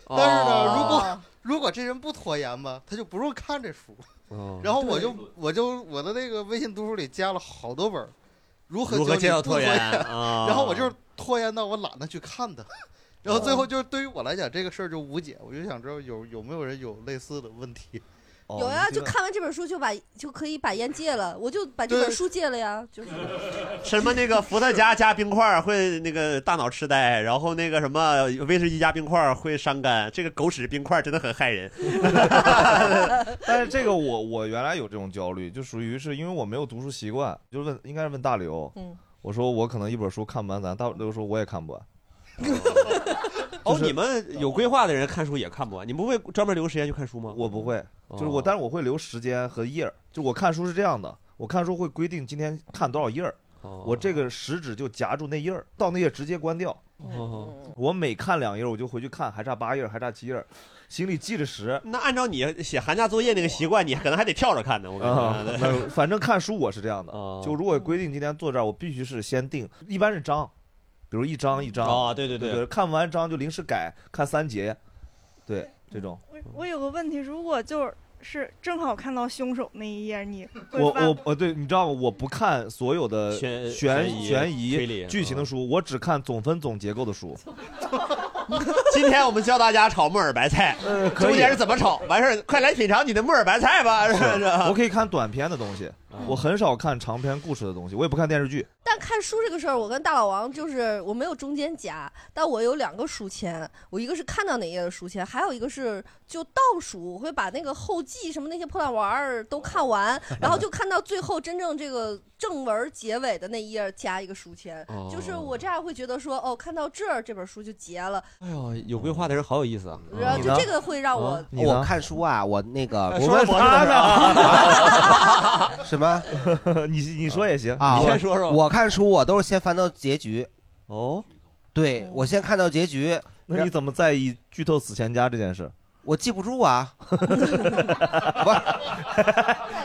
哦但是呢，如果如果这人不拖延吧，他就不用看这书。哦然后我就我就我的那个微信读书里加了好多本儿，如何如教何你戒掉不拖拖 延啊然后我就是拖延到我懒得去看它。然后最哦后就是对于我来讲，这个事儿就无解，我就想知道有有没有人有类似的问题。哦哦有呀，就 看完这本书就把就可以把烟戒了，我就把这本书戒了呀，就是什么那个伏特加加冰块儿会那个大脑痴呆，然后那个什么威士忌加冰块儿会伤肝，这个狗屎冰块儿真的很害人。但是这个我我原来有这种焦虑，就属于是因为我没有读书习惯，就问应该是问大刘，嗯我说我可能一本书看不完，咱大刘说我也看不完。 哦，你们有规划的人看书也看不完，你们会专门留时间去看书吗？哦我不会，就是我，但是我会留时间和页儿。就我看书是这样的，我看书会规定今天看多少页儿，哦我这个食指就夹住那页儿，到那页直接关掉。哦我每看两页儿，我就回去看，还差八页儿，还差七页儿，心里记着时。那按照你写寒假作业那个习惯，你可能还得跳着看呢。我跟你啊，说，啊那反正看书我是这样的，就如果规定今天坐这儿，我必须是先定，一般是章，比如一章一章啊对对对看完章就临时改，看三节，对这种。我有个问题，如果就是是正好看到凶手那一页，你会我犯我我对，你知道吗？我不看所有的悬悬悬疑推疑理啊剧情的书，我只看总分总结构的 书。今天我们教大家炒木耳白菜，可以中间是怎么炒？完事儿，快来品尝你的木耳白菜吧，啊啊是不是？我可以看短篇的东西，我很少看长篇故事的东西，我也不看电视剧。但看书这个事儿，我跟大老王就是我没有中间夹，但我有两个书签，我一个是看到哪页的书签，还有一个是就倒数，我会把那个后记什么那些破烂玩意儿都看完，然后就看到最后真正这个正文结尾的那一页加一个书签，哦就是我这样会觉得说哦，看到这儿这本书就结了，哎呦，有规划的人好有意思啊！然后就这个会让我我看书啊，我那个哎我说问说他 呢什么？ 你你说也行啊，你先我说说我看书我都是先翻到结局。哦，对我先看到结局。那你怎么在意剧透死前家这件事？我记不住 啊，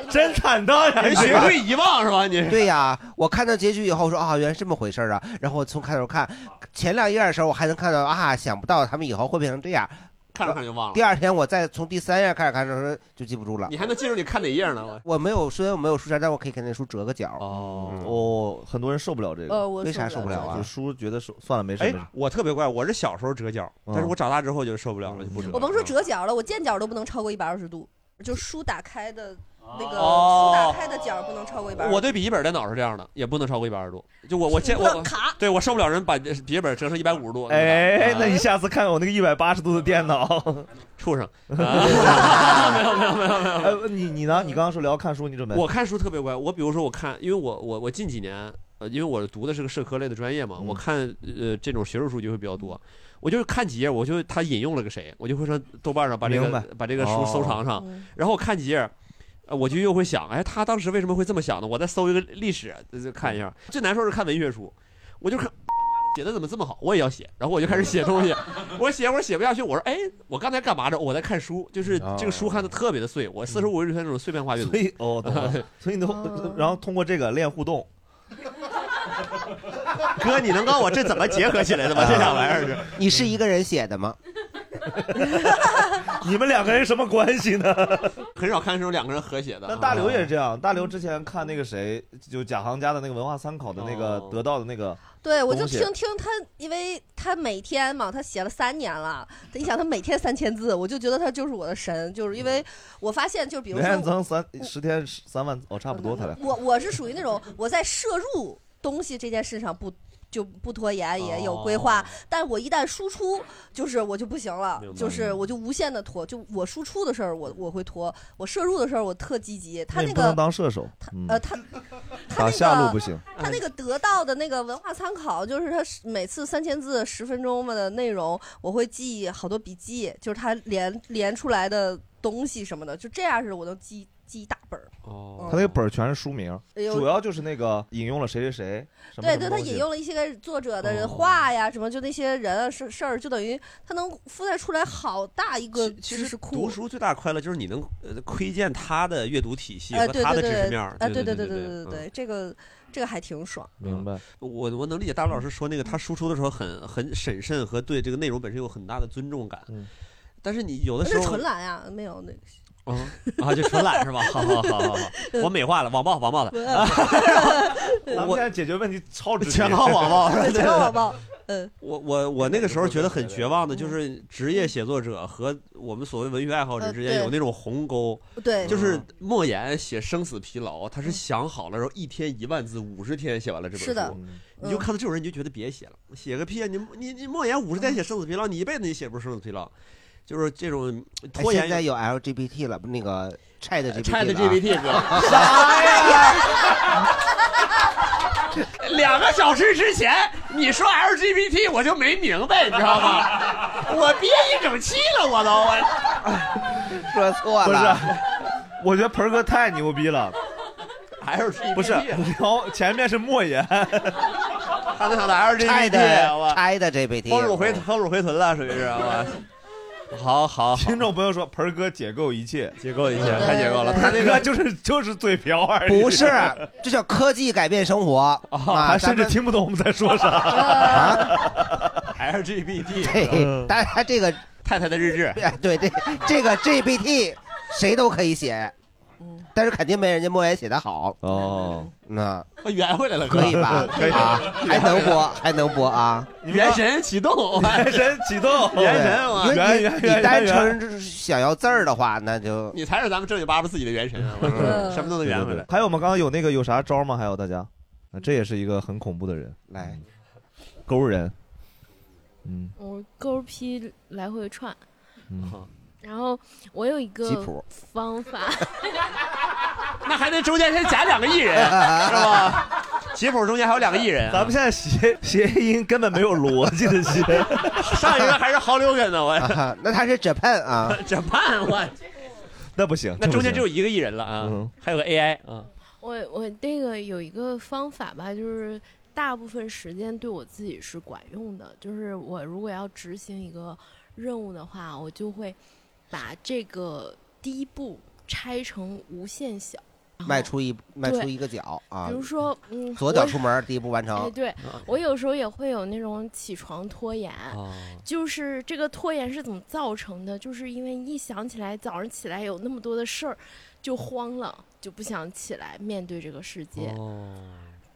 真坦荡呀你学会遗忘是 吧？你对呀，我看到结局以后说啊，原来是这么回事儿啊。然后我从开头看前两页的时候，我还能看到啊，想不到他们以后会变成这样。 看着看着就忘了。第二天我再从第三页开始看的时候就记不住了 你。还能进入你看哪页呢？我我没有，虽然我没有书签，但我可以给那书折个角。哦哦，很多人受不了这呃我为啥受不了就啊？书觉得受算了，没事嗯哎没事。我特别怪，我是小时候折角，但是我长大之后就受不了了，就不折了。我甭说折角了，我见角都不能超过一百二十度，就书打开的那个、哦书打开的角不能超过一百。我对笔记本电脑是这样的，也不能超过一百二十度。就我我见我卡，对我受不了人把笔记本折成一百五十度。哎啊，那你下次看看我那个一百八十度的电脑， 畜生！呃没啊 有没有没有没有。呃，你你呢？你刚刚说聊看书，你准备？我看书特别乖，我比如说我看，因为我我我近几年，呃，因为我读的是个社科类的专业嘛，嗯我看呃这种学术书籍会比较多。我就是看几页，我就他引用了个谁，我就会上豆瓣上把这明个白哦把这个书收藏上，然后我看几页。呃我就又会想，哎，他当时为什么会这么想呢？我再搜一个历史，呃就看一下。最难受是看文学书，我就看写的怎么这么好，我也要写，然后我就开始写东西。我写我写不下去，我说，哎，我刚才干嘛着？我在看书，就是这个书看的特别的碎，我四舍五入就是那种碎片化阅读。啊所以哦， 懂了所以你哦都然后通过这个练互动。哥，你能告诉我这怎么结合起来的吗？这俩玩意儿是？你是一个人写的吗？你们两个人什么关系呢？ 很少看这种两个人和谐的。啊那大刘也是这样，大刘之前看那个谁，就贾行家的那个文化参考的那哦个得到的那个，对，我就听听他，因为他每天嘛，他写了三年了。你想，他每天三千字，我就觉得他就是我的神，就是因嗯为我发现，就比如每天说嗯增三十天十三万，哦，差不多他俩。我，我是属于那种我在摄入东西这件事上不就不拖延，也有规划，但我一旦输出，就是我就不行了哦明，白就是我就无限的拖，就我输出的事儿我我会拖，我摄入的事儿我特积极。他那那你不能个当射手，嗯呃，他打下路不行。他嗯哎那个得到的那个文化参考，就是他是每次三千字十分钟嘛的内容，我会记好多笔记，就是他连连出来的东西什么的，就这样式我能记记一大本儿。他那个本儿全是书名，嗯哎呦主要就是那个引用了谁谁谁。什么对什么对，他东西引用了一些个作者的哦人话呀，什么就那些人啊事事儿，就等于他能覆盖出来好大一个知识库。读书最大的快乐就是你能呃窥见他的阅读体系哎，和对他对的知识对，面哎儿。，对对对对嗯对对对，这个这个还挺爽。明白。我我能理解大陆老师说那个，他输出的时候很很审慎和对这个内容本身有很大的尊重感。嗯但是你有的那时是候纯懒呀，没有那 个。 嗯啊，就纯懒是吧？好好好好好，嗯我美化了，网暴网暴的。咱们现在解决问题超直接， 全靠网暴是吧全靠网暴。呃嗯， 我我我那个时候觉得很绝望嗯的，就是职业写作者和我们所谓文学爱好者呃之间对有那种鸿沟。对嗯就是嗯莫言写《生死疲劳》，他是想好了，然后一天一万字，五十天写完了这本书。是的嗯你就看到这种人，你就觉得别写了，写个屁啊！你你你莫言五十嗯天写《生死疲劳》，你一辈子也写不出《生死疲劳》，就是这种哎拖延。呃现在有 LGBT 了，那个 Chat GPT 拆的了啊 GPT 哥，啥呀？ 两个小时之前你说 LGBT 我就没明白，你知道吗？我憋一整期了，我都我说错不是， 我觉得盆儿哥太牛逼 了。 LGBT 不是，然后前面是莫言， 他那的 LGBT，拆的啊我拆的 GPT，偷乳回偷乳回臀了，属于是 吧？好好，听众朋友说，盆儿哥解构一切，解构一切太 解构了他他那那个个就是就是嘴瓢而已。不是，这叫科技改变生活啊！他甚至听不懂我们在说啥。 LGBT，嗯对，但是他这个太太的日志，对这这个 GPT 谁都可以写，但是肯定没人家莫言写的好 哦。那我圆回来了，可以 吧？啊，还能播，还能播啊！原神启动， 原神启动 原神，我因为你你单纯想要字儿的话，那就你才是咱们正经八百自己的原神啊，我嗯什么都能圆回来。还有吗？刚刚有那个有啥招吗？还有大家，啊这也是一个很恐怖的人，嗯来，勾人，我勾批来回串， 嗯，然后我有一吉个普方法， 那还得中间先夹两个艺人， 是吧？吉普中间还有两个艺人， 咱们现在谐谐音根本没有逻辑的谐。上一个还是豪流根呢，我啊那他是 Japan 啊 Japan 我 那不行，那中间只有就一个艺人了嗯啊，还有个 AI 啊，我我这个有一个方法吧，就是大部分时间对我自己是管用的。就是我如果要执行一个任务的话，我就会把这个第一步拆成无限小。迈出一迈出对一个脚啊！比如说，嗯，左脚我出门，嗯第一步完哎，成。对啊我有时候也会有那种起床拖延，哦哦嗯就是这个拖延是怎么造成的？就是因为一想起来早上起来有那么多的事儿，就慌了，就不想起来面对这个世界。哦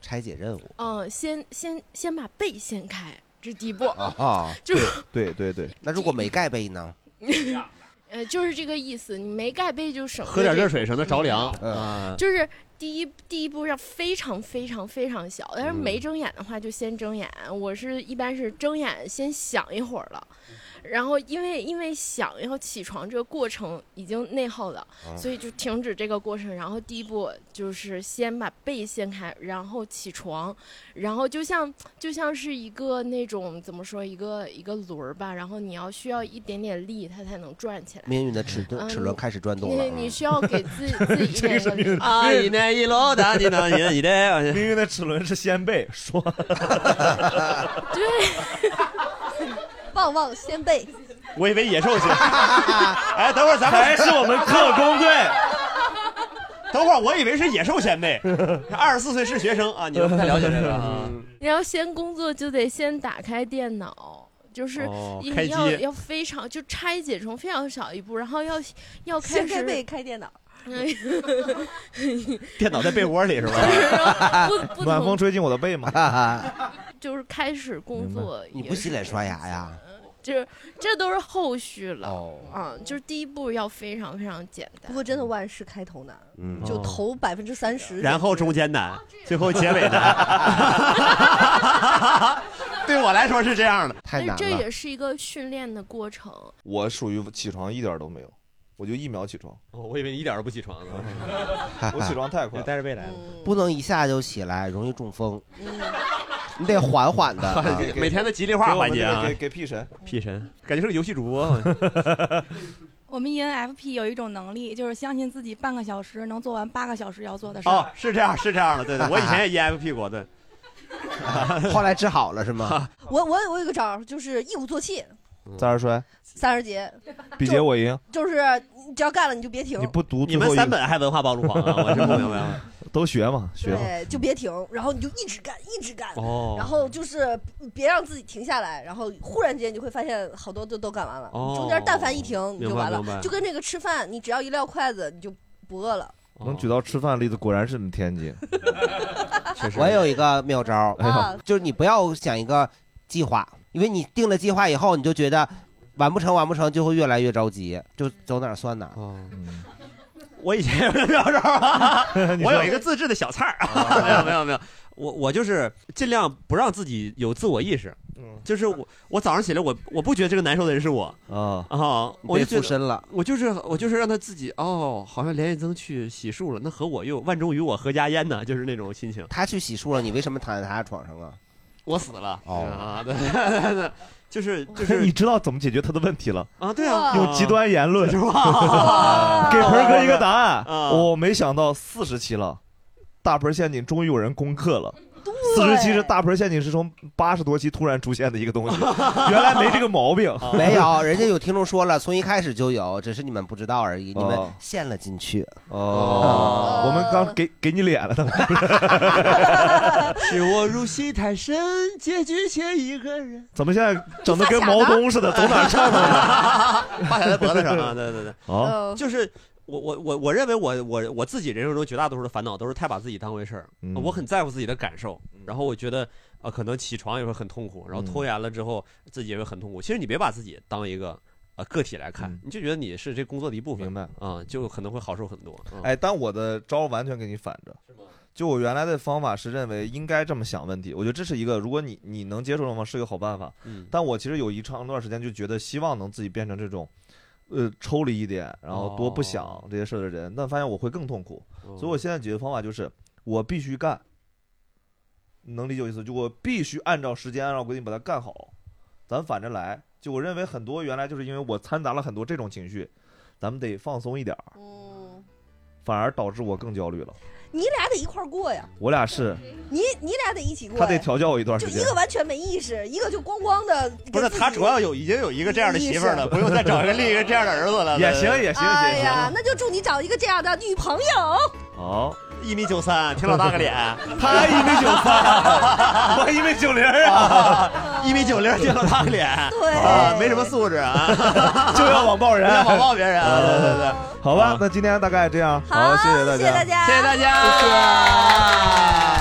拆解任务嗯，先先先把被掀开，这是第一步。 啊！就是对对对。那如果没盖被呢？呃，就是这个意思。你没盖被就省。喝点热水省得着。凉嗯啊。就是第一第一步要非常非常非常小，但是嗯没睁眼的话就先睁眼。我是一般是睁眼先想一会儿了，嗯然后因为因为想要起床这个过程已经内耗了，哦啊所以就停止这个过程。然后第一步就是先把被掀开，然后起床，然后就像就像是一个那种怎么说一个一个轮儿吧，然后你要需要一点点力它才能转起来。命运的齿嗯轮齿轮开始转动了嗯你。你需要给自己自 己一点点力。啊，一年 一楼的，你能你啊 你的，命运的齿轮是先辈说，旺旺先辈，我以为 野兽去。哎，等会儿咱们还是我 们特工队。等会儿我以为是野兽前 辈，二十四岁是学生啊，你们不太了解这个嗯 啊。你要先工作，就得先打开电脑，就是哦你开机要、要非常就拆解成非常小一步，然后要要开先始开被开电脑。电脑在被窝里是 吧？不暖风吹进我的背 吗？哎 就是开始工作也是，你不洗脸刷牙呀？就是这都是后续了。哦嗯，就是第一步要非常非常简单。不过真的万事开头难，嗯就头哦百分之三十。然后中间难，最后结尾难。 对我来说是这样的，但哎是这也是一个训练的过程。我属于起床一点儿都没有，我就一秒起床。哦我以为你一点都不起床呢。 我起床太快，带着未来的。嗯不能一下就起来，容易中风。你得缓缓的啊。 每天的吉利话环节啊，给我们这个给给屁神，屁神，感觉是个游戏主 播。我们 E ENFP 有一种能力，就是相信自己半个小时能做完八个小时要做的事儿。哦，是这样，是这样的，对对，我以前也 ENFP 过，对。 后来治好了 是吗？我我我有个招儿，就是一鼓作气，三十摔，三十节，比劫我赢。就是你只要干了你就别停，不读你们三本还文化暴露狂啊！我真不明白了。 都学嘛，学嘛。对，就别停，然后你就一直干，一直干，哦然后就是别让自己停下来，然后忽然间你就会发现好多都都干完了，哦中间但凡一停你就完明白明了，白就跟这个吃饭，你只要一撂筷子你就不饿了。能举到吃饭的例子，果然是你们天津。我有一个妙招哎呦，就是你不要想一个计划，因为你定了计划以后，你就觉得完不成完不成就会越来越着急，就走哪儿算哪儿。 嗯我以前也是这样 啊，我有一个自制的小菜哦儿， 没有没有没有，我我就是尽量不让自己有自我意识，嗯就是我我早上起来我我不觉得这个难受的人是我啊啊，你我就哦被觉得附身了，我就是我就是让他自己哦，好像连夜增去洗漱了，那和我又万中于我何家焉呢，就是那种心情。他去洗漱了，你为什么躺在他的床上啊？我死了哦。啊，对对对，就是就 是你知道怎么解决他的问题了啊，对啊，用极端言论是 吧？给盆儿哥一个答案。啊我没想到四十期了，大盆儿陷阱终于有人攻克了。四十期是大盆儿陷阱是从八十多期突然出现的一个东西， 原来没这个毛病 没 有，人家有听众说了，从一开始就有，只是你们不知道而已，你们哦陷了进去。哦，我们刚给给你脸了，他们是我入戏太深，结局且一个人。怎么现在整的跟毛东 似的，从哪儿唱到哪儿？挂在脖子上 啊！对 对对，哦就是我我我我认为我我我自己人生中绝大多数的烦恼都是太把自己当回事儿、嗯我很在乎自己的感受，然后我觉得呃可能起床也会很痛苦，然后嗯拖延了之后、自己也会很痛苦。其实你别把自己当一个。呃，个体来看，你就觉得你是这工作的一部分，明白啊、就可能会好受很多。嗯、哎，但我的招完全跟你反着。就我原来的方法是认为应该这么想问题，我觉得这是一个，如果你你能接受的方法是一个好办法。嗯但我其实有一长段时间就觉得希望能自己变成这种，呃，抽离一点，然后多不哦想这些事儿的人，但发现我会更痛苦。所以我现在解决方法就是我必须干，能理解我意思？就我必须按照时间按照规定把它干好，咱反着来。就我认为很多原来就是因为我掺杂了很多这种情绪，咱们得放松一点儿，反而导致我更焦虑了。你俩得一块儿过呀，我俩是，你你俩得一起过呀。他得调教我一段就时一间。个完全没意识，一个就咣咣的。不是他主要有已经 有一个这样的媳妇儿了，不用再找一个另一个这样的儿子 了。也行也行哎呀，那就祝你找一个这样的女朋友。好，一米九三，挺老大个脸。 他一米九 三，我一米九零啊， 一米九零，挺老大个脸。对啊，没什么素质啊， 就要网暴人要网暴 别人啊。对对对，好吧，那今天大概这样，好，谢谢大家，谢谢大家，谢谢大家。谢谢。